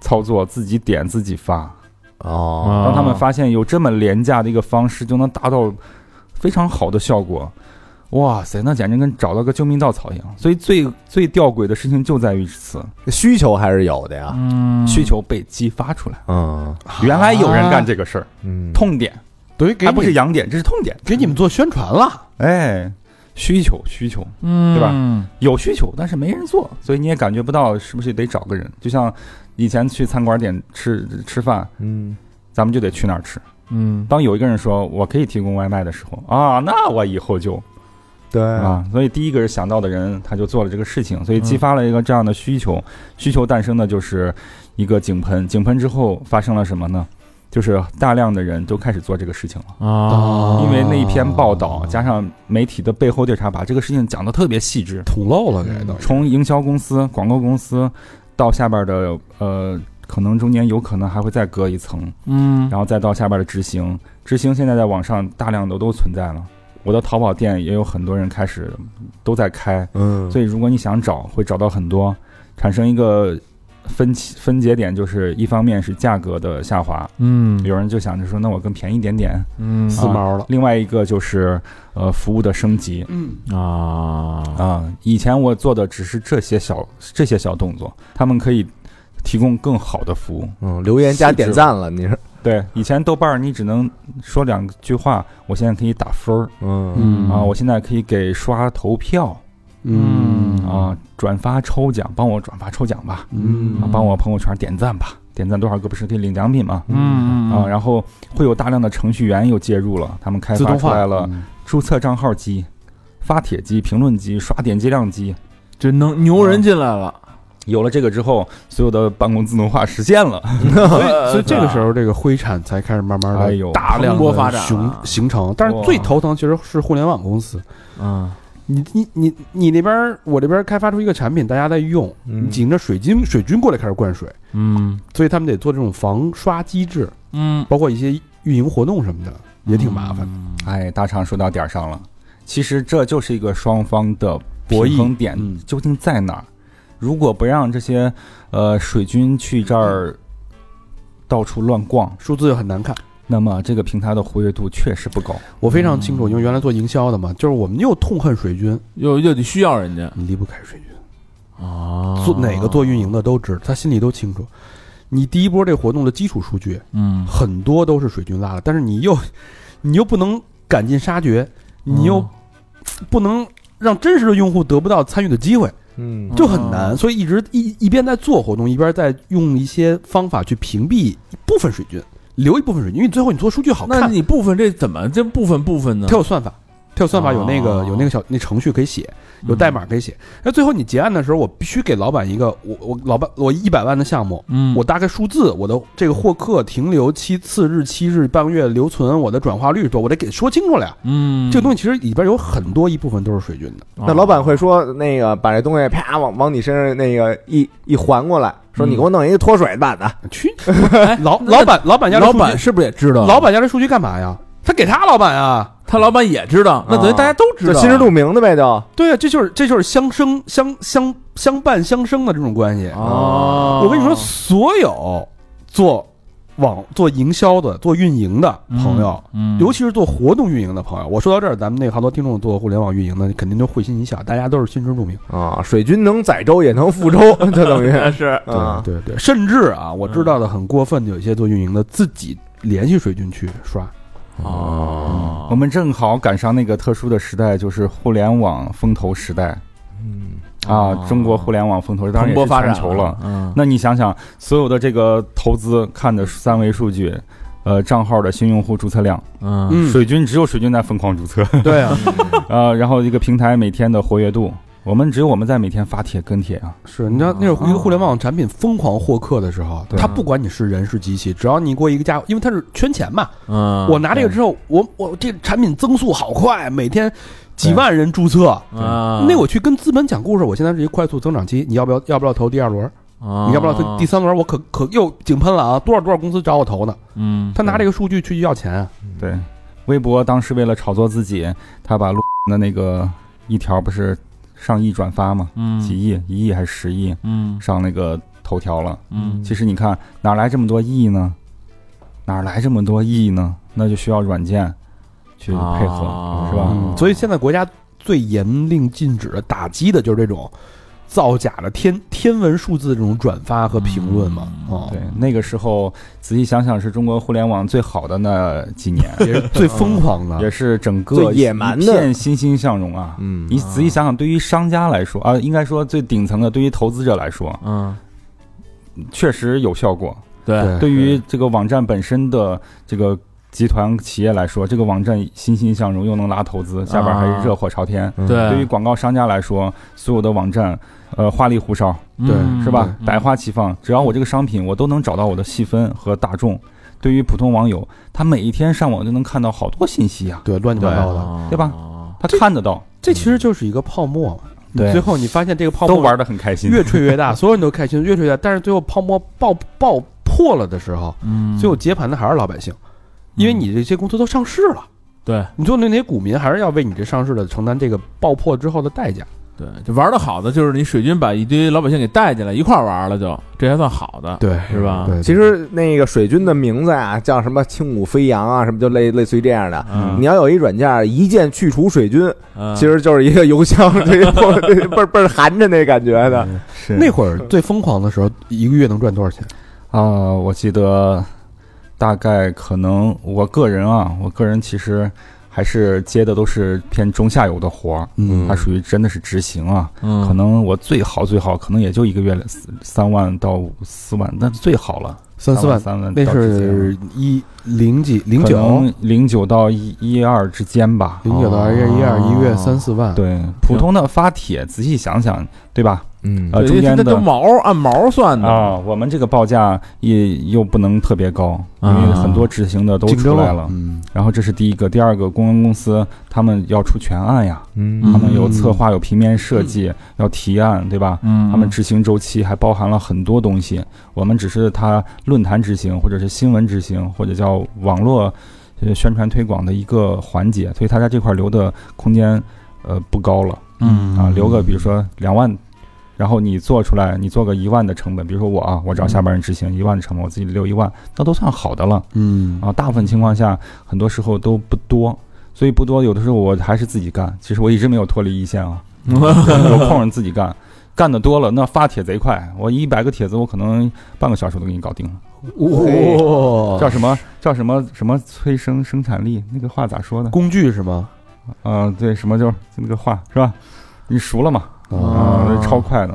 E: 操作、自己点、自己发，
B: 哦
E: 让他们发现有这么廉价的一个方式就能达到非常好的效果，哇塞，那简直跟找到个救命稻草一样。所以最最吊诡的事情就在于此，
B: 需求还是有的呀，
D: 嗯
E: 需求被激发出来。
B: 嗯
E: 原来有人干这个事儿，
B: 嗯，
E: 痛点
C: 等于给
E: 还不
C: 你
E: 是痒点，这是痛点。
C: 给你们做宣传了，
E: 哎，需求需求
D: 嗯
E: 对吧？有需求，但是没人做，所以你也感觉不到是不是得找个人。就像以前去餐馆点吃吃饭，
B: 嗯
E: 咱们就得去那儿吃。
D: 嗯，
E: 当有一个人说我可以提供外卖的时候啊，那我以后就
B: 对
E: 啊，所以第一个人想到的人，他就做了这个事情，所以激发了一个这样的需求，需求诞生的就是一个井喷，井喷之后发生了什么呢？就是大量的人都开始做这个事情了。
D: 啊
E: 因为那一篇报道加上媒体的背后调查，把这个事情讲得特别细致，
C: 捅漏了，给都
E: 从营销公司、广告公司到下边的呃，可能中间有可能还会再隔一层，
D: 嗯
E: 然后再到下边的执行。执行现在在网上大量的都存在了，我的淘宝店也有很多人开始都在开，
B: 嗯
E: 所以如果你想找，会找到很多，产生一个分歧分节点，就是一方面是价格的下滑，
D: 嗯
E: 有人就想着说，那我更便宜一点点；
D: 嗯
C: 四毛了。
E: 另外一个就是呃服务的升级
C: 嗯，
D: 啊
E: 啊，以前我做的只是这些小这些小动作，他们可以提供更好的服务。
B: 嗯，留言加点赞了，你是
E: 对，以前豆瓣儿你只能说两句话，我现在可以打分儿
B: 嗯
D: 嗯
E: 啊，我现在可以给刷投票
D: 嗯
E: 啊，转发抽奖，帮我转发抽奖吧。
C: 嗯
E: 啊，帮我朋友圈点赞吧，点赞多少个不是可以领奖品吗？
D: 嗯
E: 啊，然后会有大量的程序员又介入了，他们开
C: 自
E: 发
C: 动
E: 出
C: 化嗯
E: 来了，注册账号机、发帖机、评论机、刷点击量机。
D: 这能牛人进来了，
E: 有了这个之后，所有的办公自动化实现了。
C: 嗯所以所以 这个时候，这个灰产才开始慢慢
E: 哎
C: 的
E: 呦
C: 大量
D: 蓬勃发
C: 的
D: 展
C: 形
D: 了
C: 形成。但是
E: 哇
C: 最头疼其实是互联网公司，
D: 嗯
C: 你你你你那边儿我这边儿开发出一个产品，大家在用，
E: 嗯
B: 嗯
C: 你紧着水军水军过来开始灌水，
D: 嗯
C: 所以他们得做这种防刷机制，
D: 嗯，
C: 包括一些运营活动什么的，也挺麻烦的。
E: 哎，大厂说到点儿上了，其实这就是一个双方的
C: 博弈
E: 平衡点
C: 嗯
E: 究竟在哪儿。如果不让这些呃水军去这儿
C: 嗯
E: 到处乱逛，
C: 数字又很难看，
E: 那么这个平台的活跃度确实不高。
C: 我非常清楚，因为原来做营销的嘛，就是我们又痛恨水军，
D: 又又得需要人家
C: 你离不开水军，
D: 啊
C: 做哪个做运营的都知道，他心里都清楚。你第一波这活动的基础数据
D: 嗯
C: 很多都是水军拉的，但是你又 你又不能赶尽杀绝，你
D: 嗯
C: 又不能让真实的用户得不到参与的机会，
B: 嗯
C: 就很难。所以一直一一边在做活动，一边在用一些方法去屏蔽一部分水军，留一部分水军，因为最后你做数据好
D: 那
C: 看，
D: 你部分这怎么这部分部分呢
C: 它？有算法，它有算法，有那个
D: 哦
C: 有那个小那程序可以写，有代码可以写。那最后你结案的时候，我必须给老板一个我我老板我一百万的项目，
D: 嗯，
C: 我大概数字，我的这个获客、停留期、次日、期日、半个月留存，我的转化率多，我得给说清楚了呀。
D: 嗯，哦
C: 这个东西其实里边有很多一部分都是水军的，
D: 那
B: 那老板会说那个把这东西啪往往你身上那个一一环过来，说你给我弄一个脱水版的，
C: 去
D: 哎
C: 老
D: 那
C: 老板老板家的
D: 老
C: 数
D: 板
C: 据
D: 是不是也知道？
C: 老板家的数据干嘛呀？他给他老板啊，
D: 他老板也知道，那
E: 哦
D: 等于大家都知
B: 就
D: 道，
B: 心知肚明的呗，就
C: 对啊，这就是这就是相生相相相伴相生的这种关系。
D: 哦。
C: 我跟你说，所有做网做营销的、做运营的朋友，
D: 嗯，
C: 尤其是做活动运营的朋友，我说到这儿，咱们那个好多听众做互联网运营的，肯定都会心一笑，大家都是心知肚明。
B: 啊，水军能载舟也能覆舟， 就等于
D: 那是
B: 啊，
C: 对对，甚至啊，我知道的很过分的，有一些做运营的自己联系水军去刷，
D: 哦
E: 我们正好赶上那个特殊的时代，就是互联网风投时代
B: 嗯
E: 啊
D: 哦！
E: 中国互联网风投
D: 蓬
E: 当然也
D: 勃
E: 是
D: 发
E: 全
D: 展
E: 球了。
D: 嗯，
E: 那你想想，所有的这个投资看的三维数据，呃，账号的新用户注册量，
D: 嗯
E: 水军只有水军在疯狂 注册，
C: 对啊，
E: 呃，然后一个平台每天的活跃度，我们只有我们在每天发帖跟帖啊，
C: 是你知道那
D: 嗯
C: 种一个互联网产品疯狂获客的时候，
E: 对
C: 他不管你是人是机器，只要你给我一个价，因为他是圈钱嘛，
D: 嗯，
C: 我拿这个之后，我我这个产品增速好快，每天几万人注册。
D: 啊，
C: 那我去跟资本讲故事，我现在是一个快速增长期，你要不要要不要投第二轮？
D: 啊
C: 你要不要投第三轮？我可可又井喷了啊！多少多少公司找我投呢？
D: 嗯，
C: 他拿这个数据去要钱啊，
E: 对，微博当时为了炒作自己，他把陆的那个一条不是上亿转发吗？
D: 嗯
E: 几亿，一亿还是十亿
D: 嗯
E: 上那个头条了。
D: 嗯
E: 其实你看，哪来这么多亿呢？哪来这么多亿呢？那就需要软件去配合，
D: 啊
E: 是吧？
D: 嗯
C: 所以现在国家最严令禁止的打击的就是这种造假的天天文数字的这种转发和评论嘛，啊、
E: 对，那个时候仔细想想，是中国互联网最好的那 几年，
C: 也是最疯狂的
E: 也。是整个
B: 最野蛮的
E: 一片欣欣向荣啊！
B: 嗯
E: 你仔细想想，对于商家来说啊，应该说最顶层的，对于投资者来说，
D: 嗯，
E: 确实有效果。
D: 对，
E: 对于这个网站本身的这个集团企业来说，这个网站欣欣向荣，又能拉投资，下边还
B: 啊
E: 是热火朝天。
D: 对
E: 对于广告商家来说，所有的网站，呃，花里胡哨
D: 嗯
E: 是吧？
D: 嗯
E: 百花齐放，只要我这个商品，我都能找到我的细分和大众。对于普通网友，他每一天上网就能看到好多信息啊，
C: 对，乱七八糟的。
D: 哦
E: 对吧？他看得到，
C: 这其实就是一个泡沫嘛。你
E: 对
C: 最后你发现这个泡沫
E: 都玩的很开心。
C: 越吹越大，所有人都开心，越吹越大。但是最后泡沫爆爆破了的时候，
D: 嗯，
C: 最后接盘的还是老百姓，因为你这些公司都上市了，
D: 对
C: 你做那些股民还是要为你这上市的承担这个爆破之后的代价。
D: 对，就玩的好的就是你水军把一堆老百姓给带进来一块儿玩了就，这还算好的。
C: 对，
D: 是吧对
B: 其实那个水军的名字啊，叫什么轻舞飞扬啊，什么就类类似于这样的。
D: 嗯
B: 你要有一软件，一键去除水军，
D: 嗯，
B: 其实就是一个邮 箱，这一倍儿倍儿含着那感觉的。
E: 是
C: 那会儿最疯狂的时候，一个月能赚多少钱？
E: 啊、我记得大概可能我个人啊，我个人其实还是接的都是偏中下游的活儿，
C: 嗯
E: 它属于真的是执行啊。可
D: 可
E: 能我最好最好，可能也就一个月三三万到五四万，那最好了，
C: 三四万，
E: 三万到
C: 那
E: 之间了，
C: 是一零几零
E: 可
C: 九
E: 能零九到一一二之间吧。
C: 零九到二一二，一个月三四万。
E: 对，普通的发帖，仔细想想，对吧？
B: 嗯
E: 呃，中间
D: 这
E: 的
D: 都毛按毛算的
E: 啊，我们这个报价也又不能特别高，因为
D: 啊
E: 很多执行的都
C: 竞
E: 出
C: 争
E: 来了。
C: 嗯，
E: 然后这是第一个，第二个，公关公司他们要出全案呀，
B: 嗯
E: 他们有策划，有平面设
C: 嗯
E: 计，要提案，对吧？
D: 嗯，
E: 他们执行周期还包含了很多东西，我们只是它论坛执行，或者是新闻执行，或者叫网络呃宣传推广的一个环节，所以它在这块留的空间呃不高了
D: 嗯
E: 啊，留个比如说两万，然后你做出来，你做个一万的成本，比如说我啊，我找下边人执行一万的成本，我自己留一万，那都算好的了。
C: 嗯
E: 啊，大部分情况下，很多时候都不多，所以不多。有的时候我还是自己干，其实我一直没有脱离一线 啊，有空儿自己干，干的多了，那发帖贼快，我一百个帖子，我可能半个小时都给你搞定了。
C: 哇，
E: 叫什么？叫什么？什么催生生产力？那个话咋说的？
C: 工具是吗？
E: 啊、对，什么就是就那个话是吧？你熟了嘛？
D: 啊
E: 这超快的，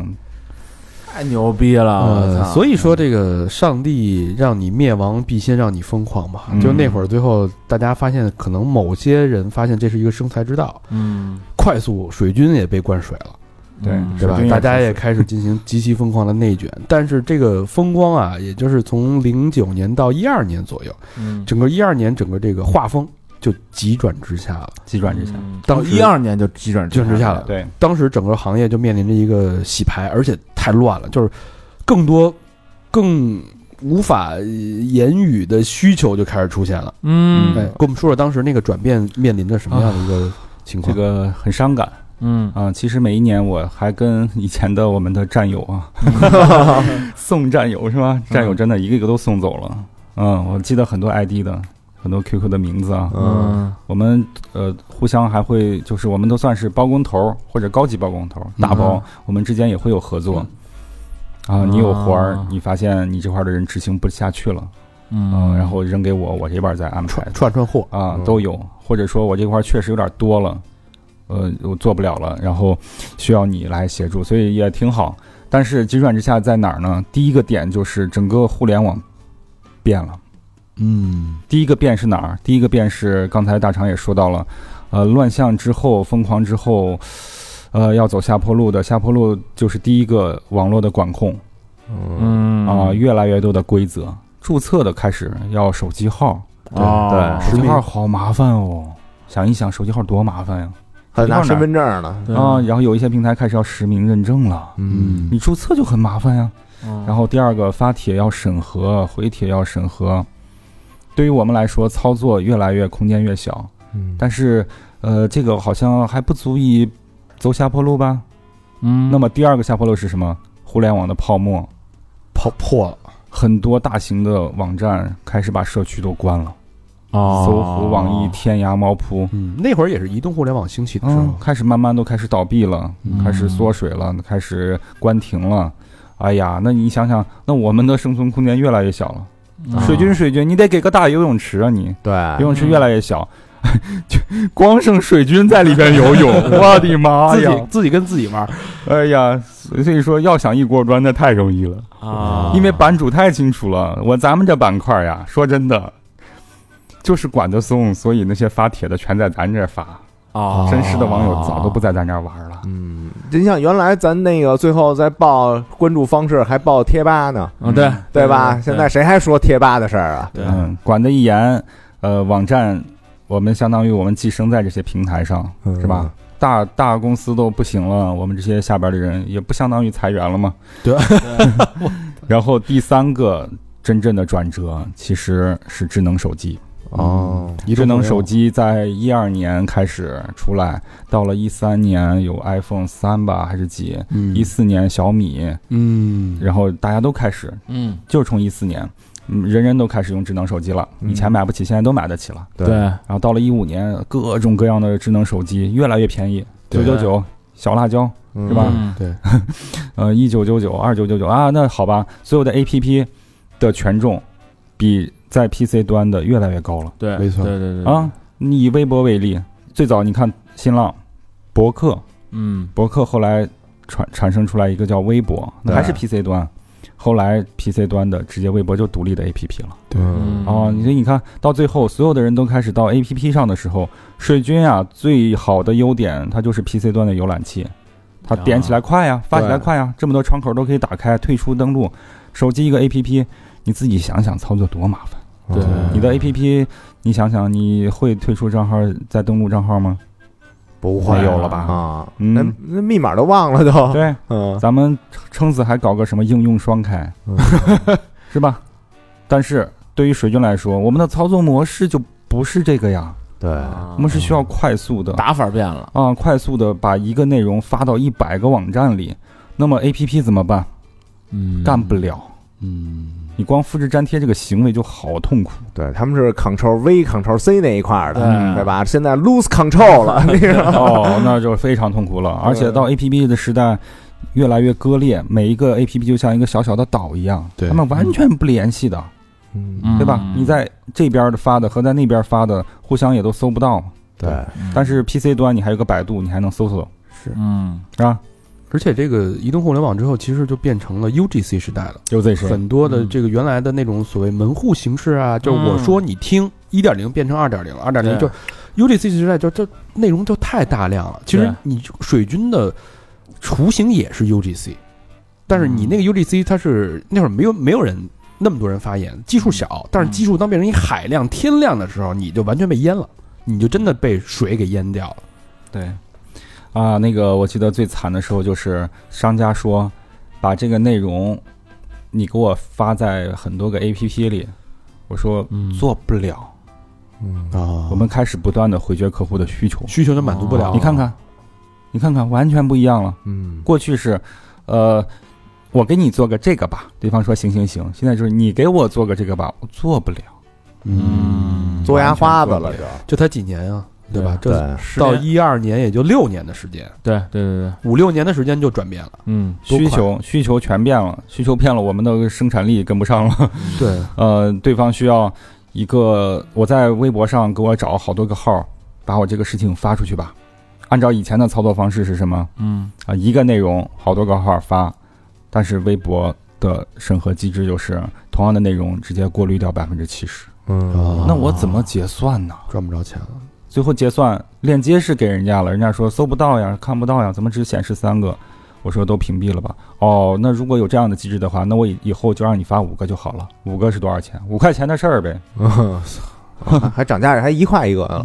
D: 太牛逼
E: 啊
D: 了，我
C: 呃，
D: 操
C: 所以说这个上帝让你灭亡，必先让你疯狂嘛。
E: 嗯
C: 就那会儿，最后大家发现，可能某些人发现这是一个生财之道，
D: 嗯，
C: 快速水军也被灌水了，
E: 对
D: 嗯
C: 对吧
E: 水军？也
C: 大家
E: 是
C: 也开始进行极其疯狂的内卷。但是这个风光啊，也就是从零九年到一二年左右，
D: 嗯，
C: 整个一二年整个这个画风就急转直下了，
E: 急转直下。
C: 当
D: 到
C: 时
D: 哦一二年就急转
C: 急转直下了。
E: 对，
C: 当时整个行业就面临着一个洗牌，而且太乱了，就是更多、更无法呃言语的需求就开始出现了。
D: 嗯
C: 哎，跟我们说说当时那个转变面临着什么样的一个情
E: 这
C: 况？
E: 个很伤感
D: 嗯
E: 啊、其实每一年我还跟以前的我们的战友 啊，送战友是吧？
D: 嗯
E: 战友真的一个一个都送走了。嗯，我记得很多 ID 的，很多 QQ 的名字啊。
B: 嗯，
E: 我们呃互相还会就是我们都算是包工头儿或者高级包工头儿大包，
D: 嗯
E: 我们之间也会有合作。啊，你有活儿
D: 啊，
E: 你发现你这块儿的人执行不下去了，嗯，
D: 嗯
E: 然后扔给我，我这边儿再安排
C: 串串串货，
E: 啊，都有，或者说我这块儿确实有点多了，呃，我做不了了，然后需要你来协助，所以也挺好。但是急转直下在哪儿呢？第一个点就是整个互联网变了。
C: 嗯，
E: 第一个变是哪儿？第一个变是刚才大肠也说到了，呃，乱象之后，疯狂之后，呃，要走下坡路的。下坡路就是第一个网络的管控
D: 嗯
E: 啊、越来越多的规则，注册的开始要手机号，
D: 哦
E: 手机号好麻烦哦。想一想，手机号多麻烦呀！
B: 还得拿身份证呢。
D: 对
E: 啊，然后有一些平台开始要实名认证了，
B: 嗯
E: 你注册就很麻烦呀。
D: 嗯
E: 然后第二个发帖要审核，回帖要审核。对于我们来说，操作越来越空间越小，
B: 嗯
E: 但是呃，这个好像还不足以走下坡路吧？
D: 嗯
E: 那么第二个下坡路是什么？互联网的泡沫，
C: 泡破了，
E: 很多大型的网站开始把社区都关了，
D: 哦
E: 搜狐、网易、天涯、猫扑，
C: 嗯，那会儿也是移动互联网兴起的时
E: 嗯
C: 候，，
E: 开始慢慢都开始倒闭了，
D: 嗯
E: 开始缩水了，开始关停了。哎呀，那你想想，那我们的生存空间越来越小了。水军，水军，你得给个大游泳池啊！你
B: 对，
E: 游泳池越来越小， 就光剩水军在里边游泳，我的妈
C: 自
E: 呀！
C: 己自己跟自己玩儿，
E: 哎呀，所以说要想一锅端，那太容易了，
D: 啊，
E: 因为版主太清楚了。我咱们这板块呀，说真的，就是管得松，所以那些发帖的全在咱这儿发。
D: 啊
E: 真实的网友早都不在咱这儿玩了。
B: 嗯，你想原来咱那个最后再报关注方式还报贴吧呢，
D: 嗯，对
B: 对吧？现在谁还说贴吧的事儿啊？
D: 对
E: 嗯，管得一严，呃，网站我们相当于我们寄生在这些平台上，是吧？
C: 嗯
E: 大大公司都不行了，我们这些下边的人也不相当于裁员了吗？
C: 对。
E: 然后第三个真正的转折其实是智能手机。
B: 哦，
C: 移
E: 智
C: 动
E: 能
C: 互联
E: 手
C: 网
E: 机在一二年开始出来，到了一三年有 iPhone 三吧还是几？
C: 嗯
E: 一四年小米，
C: 嗯，
E: 然后大家都开始，
D: 嗯，
E: 就是从一四年，嗯，人人都开始用智能手机了。
B: 嗯
E: 以前买不起，现在都买得起了。
B: 对
D: 对，
E: 然后到了一五年，各种各样的智能手机越来越便宜，九
D: 对
E: 九九小辣椒，
B: 是
E: 是吧
D: 嗯
C: 对，
E: 呃，一九九九、二九九九啊，那好吧，所有的 A P P 的权重比在 P C 端的越来越高了。
D: 对，
C: 没错
D: 对
B: 嗯
D: 对对，
E: 啊，你以微博为例，最早你看新浪、博客，
D: 嗯，
E: 博客后来产产生出来一个叫微博，
B: 对
E: 还是 PC 端，后来 PC 端的直接微博就独立的 APP 了。
C: 对
D: 嗯
E: 哦，你说你看到最后，所有的人都开始到 APP 上的时候，水军啊最好的优点，它就是 PC 端的浏览器，它点起来快呀，发起来快呀，这么多窗口都可以打开，退出登录，手机一个 APP，你自己想想操作多麻烦。
D: 对
B: 嗯
E: 你的 APP，你想想，你会退出账号再登录账号吗？
B: 不
E: 会有了吧
B: 啊？
E: 嗯
B: 那那密码都忘了都，
E: 对，
B: 嗯，
E: 咱们撑死还搞个什么应用双开
B: 嗯，
E: 是吧？但是对于水军来说，我们的操作模式就不是这个呀，
B: 对，
D: 啊
E: 我们是需要快速的
D: 打法变了，
E: 啊，快速的把一个内容发到一百个网站里。那么 A P P 怎么办？
D: 嗯，
E: 干不了，
C: 嗯，
E: 你光复制粘贴这个行为就好痛苦。
B: 对，他们是 Ctrl V、Ctrl C 那一块儿的，
D: 对
B: 对？吧？现在 lose Ctrl 了，那个
E: 哦， 那就非常痛苦了。而且到 A P P 的时代，越来越割裂，每一个 A P P 就像一个小小的岛一样，
C: 对
E: 他们完全不联系的，
B: 嗯
D: 嗯
E: 对吧？你在这边的发的和在那边发的，互相也都搜不到。
B: 对，
E: 但是 P C 端你还有个百度，你还能搜搜，
D: 嗯，
E: 是吧
C: 而且这个移动互联网之后，其实就变成了 UGC 时代了。
E: 就这事。
C: 很多的
D: 嗯
C: 这个原来的那种所谓门户形式啊，就是我说你听，一点零变成二点零了，二点零就 UGC 时代就这内容就太大量了。其实
D: 对
C: 你水军的雏形也是 UGC，但是你那
D: 嗯
C: 个 UGC 它是那会儿没有没有人那么多人发言，基数
D: 嗯
C: 小，但是基数当变成一海量天量的时候，你就完全被淹了，你就真的被水给淹掉了。
E: 对，啊，那个我记得最惨的时候就是商家说，把这个内容你给我发在很多个 A P P 里，我说
D: 嗯
E: 做不了。
B: 嗯
C: 啊
E: 我们开始不断的回绝客户的需求。
C: 需求就满足不了了。
E: 你看看，你看看，完全不一样了。
B: 嗯，
E: 过去是，呃，我给你做个这个吧，对方说行行行。现在就是你给我做个这个吧，我做不了。
D: 嗯，
B: 做牙花子了就，
C: 这才几年啊，对吧？
B: 对
C: 这到
D: 十年
C: 一二年也就六年的时间，
D: 对对对对，
C: 五六年的时间就转变了。
D: 嗯
C: 多
E: 需
C: 快
E: 求需求全变了，需求变了，我们的生产力跟不上了。
C: 对，
E: 呃，对方需要一个，我在微博上给我找好多个号，把我这个事情发出去吧。按照以前的操作方式是什么
D: 嗯
E: 啊、一个内容好多个号发，但是微博的审核机制就是同样的内容直接过滤掉百分之七十。
B: 嗯，
E: 那我怎么结算呢？
C: 哦赚不着钱了。
E: 最后结算链接是给人家了，人家说搜不到呀，看不到呀，怎么只显示三个？我说都屏蔽了吧。哦，那如果有这样的机制的话，那我以以后就让你发五个就好了。五个是多少钱？五块钱的事儿呗。
B: 还 还涨价还一块一个呢，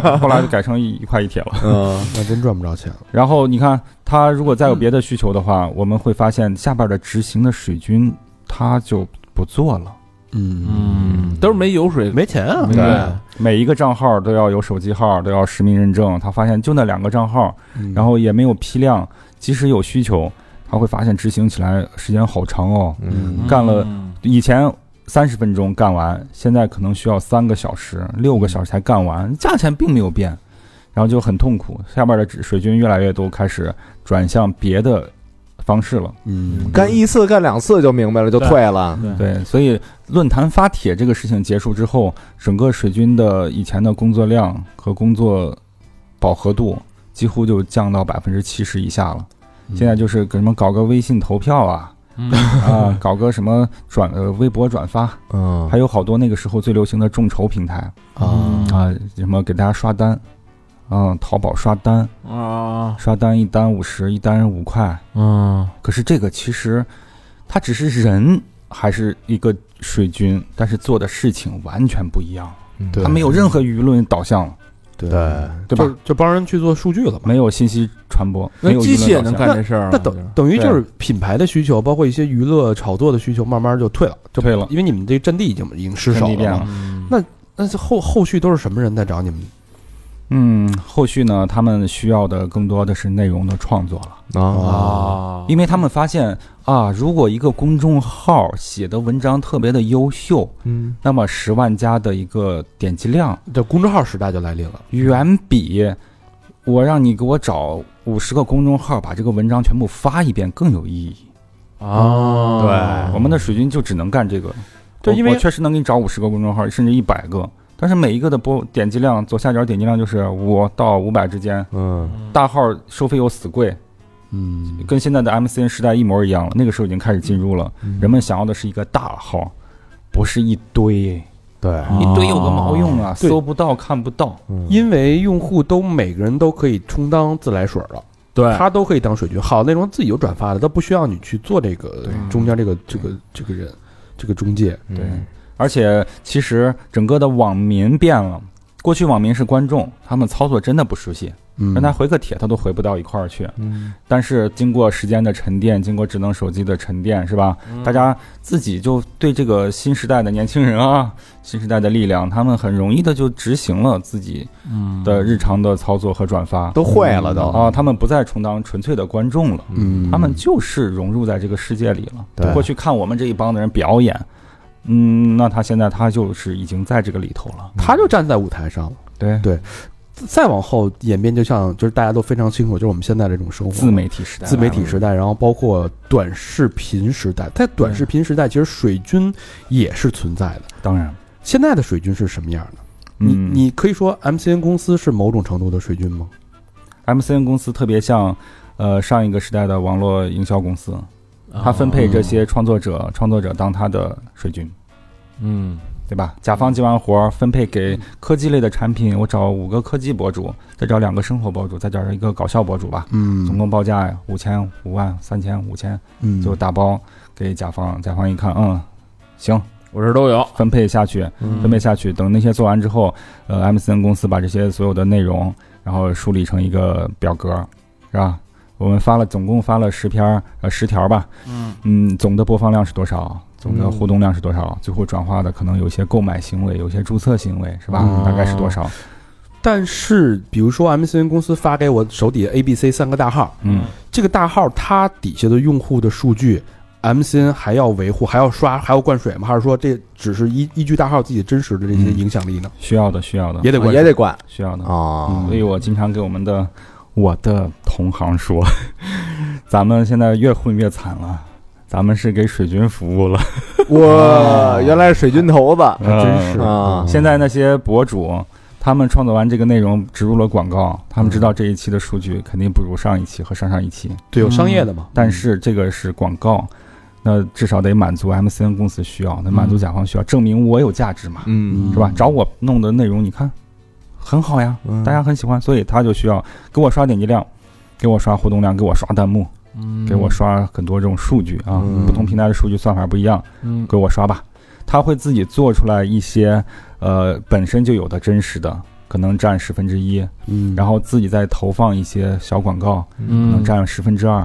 E: 啊，后来就改成一一块一铁了。
B: 嗯，
C: 那真赚不着钱了。
E: 然后你看，他如果再有别的需求的话，我们会发现下边的执行的水军他就不做了。
D: 嗯，都是没油水，
C: 没钱啊，
E: 对，每一个账号都要有手机号，都要实名认证。他发现就那两个账号，
C: 嗯
E: 然后也没有批量，即使有需求，他会发现执行起来时间好长哦。
B: 嗯
E: 干了以前三十分钟干完，现在可能需要三个小时、六个小时才干完，价钱并没有变，然后就很痛苦。下边的水军越来越多，开始转向别的方式了。
C: 嗯，
B: 干一次干两次就明白了，就退了，
D: 嗯对，
E: 对，所以论坛发帖这个事情结束之后，整个水军的以前的工作量和工作饱和度几乎就降到百分之七十以下了。现在就是给什么搞个微信投票啊，
D: 嗯
E: 啊，搞个什么转呃微博转发，
B: 嗯
E: 还有好多那个时候最流行的众筹平台
B: 嗯
C: 啊，
E: 啊，什么给大家刷单，嗯，淘宝刷单，
D: 啊，
E: 刷单一单五十，一单五块。
D: 嗯，
E: 可是这个其实，它只是人还是一个水军，但是做的事情完全不一样了，
B: 对
E: 它没有任何舆论导向了，
B: 嗯对
E: 对吧
C: 就？就帮人去做数据了嘛。
E: 没有信息传播，
D: 那
E: 没有
D: 机器也
E: 舆论
D: 能
E: 导向
D: 干这事儿了？
C: 那等等于就是品牌的需求，包括一些娱乐炒作的需求，慢慢就退了，就
E: 退了
C: 因为你们这阵地已经已经失守
E: 阵地变
C: 了嘛
E: 了。
D: 那
C: 那是后后续都是什么人在找你们？
E: 嗯，后续呢，他们需要的更多的是内容的创作了，
B: 啊，
D: 啊，
E: 因为他们发现啊，如果一个公众号写的文章特别的优秀，
B: 嗯，
E: 那么十万加的一个点击量
C: 这公众号时代就来临了。
E: 远比我让你给我找五十个公众号把这个文章全部发一遍更有意义。
D: 啊，
E: 我们的水军就只能干这个，
C: 对
E: 我
C: 因为
E: 我确实能给你找五十个公众号，甚至一百个，但是每一个的播点击量，左下角点击量就是五到五百之间，
B: 嗯，
E: 大号收费又死贵，
C: 嗯，
E: 跟现在的 MCN 时代一模一样了。那个时候已经开始进入了，人们想要的是一个大号，不是一堆，
B: 对，
D: 啊
E: 一堆有个毛用啊，
C: 对
E: 搜不到看不到。
B: 嗯
C: 因为用户都每个人都可以充当自来水了，
E: 对
C: 他都可以当水军。好内容自己有转发的，都不需要你去做这个
E: 对
C: 中间这个这个这个人这个中介。
E: 对，
B: 嗯
E: 而且其实整个的网民变了。过去网民是观众，他们操作真的不熟悉，
C: 嗯
E: 让他回个帖他都回不到一块儿去。
B: 嗯，
E: 但是经过时间的沉淀，经过智能手机的沉淀，是吧？大家自己就对这个新时代的年轻人啊，新时代的力量，他们很容易的就执行了自己
D: 嗯
E: 的日常的操作和转发。
B: 都会了都，
E: 啊，他们不再充当纯粹的观众了，
C: 嗯，
E: 他们就是融入在这个世界里了。
B: 对
E: 过去看我们这一帮的人表演，嗯，那他现在他就是已经在这个里头了。
C: 他就站在舞台上了。
E: 嗯对
C: 对再往后演变，就像就是大家都非常清楚，就是我们现在这种生活，
E: 自媒体时代来
C: 自
E: 了，
C: 媒体时代，然后包括短视频时代，在短视频时代，其实水军也是存在的。
E: 当然，
C: 现在的水军是什么样的？你
E: 嗯
C: 你可以说 MCN 公司是某种程度的水军吗？
E: MCN 公司特别像，呃，上一个时代的网络营销公
C: 哦
E: 司，
D: 啊
E: 它分配这些创作者，
C: 嗯
E: 创作者当他的水军，
D: 嗯，
E: 对吧？甲方接完活儿，分配给科技类的产品，我找五个科技博主，再找两个生活博主，再找一个搞笑博主吧。总
C: 嗯
E: 共报价呀，五千、五万、三千、五千，
C: 嗯，
E: 就打包给甲方。甲方一看，嗯，行，
D: 我这儿都有，嗯
E: 分配下去，分配下去。等那些做完之后，呃，MCN 公司把这些所有的内容，然后梳理成一个表格，是吧？我们发了，总共发了十篇儿，呃，十条吧。嗯总的播放量是多少？总
C: 嗯
E: 的互动量是多少？最后转化的可能有一些购买行为，有一些注册行为，是吧？
C: 嗯
E: 大概是多少？
C: 但是比如说 MCN 公司发给我手底下 A、B、C 三个大号，
E: 嗯，
C: 这个大号它底下的用户的数据，MCN 还要维护，还要刷，还要灌水吗？还是说这只是依依据大号自己真实的这些
E: 嗯
C: 影响力呢？
E: 需要的，需要的，
C: 也得灌
B: 也
C: 水
B: 得管
E: 需要
C: 嗯
E: 的。
B: 啊，
E: 所以我经常给我们的我的同行说， 咱们现在越混越惨了，咱们是给水军服务了。
B: 我原来是水军头子
C: 还真是
B: 啊，
E: 现在那些博主，他们创作完这个内容，植入了广告，他们知道这一期的数据肯定不如上一期和上上一期，
C: 对，有商业的嘛？
E: 但是这个是广告，那至少得满足 MCN 公司需
C: 嗯
E: 要，得满足甲方需要，证明我有价值嘛，
B: 嗯
E: 是吧？找我弄的内容，你看很好呀，
C: 嗯
E: 大家很喜欢，所以他就需要给我刷点击量，给我刷互动量，给我刷弹幕，给
D: 嗯
E: 我刷很多这种数据啊，
B: 嗯
E: 不同平台的数据算法不一样，
D: 嗯
E: 给我刷吧。他会自己做出来一些，呃，本身就有的真实的，可能占十分之一，
C: 嗯
E: 然后自己再投放一些小广告，可能
D: 嗯，
E: 占十分之二，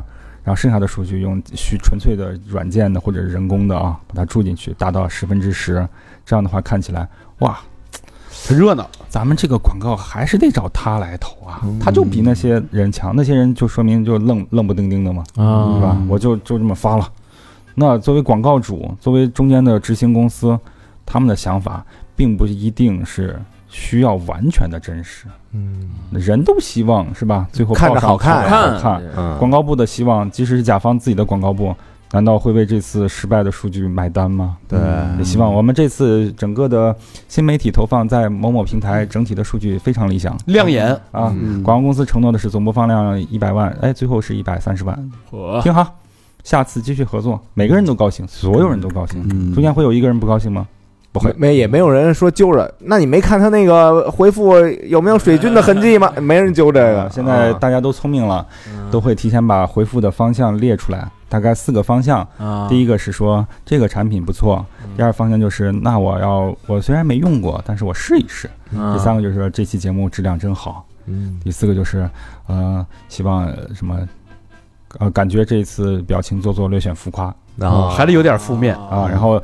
E: 然后剩下的数据用虚纯粹的软件的或者人工的啊，把它注进去，达到十分之十。这样的话看起来，哇，
C: 很热闹。
E: 咱们这个广告还是得找他来投啊，
B: 嗯
E: 他就比那些人强，那些人就说明就愣愣不丁丁的嘛，
B: 嗯
D: 啊
E: 是吧？我就就这么发了。那作为广告主，作为中间的执行公司，他们的想法并不一定是需要完全的真实，
B: 嗯
E: 人都希望是吧？最后
B: 看着
E: 报上
B: 好看
E: 好看，好看
B: 嗯，
E: 广告部的希望，即使是甲方自己的广告部，难道会为这次失败的数据买单吗？嗯
B: 对
E: 也希望我们这次整个的新媒体投放在某某平台整体的数据非常理想
C: 亮眼
E: 啊。
C: 嗯
E: 广告公司承诺的是总播放量一百万，哎，最后是一百三十万，
D: 我
E: 挺好。下次继续合作，每个人都高兴，所有人都高兴。
C: 嗯
E: 中间会有一个人不高兴吗？不会，
B: 没也没有人说揪着。那你没看他那个回复有没有水军的痕迹吗？没人揪这个
E: 啊。现在
B: 啊
E: 大家都聪明了，都会提前把回复的方向列出来，大概四个方向。
D: 啊
E: 第一个是说这个产品不错，第二方向就是那我要我虽然没用过，但是我试一试。
F: 啊
D: 啊
E: 第三个就是说这期节目质量真好。
B: 嗯
E: 第四个就是呃，希望呃什么呃，感觉这一次表情做作略显浮夸
B: 然后
C: 还得有点负面。
E: 啊，然后。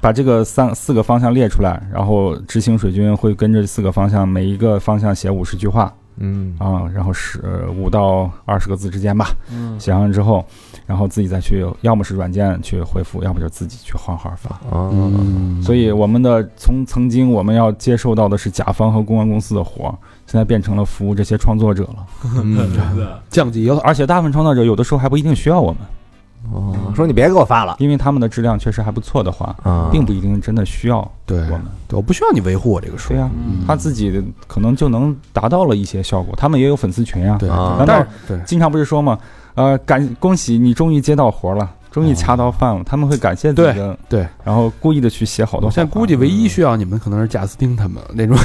E: 把这个三四个方向列出来，然后执行水军会跟着四个方向，每一个方向写五十句话，
B: 嗯
E: 啊、然后十五到二十个字之间吧，
C: 嗯，
E: 写上之后，然后自己再去，要么是软件去回复，要么就是自己去换号发。
B: 嗯
E: 所以我们的从曾经我们要接受到的是甲方和公关公司的活儿，现在变成了服务这些创作者了，
C: 降级了。
E: 而且大部分创作者有的时候还不一定需要我们，
B: 哦，说你别给我发了
E: 因为他们的质量确实还不错的话，
B: 啊
E: 并不一定真的需要
C: 对啊
E: 我们。
C: 对我不需要你维护我这个数
E: 对。呀、
F: 嗯
E: 他自己可能就能达到了一些效果，他们也有粉丝群呀、
C: 对
B: 啊
E: 难道
C: 但是对
E: 经常不是说嘛，呃，感恭喜你终于接到活了，终于掐到饭了，他们会感谢自己的，
C: 哦对对
E: 然后故意的去写好
C: 我
E: 多好话。
C: 现在估计唯一需要你们可能是贾斯汀他们那种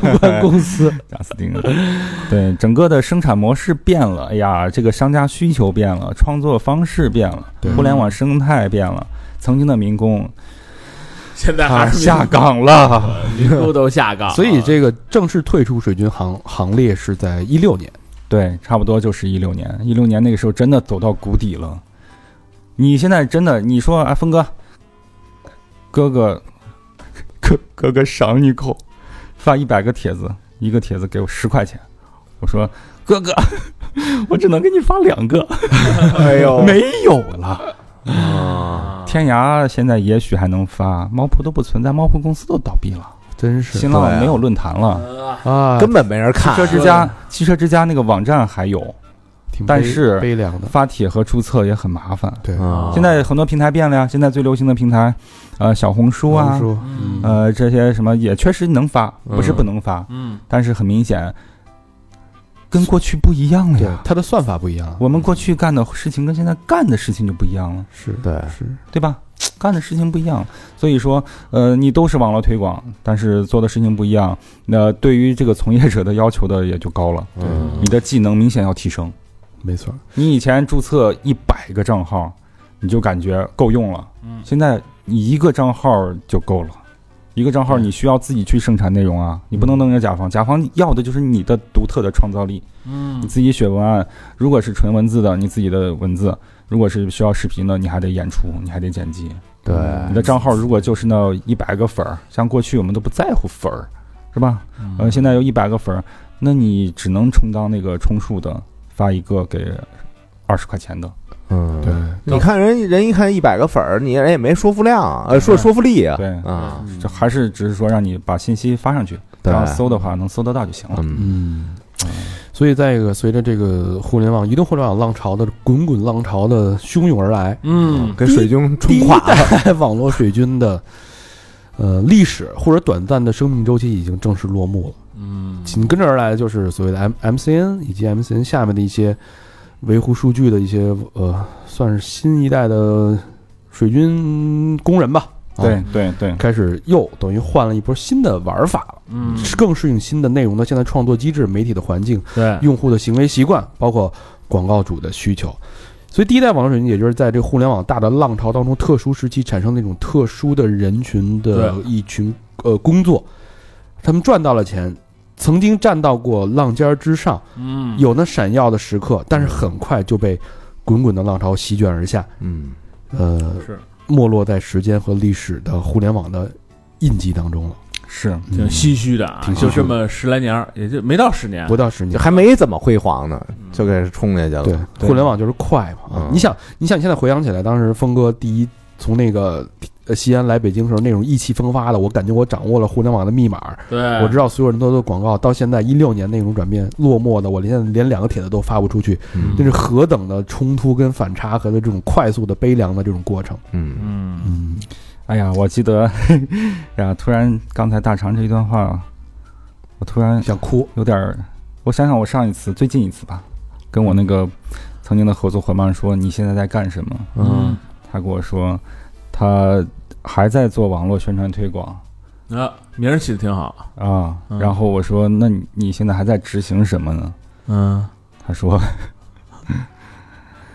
C: 公关公 司。
E: 贾斯汀， 对整个的生产模式变了，哎呀，这个商家需求变了，创作方式变了，互联网生态变了，曾经的民工
F: 现在
E: 他
F: 还是
E: 下岗了，
F: 民工都下岗了，
C: 所以这个正式退出水军行行列是在一六年，
E: 对，差不多就是一六年，一六年那个时候真的走到谷底了。你现在真的，你说啊，峰哥，哥哥， 哥哥哥赏你口，发一百个帖子，一个帖子给我十块钱，我说哥 哥，我只能给你发两个，
B: 哎呦，
E: 没有了。
B: 啊
E: 天涯现在也许还能发，猫扑都不存在，猫扑公司都倒闭了，
C: 真是
E: 新
B: 对啊
E: 浪没有论坛了，
F: 啊
C: 啊，
B: 根本没人
E: 汽
B: 看
E: 车之家，汽车之家那个网站还有，
C: 挺悲
E: 但是
C: 悲凉的。
E: 发帖和注册也很麻烦。
C: 对，
B: 啊
F: 嗯
E: 现在很多平台变了呀，现在最流行的平台，呃，小红书啊，
C: 说
F: 嗯
E: 呃，这些什么也确实能发，不是
B: 嗯
E: 不能发，
F: 嗯
E: 但是很明显，跟过去不一样了
C: 对
E: 呀。
C: 它的算法不一样，啊
E: 我们过去干的事情跟现在干的事情就不一样了，
C: 是
B: 对
C: 是
E: 对吧？干的事情不一样，所以说，呃，你都是网络推广，但是做的事情不一样，那对于这个从业者的要求的也就高了，
B: 嗯
E: 你的技能明显要提升。
C: 没错。
E: 你以前注册一百个账号，你就感觉够用了，
F: 嗯
E: 现在你一个账号就够了。一个账号你需要自己去生产内容啊，你不能弄着甲方，甲方要的就是你的独特的创造力，你
F: 嗯
E: 自己写文案，如果是纯文字的，你自己的文字；如果是需要视频的，你还得演出，你还得剪辑。
B: 对
C: 嗯
E: 你的账号如果就是那一百个粉儿，像过去我们都不在乎粉儿，是吧？
B: 嗯
E: 呃，现在有一百个粉儿，那你只能充当那个充数的，发一个给二十块钱的。
B: 嗯
C: 对，
B: 你看人人一看一百个粉儿，你人也没说服量啊，呃，
E: 嗯
B: 说说服力啊，
E: 对
B: 啊，
F: 嗯
E: 这还是只是说让你把信息发上去，
B: 对
E: 然后搜的话能搜得到就行了。
B: 嗯
C: 嗯，所以在一个随着这个互联网、移动互联网浪潮的滚滚浪潮的汹涌而来，
F: 嗯
B: 跟水军
C: 第
B: 冲
C: 一
B: 垮了，
C: 代 网络水军的呃历史或者短暂的生命周期已经正式落幕了。
F: 嗯
C: 紧跟着而来的就是所谓的 M MCN 以及 MCN 下面的一些维护数据的一些呃，算是新一代的水军工人吧。啊
E: 对对对，
C: 开始又等于换了一波新的玩法了，
F: 嗯
C: 更适应新的内容的现在创作机制、媒体的环境、
F: 对
C: 用户的行为习惯，包括广告主的需求。所以，第一代网络水军，也就是在这个互联网大的浪潮当中，特殊时期产生那种特殊的人群的一群呃工作，他们赚到了钱，曾经站到过浪尖儿之上，
F: 嗯
C: 有那闪耀的时刻，但是很快就被滚滚的浪潮席卷而下，
B: 嗯，
C: 呃，
E: 是
C: 没落在时间和历史的互联网的印记当中了，
B: 嗯
E: 是
F: 挺唏嘘的啊，
C: 挺唏
F: 就
C: 嘘
F: 这么十来年儿，也就没到十年嗯
C: 嗯不，到十
B: 就
C: 年。
B: 还没怎么辉煌呢，就给冲下去了，
C: 对，
E: 对
C: 互联网就是快嘛。
B: 嗯
C: 你想，你想，你现在回想起来，当时峰哥第一从那个呃西安来北京的时候，那种意气风发的，我感觉我掌握了互联网的密码，
F: 对，
C: 我知道所有人都做广告。到现在一六年那种转变落寞的，我连现在连两个帖子都发不出去，
B: 嗯
C: 那是何等的冲突跟反差和的这种快速的悲凉的这种过程。
B: 嗯
F: 嗯
C: 嗯，
E: 哎呀，我记得， 呀，突然刚才大肠这一段话，我突然
C: 想哭。
E: 有点儿，我想想，我上一次最近一次吧，跟我那个曾经的合作伙伴说你现在在干什么，
B: 嗯
E: 他跟我说他还在做网络宣传推广
F: 啊，名儿起的挺好，
E: 啊。
F: 嗯
E: 然后我说：“那你你现在还在执行什么呢
F: 嗯，？”
E: 他说：“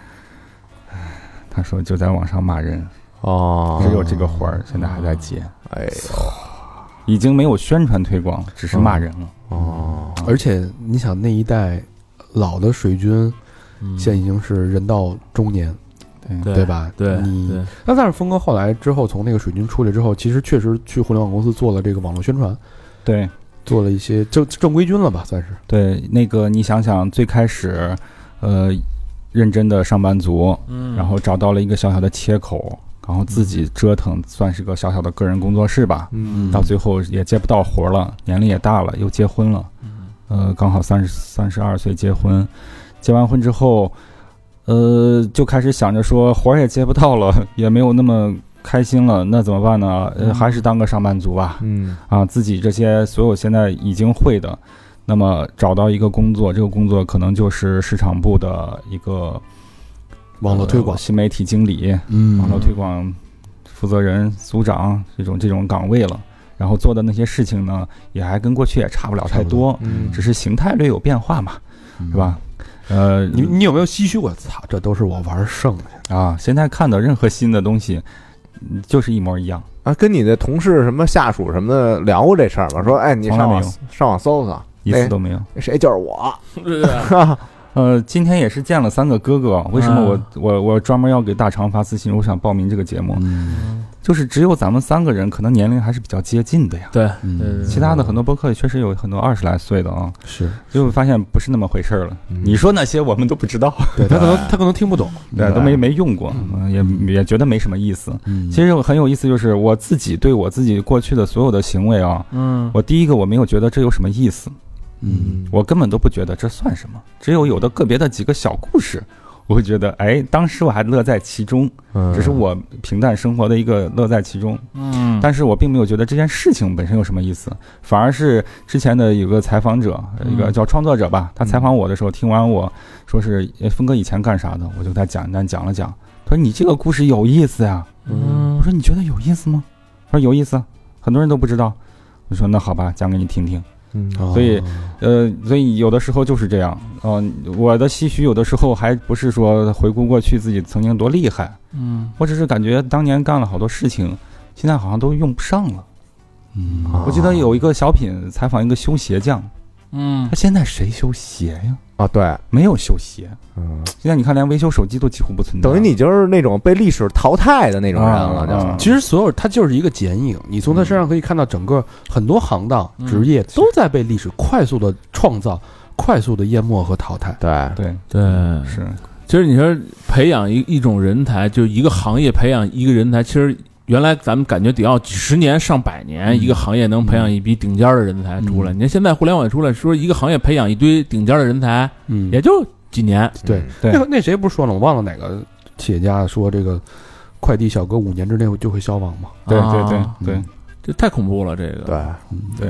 E: 他说就在网上骂人，
B: 哦
E: 只有这个活儿现在还在接，
B: 哎呦
E: 已经没有宣传推广，只是骂人了。
B: 哦，
C: 而且你想那一代老的水军，
F: 嗯
C: 现在已经是人到中年，
E: 对，
C: 对吧？
F: 对
C: 你
F: 对，
C: 那但是峰哥后来之后从那个水军出来之后，其实确实去互联网公司做了这个网络宣传，
E: 对，
C: 做了一些正正规军了吧，算是。
E: 对，那个你想想，最开始，呃，认真的上班族，
F: 嗯
E: 然后找到了一个小小的切口，然后自己折腾，算是个小小的个人工作室吧。
B: 嗯
E: 到最后也接不到活儿了，年龄也大了，又结婚了，
F: 嗯
E: 呃，刚好三十三十二岁结婚，结完婚之后，呃，就开始想着说活儿也接不到了， 也没有那么开心了，那怎么办呢？呃，还是当个上班族吧。
B: 嗯
E: 啊，自己这些所有现在已经会的，那么找到一个工作，这个工作可能就是市场部的一个
C: 网络推广
E: 呃新媒体经理、
C: 嗯
E: 网络推广负责人、组长这种这种岗位了。然后做的那些事情呢，也还跟过去也差不了太多，
B: 嗯
E: 只是形态略有变化嘛，
D: 嗯
E: 是吧？呃，
C: 你你有没有唏嘘过？操，这都是我玩剩的。
E: 啊，现在看的任何新的东西，嗯就是一模一样。
B: 啊，跟你的同事什么下属什么的聊过这事儿吗？说哎，你
E: 从
B: 上
E: 来没
B: 网
E: 有
B: 上网搜搜，
E: 一次都没有。
B: 那谁就是我，
F: 对啊
E: 呃，今天也是见了三个哥哥，为什么我、
F: 啊
E: 我我专门要给大肠发私信，我想报名这个节目，
D: 嗯
E: 就是只有咱们三个人，可能年龄还是比较接近的呀。
F: 对
D: 嗯
F: 对对，
E: 其他的很多播客也确实有很多二十来岁的啊，
C: 是，
E: 就会发现不是那么回事儿了。
B: 嗯
E: 你说那些我们都不知道，
C: 对哎他可能他可能听不懂。
E: 对，都没没用过，嗯也也觉得没什么意思。其实很有意思，就是我自己对我自己过去的所有的行为啊，
F: 嗯，
E: 我第一个我没有觉得这有什么意思，
D: 嗯
E: 我根本都不觉得这算什么，只有有的个别的几个小故事，我会觉得，哎，当时我还乐在其中，只是我平淡生活的一个乐在其中，
F: 嗯，
E: 但是我并没有觉得这件事情本身有什么意思，反而是之前的有个采访者，呃一个
F: 嗯
E: 叫创作者吧，他采访我的时候，听完我说是哎峰哥以前干啥的，我就给他简单讲了讲，他说你这个故事有意思呀，
F: 嗯
E: 我说你觉得有意思吗？他说有意思啊，很多人都不知道，我说那好吧，讲给你听听。
B: 嗯
C: 哦
E: 所以呃，所以有的时候就是这样。嗯、我的唏嘘有的时候还不是说回顾过去自己曾经多厉害，
F: 嗯，
E: 我只是感觉当年干了好多事情，现在好像都用不上了。
B: 啊
E: 我记得有一个小品采访一个修鞋匠，
F: 嗯
E: 他，现在谁修鞋呀？
B: 啊，对，
E: 没有修鞋，
B: 嗯，
E: 现在你看连维修手机都几乎不存在。
B: 等于你就是那种被历史淘汰的那种人了，就
E: 啊
C: 其实所有他就是一个剪影，你从他身上可以看到整个很多行当、职业都在被历史快速的创造、快速的淹没和淘汰。
B: 对，
E: 对
F: 对，
B: 嗯
E: 是
F: 其实你说培养一一种人才，就一个行业培养一个人才，其实原来咱们感觉得要几十年、上百
E: 嗯
F: 年，一个行业能培养一批顶尖儿的人才出来。你看现在互联网出来，说一个行业培养一堆顶尖儿的人才，
C: 嗯
F: 也就几年。
C: 对
B: 嗯
E: 对
C: 那个那谁不是说了？我忘了哪个企业家说这个快递小哥五年之内就会消亡嘛？
E: 对对对
F: 啊
E: 对
F: 这太恐怖了，这个。
B: 对，，
C: 嗯
E: 对。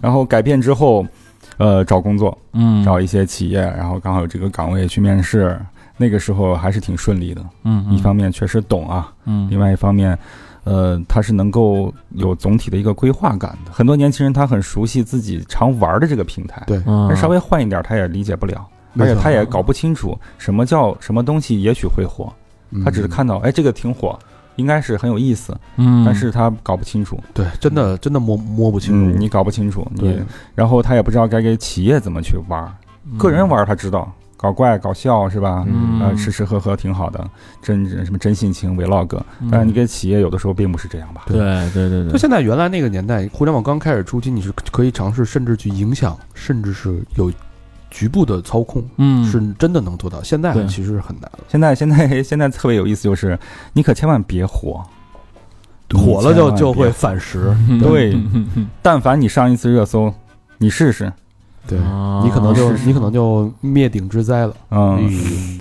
E: 然后改变之后，呃，找工作，
F: 嗯，
E: 找一些企业，然后刚好有这个岗位去面试，那个时候还是挺顺利的。
F: 嗯，
E: 一方面确实懂啊，
F: 嗯，
E: 另外一方面，呃，他是能够有总体的一个规划感的。很多年轻人他很熟悉自己常玩的这个平台，
C: 对
F: 嗯，
E: 但稍微换一点他也理解不了，
C: 没
E: 而
C: 错啊
E: 且他也搞不清楚什么叫什么东西也许会火，
C: 嗯
E: 他只是看到哎这个挺火，应该是很有意思，
F: 嗯，
E: 但是他搞不清楚，
C: 对，真的真的摸摸不清
E: 嗯，
C: 楚。
E: 你搞不清楚，你
C: 对，嗯
E: 然后他也不知道该给企业怎么去玩，个人玩他知道，搞怪搞笑是吧？
F: 嗯，
E: 呃，吃吃喝喝挺好的，真什么真性情 vlog，但是
C: 嗯
E: 你给企业有的时候并不是这样吧？
F: 对对对
C: 就
F: 对，
C: 现在原来那个年代，互联网刚开始初期，你是可以尝试，甚至去影响，甚至是有局部的操控，
F: 嗯
C: 是真的能做到。现在
F: 对
C: 其实是很难了，
E: 现在 现在现在特别有意思，就是你可千万别火，
C: 火了就就会
E: 你千万别
C: 反噬。
F: 嗯
E: 对，但凡你上一次热搜，你试试，
C: 对，
F: 啊
C: 嗯你可能就你可能就灭顶之灾了。
E: 嗯，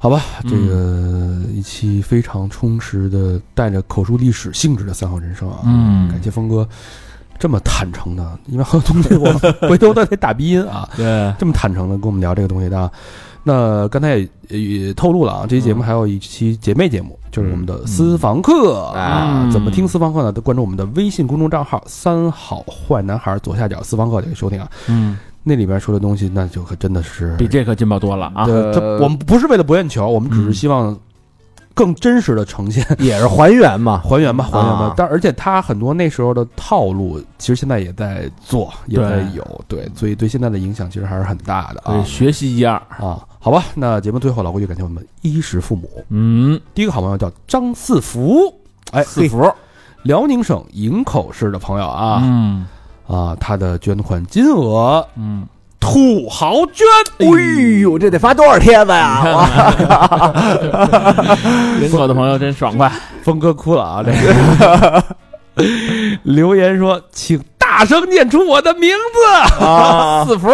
C: 好吧，
F: 嗯
C: 这个一期非常充实的，带着口述历史性质的三好人生啊，
F: 嗯
C: 感谢峰哥这么坦诚的，因为 很多东西我回头他得打鼻音啊，
F: 对，
C: 这么坦诚的跟我们聊这个东西的。啊那刚才也也透露了啊，这期节目还有一期姐妹节目，就是我们的私房课啊。
F: 嗯
C: 怎么听私房课呢？都关注我们的微信公众账号“三好坏男孩”左下角私房课就可以收听啊。
F: 嗯，
C: 那里边说的东西，那就可真的是
F: 比嗯这可劲爆多了啊！
C: 对，他
B: 呃
C: 我们不是为了不愿求，我们只是希望更真实的呈现
B: 也是还原嘛。
C: 还原吧，还原吧
B: 啊。
C: 但而且他很多那时候的套路，其实现在也在做，也在
F: 对
C: 有，对，所以对现在的影响其实还是很大的
F: 对，
C: 啊
F: 学习一二，
C: 啊！好吧，那节目最后老规矩，感谢我们衣食父母。
F: 嗯，
C: 第一个好朋友叫张四福，哎，
B: 四
C: 福，辽宁省营口市的朋友啊
F: 嗯
C: 啊，他的捐款金额
F: 嗯，
C: 土豪捐，
B: 哎呦，这得发多少帖子 呀！哇
F: 人口的朋友真爽快，
C: 峰哥哭了啊！这个留言说，请大声念出我的名字
B: 啊，
F: 四福，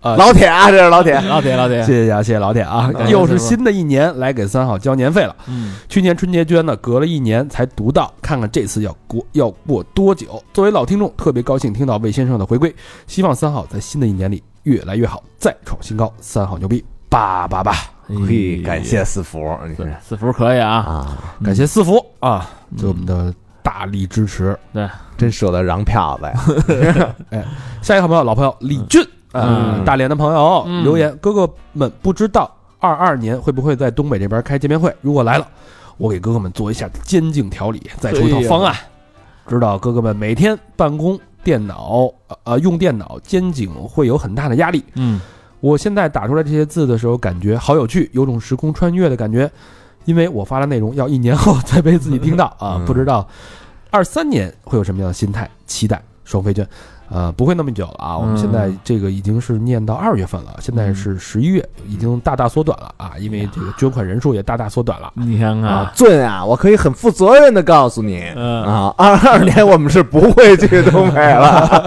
C: 啊！
B: 老铁啊，这是老铁。
F: 老铁老铁，
C: 谢谢啊，谢谢老铁啊！
F: 嗯
A: 哎
C: 又是新的一年，来给三好交年费了。
F: 嗯，
C: 去年春节捐的，隔了一年才读到，看看这次要过要过多久。作为老听众，特别高兴听到魏先生的回归，希望三好在新的一年里越来越好，再创新高。三好牛逼，叭叭叭！
B: 嘿，感谢四福，你看
F: 对四福可以啊，
B: 啊，
C: 感谢四福啊，对我
F: 嗯
C: 们的大力支持。
B: 真舍得让票子呀！
C: 下一个好朋友，老朋友李俊，
F: 嗯
C: 呃大连的朋友、
F: 嗯
C: 留言，哥哥们不知道二二年会不会在东北这边开见面会？如果来了，我给哥哥们做一下监禁调理，再出一套方案，知道哥哥们每天办公电脑呃呃用电脑监警会有很大的压力。
F: 嗯，
C: 我现在打出来这些字的时候，感觉好有趣，有种时空穿越的感觉，因为我发的内容要一年后才被自己听到啊
B: 嗯，
C: 不知道二三年会有什么样的心态期待双飞卷。呃，不会那么久了啊！
B: 嗯
C: 我们现在这个已经是念到二月份了，现在是十一月，已经大大缩短了
B: 哎
C: 啊！因为这个捐款人数也大大缩短了。
F: 你看
B: 啊
F: 看，，
B: 俊啊，我可以很负责任的告诉你
F: 嗯，
B: 啊，二二年我们是不会去东北 了。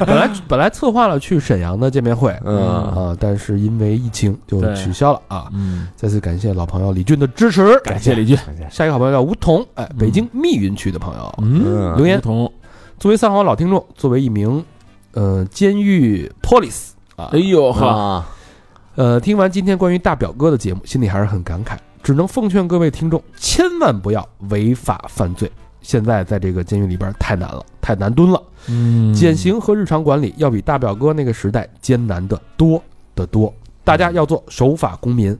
C: 本 来本来策划了去沈阳的见面会，
B: 嗯，
C: 啊，但是因为疫情就
F: 对
C: 取消了啊！
F: 嗯，
C: 再次感谢老朋友李俊的支持，
F: 感谢李俊，
C: 下一个好朋友叫吴桐，哎，北京密云区的朋友，
F: 嗯，
B: 嗯
C: 留言
F: 不同，
C: 作为三好老听众，作为一名呃监狱 police 啊
F: 哎，呦呵，
B: 啊，
C: 呃，听完今天关于大表哥的节目，心里还是很感慨，只能奉劝各位听众，千万不要违法犯罪。现在在这个监狱里边太难了，太难蹲了，
F: 嗯，
C: 减刑和日常管理要比大表哥那个时代艰难的多得多。大家要做守法公民。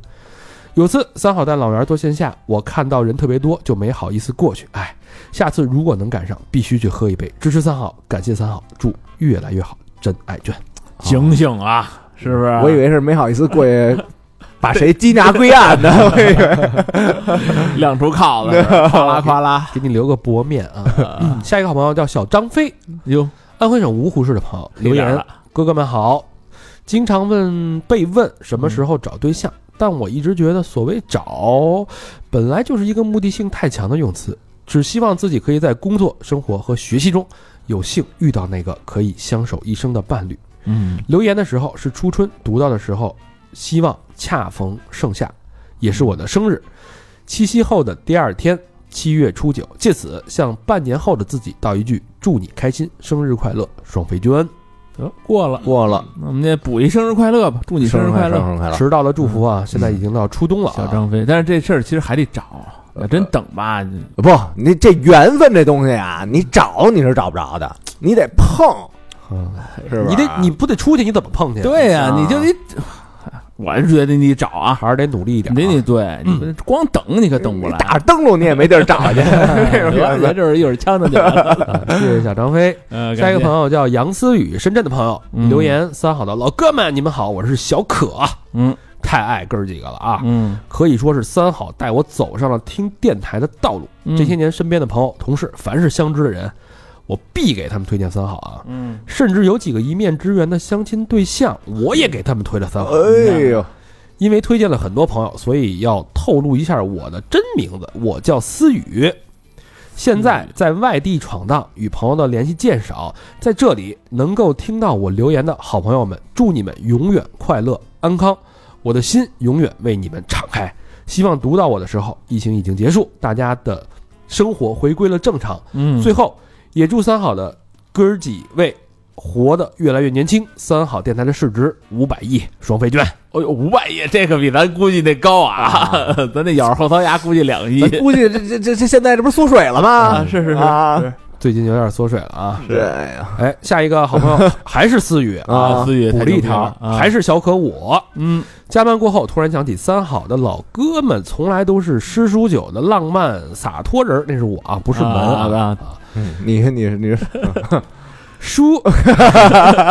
C: 有次三好带老袁做线下，我看到人特别多，就没好意思过去。哎，下次如果能赶上，必须去喝一杯，支持三好，感谢三好，祝越来越好，真爱卷。
F: 警醒啊，是不是？
B: 我以为是没好意思过去把谁缉拿归案 呢，我以为
F: 亮出铐子，哗啦哗啦，
C: 给你留个薄面啊。嗯下一个好朋友叫小张飞，
F: 哟，
C: 安徽省芜湖市的朋友留
F: 有点
C: 言
F: 了，
C: 哥哥们好，经常问被问什么时候找对象，但我一直觉得所谓找，本来就是一个目的性太强的用词，只希望自己可以在工作、生活和学习中有幸遇到那个可以相守一生的伴侣。
F: 嗯，
C: 留言的时候是初春，读到的时候，希望恰逢盛夏，也是我的生日。七夕后的第二天，七月初九，借此向半年后的自己道一句：祝你开心，生日快乐，双飞君。
F: 得过了，
B: 过了。
F: 那我们得补一生日快乐吧，祝你生日快乐，
B: 生日快乐！
C: 迟到了祝福啊！现在已经到初冬了、啊，
F: 小张飞。但是这事儿其实还得找，要真等吧，
B: 不，你这缘分这东西啊，你找你是找不着的，你得碰，
C: 嗯
B: 是吧？
C: 你得你不得出去，你怎么碰去？，
F: 对呀，
B: 啊
F: 你就得，我是觉得你找啊，
C: 还是得努力一点、
F: 你
C: 啊。
F: 得你对，你不光等你可等不
B: 你
F: 来。
B: 打着灯笼你也没地儿 找去，这种
F: 得
B: 缘
F: 咱
B: 分
F: 这儿一会儿呛着你了。
C: 啊谢谢小张飞。
F: 呃
C: 下一个朋
F: 友，
C: 友叫杨思雨，深圳的朋友、
F: 嗯
C: 留言：三好的老哥们，你们好，我是小可，啊
F: 嗯
C: 太爱哥儿几个了啊！
F: 嗯，
C: 可以说是三好带我走上了听电台的道路。
F: 嗯
C: 这些年，身边的朋友、同事，凡是相知的人，我必给他们推荐三好啊。
F: 嗯，
C: 甚至有几个一面之缘的相亲对象，我也给他们推了三好。
B: 哎呦，
C: 因为推荐了很多朋友，所以要透露一下我的真名字，我叫思雨。现在在外地闯荡，与朋友的联系渐少，在这里能够听到我留言的好朋友们，祝你们永远快乐安康，我的心永远为你们敞开。希望读到我的时候，疫情已经结束，大家的生活回归了正常。
F: 嗯，
C: 最后，也祝三好的哥儿几位活得越来越年轻，三好电台的市值五百亿，双飞券。
F: 哦呦，五百亿，这个比咱估计那高啊！ 咱那咬着后槽牙估计两亿
B: 咱估计这这这这现在这不是缩水了吗？
F: 是是
B: 啊，
C: 最近有点缩水了
F: 嗯
C: 啊！
B: 对呀，
C: 哎，下一个好朋 友还是思雨，
B: 啊
F: 思雨
C: 鼓
F: 太
C: 励
F: 牛逼了
C: 他，
F: 啊
C: 还是小可我。
F: 嗯，
C: 加班过后，突然想起三好的老哥们，从来都是诗书酒的浪漫洒脱人儿，那是我啊，不
F: 不
C: 是门
F: 啊
C: 啊。
F: 啊，
B: 你你你
C: 书，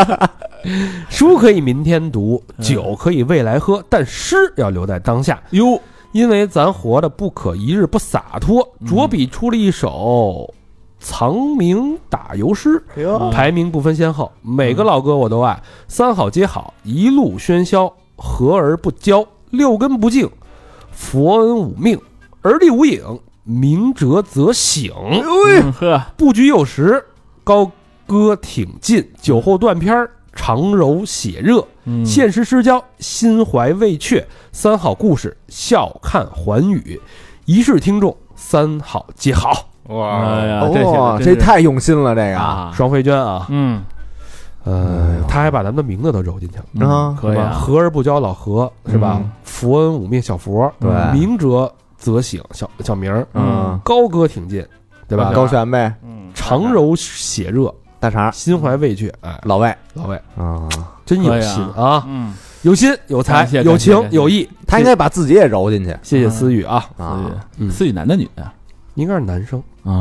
C: 书可以明天读，酒可以未来喝，但诗要留在当下。
F: 哟，
C: 因为咱活的不可一日不洒脱，
F: 嗯
C: 着笔出了一首藏名打油诗，
B: 哟
C: 排名不分先后，每个老哥我都爱。三好皆好，一路喧嚣，和而不交，六根不净，佛恩武命，而立无影，明哲则醒，
F: 嗯 呵，
C: 布局有时，高歌挺进，酒后断片儿，长柔血热。
F: 嗯
C: 现实失焦，心怀未却，三好故事，笑看寰宇，一世听众，三好皆好，
E: 哇
F: 哎，呀，
D: 啊
F: 这
B: 哇，
F: 些
B: 哦这
F: 真是
B: 太用心了，这个
F: 啊，
C: 双飞娟啊，
F: 嗯
C: 呃，他还把咱们的名字都揉进去了，
B: 啊
F: 可以
C: 是吧
F: 啊，
C: 和而不交老和是吧
F: 嗯？
C: 福恩武命小佛，
B: 对
A: 嗯
C: 明哲则醒小小明儿，
B: 嗯，
C: 高歌挺进，对吧？
B: 高璇呗，
F: 嗯，
C: 长柔血热，
B: 大肠
C: 心怀未却，哎，
B: 老魏
C: 老魏
B: 啊，
C: 真
F: 可
C: 有
F: 以
C: 心
F: 啊
C: 啊，
F: 嗯，
C: 有心有才
F: 感谢
C: 有
F: 感谢
C: 情
F: 感谢
C: 有义，
B: 他应该把自己也揉进去
C: 谢谢思雨啊，
B: 啊。
C: 嗯
F: 思雨男的女啊的呀？
C: 应该是男生。嗯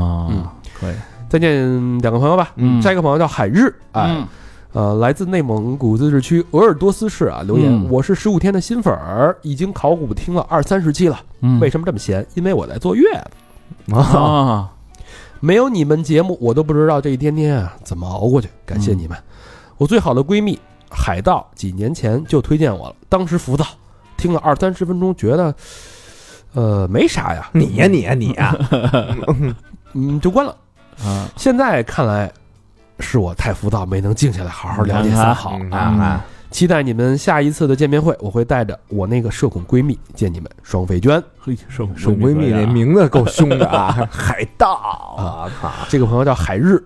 F: 啊，可以，
C: 再见两个朋友吧。
F: 嗯
C: 下一个朋友叫海日，哎，
F: 嗯，
C: 呃，来自内蒙古自治区鄂尔多斯市啊，留言：
F: 嗯
C: 我是十五天的新粉儿，已经考古听了二三十期了。
F: 嗯
C: 为什么这么闲？因为我在坐月子，
B: 啊，
F: 啊？
C: 没有你们节目，我都不知道这一天天啊怎么熬过去。感谢你
F: 嗯
C: 们，我最好的闺蜜海盗几年前就推荐我了，当时浮躁，听了二三十分钟，觉得，呃，没啥呀，
B: 你呀你呀你呀，
C: 嗯，就关了。
F: 啊，
C: 现在看来，是我太浮躁，没能静下来好好了解
F: 你看看
C: 三好
B: 你
C: 啊。
B: 看看，
C: 期待你们下一次的见面会，我会带着我那个社恐闺蜜见你们，双飞娟。
F: 嘿，手
B: 手闺蜜这
D: 啊
F: 这，
B: 名字够凶的啊， 海盗啊，靠
C: 这个朋友叫海日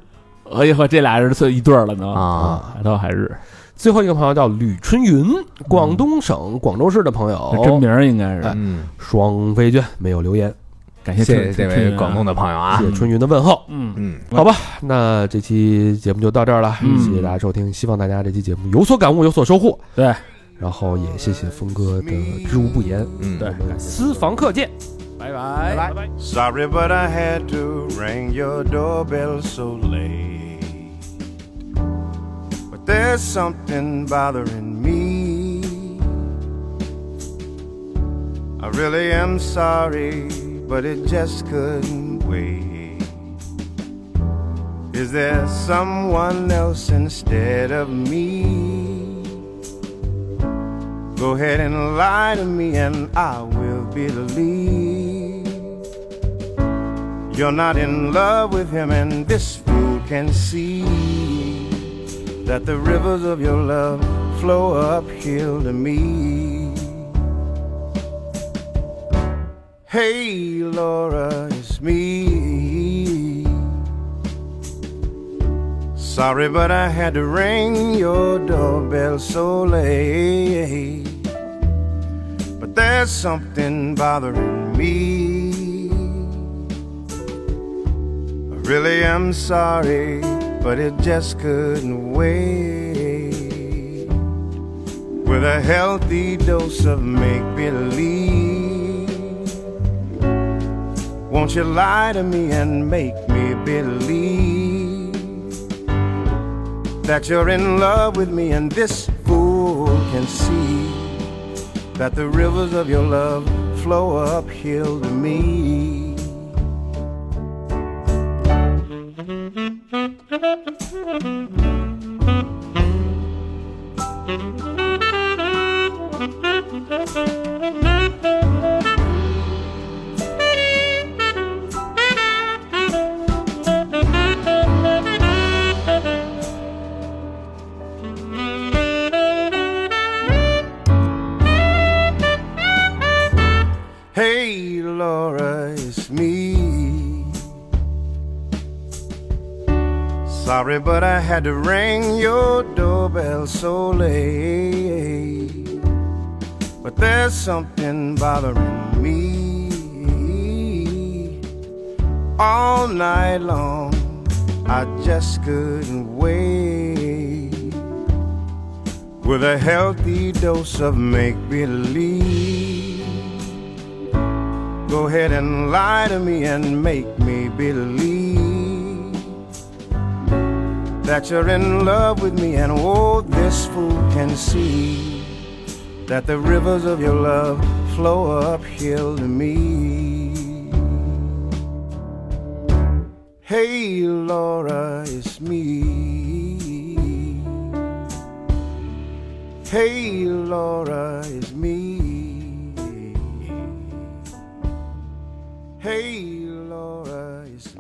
F: 哎呦呵，这俩人算一对儿了呢，
B: 啊，
F: 海涛海日，
C: 最后一个朋友叫吕春云，广东省广州市的朋友，
F: 这真名儿应该是，
B: 嗯，
C: 双飞娟没有留言，
F: 感
B: 谢
F: 谢
B: 谢这
F: 春
B: 位广东，的朋友啊
C: 谢，谢春云的问候。
F: 春云啊
B: 嗯，
C: 好吧，那这期节目就到这儿了，
F: 嗯
C: 谢谢大家收听，希望大家这期节目有所感悟，有所收获。
F: 对，
C: 然后也谢谢峰哥的知无不言，
B: 嗯
F: 对
C: 我们私房课见。
F: 嗯，拜拜。
G: Sorry, but I had to ring your doorbell so late. But there's something bothering me. I really am sorry, but it just couldn't wait. Is there someone else instead of me? Go ahead and lie to me, and I will believe. You're not in love with him, and this fool can see that the rivers of your love flow uphill to me. Hey, Laura, it's me. Sorry, but I had to ring your doorbell so late. But there's something bothering me. I really am sorry, but it just couldn't wait. With a healthy dose of make believe, won't you lie to me and make me believe that you're in love with me and this fool can see that the rivers of your love flow uphill to me. Hey, Laura, Sorry, but I had to ring your doorbell so late. But there's something bothering me. All night long, I just couldn't wait. With a healthy dose of make believe. Go ahead and lie to me and make me believe that you're in love with me, and oh, this fool can see that the rivers of your love flow uphill to me. Hey, Laura, it's me. Hey, Laura, it's me. Hey, Laura, it's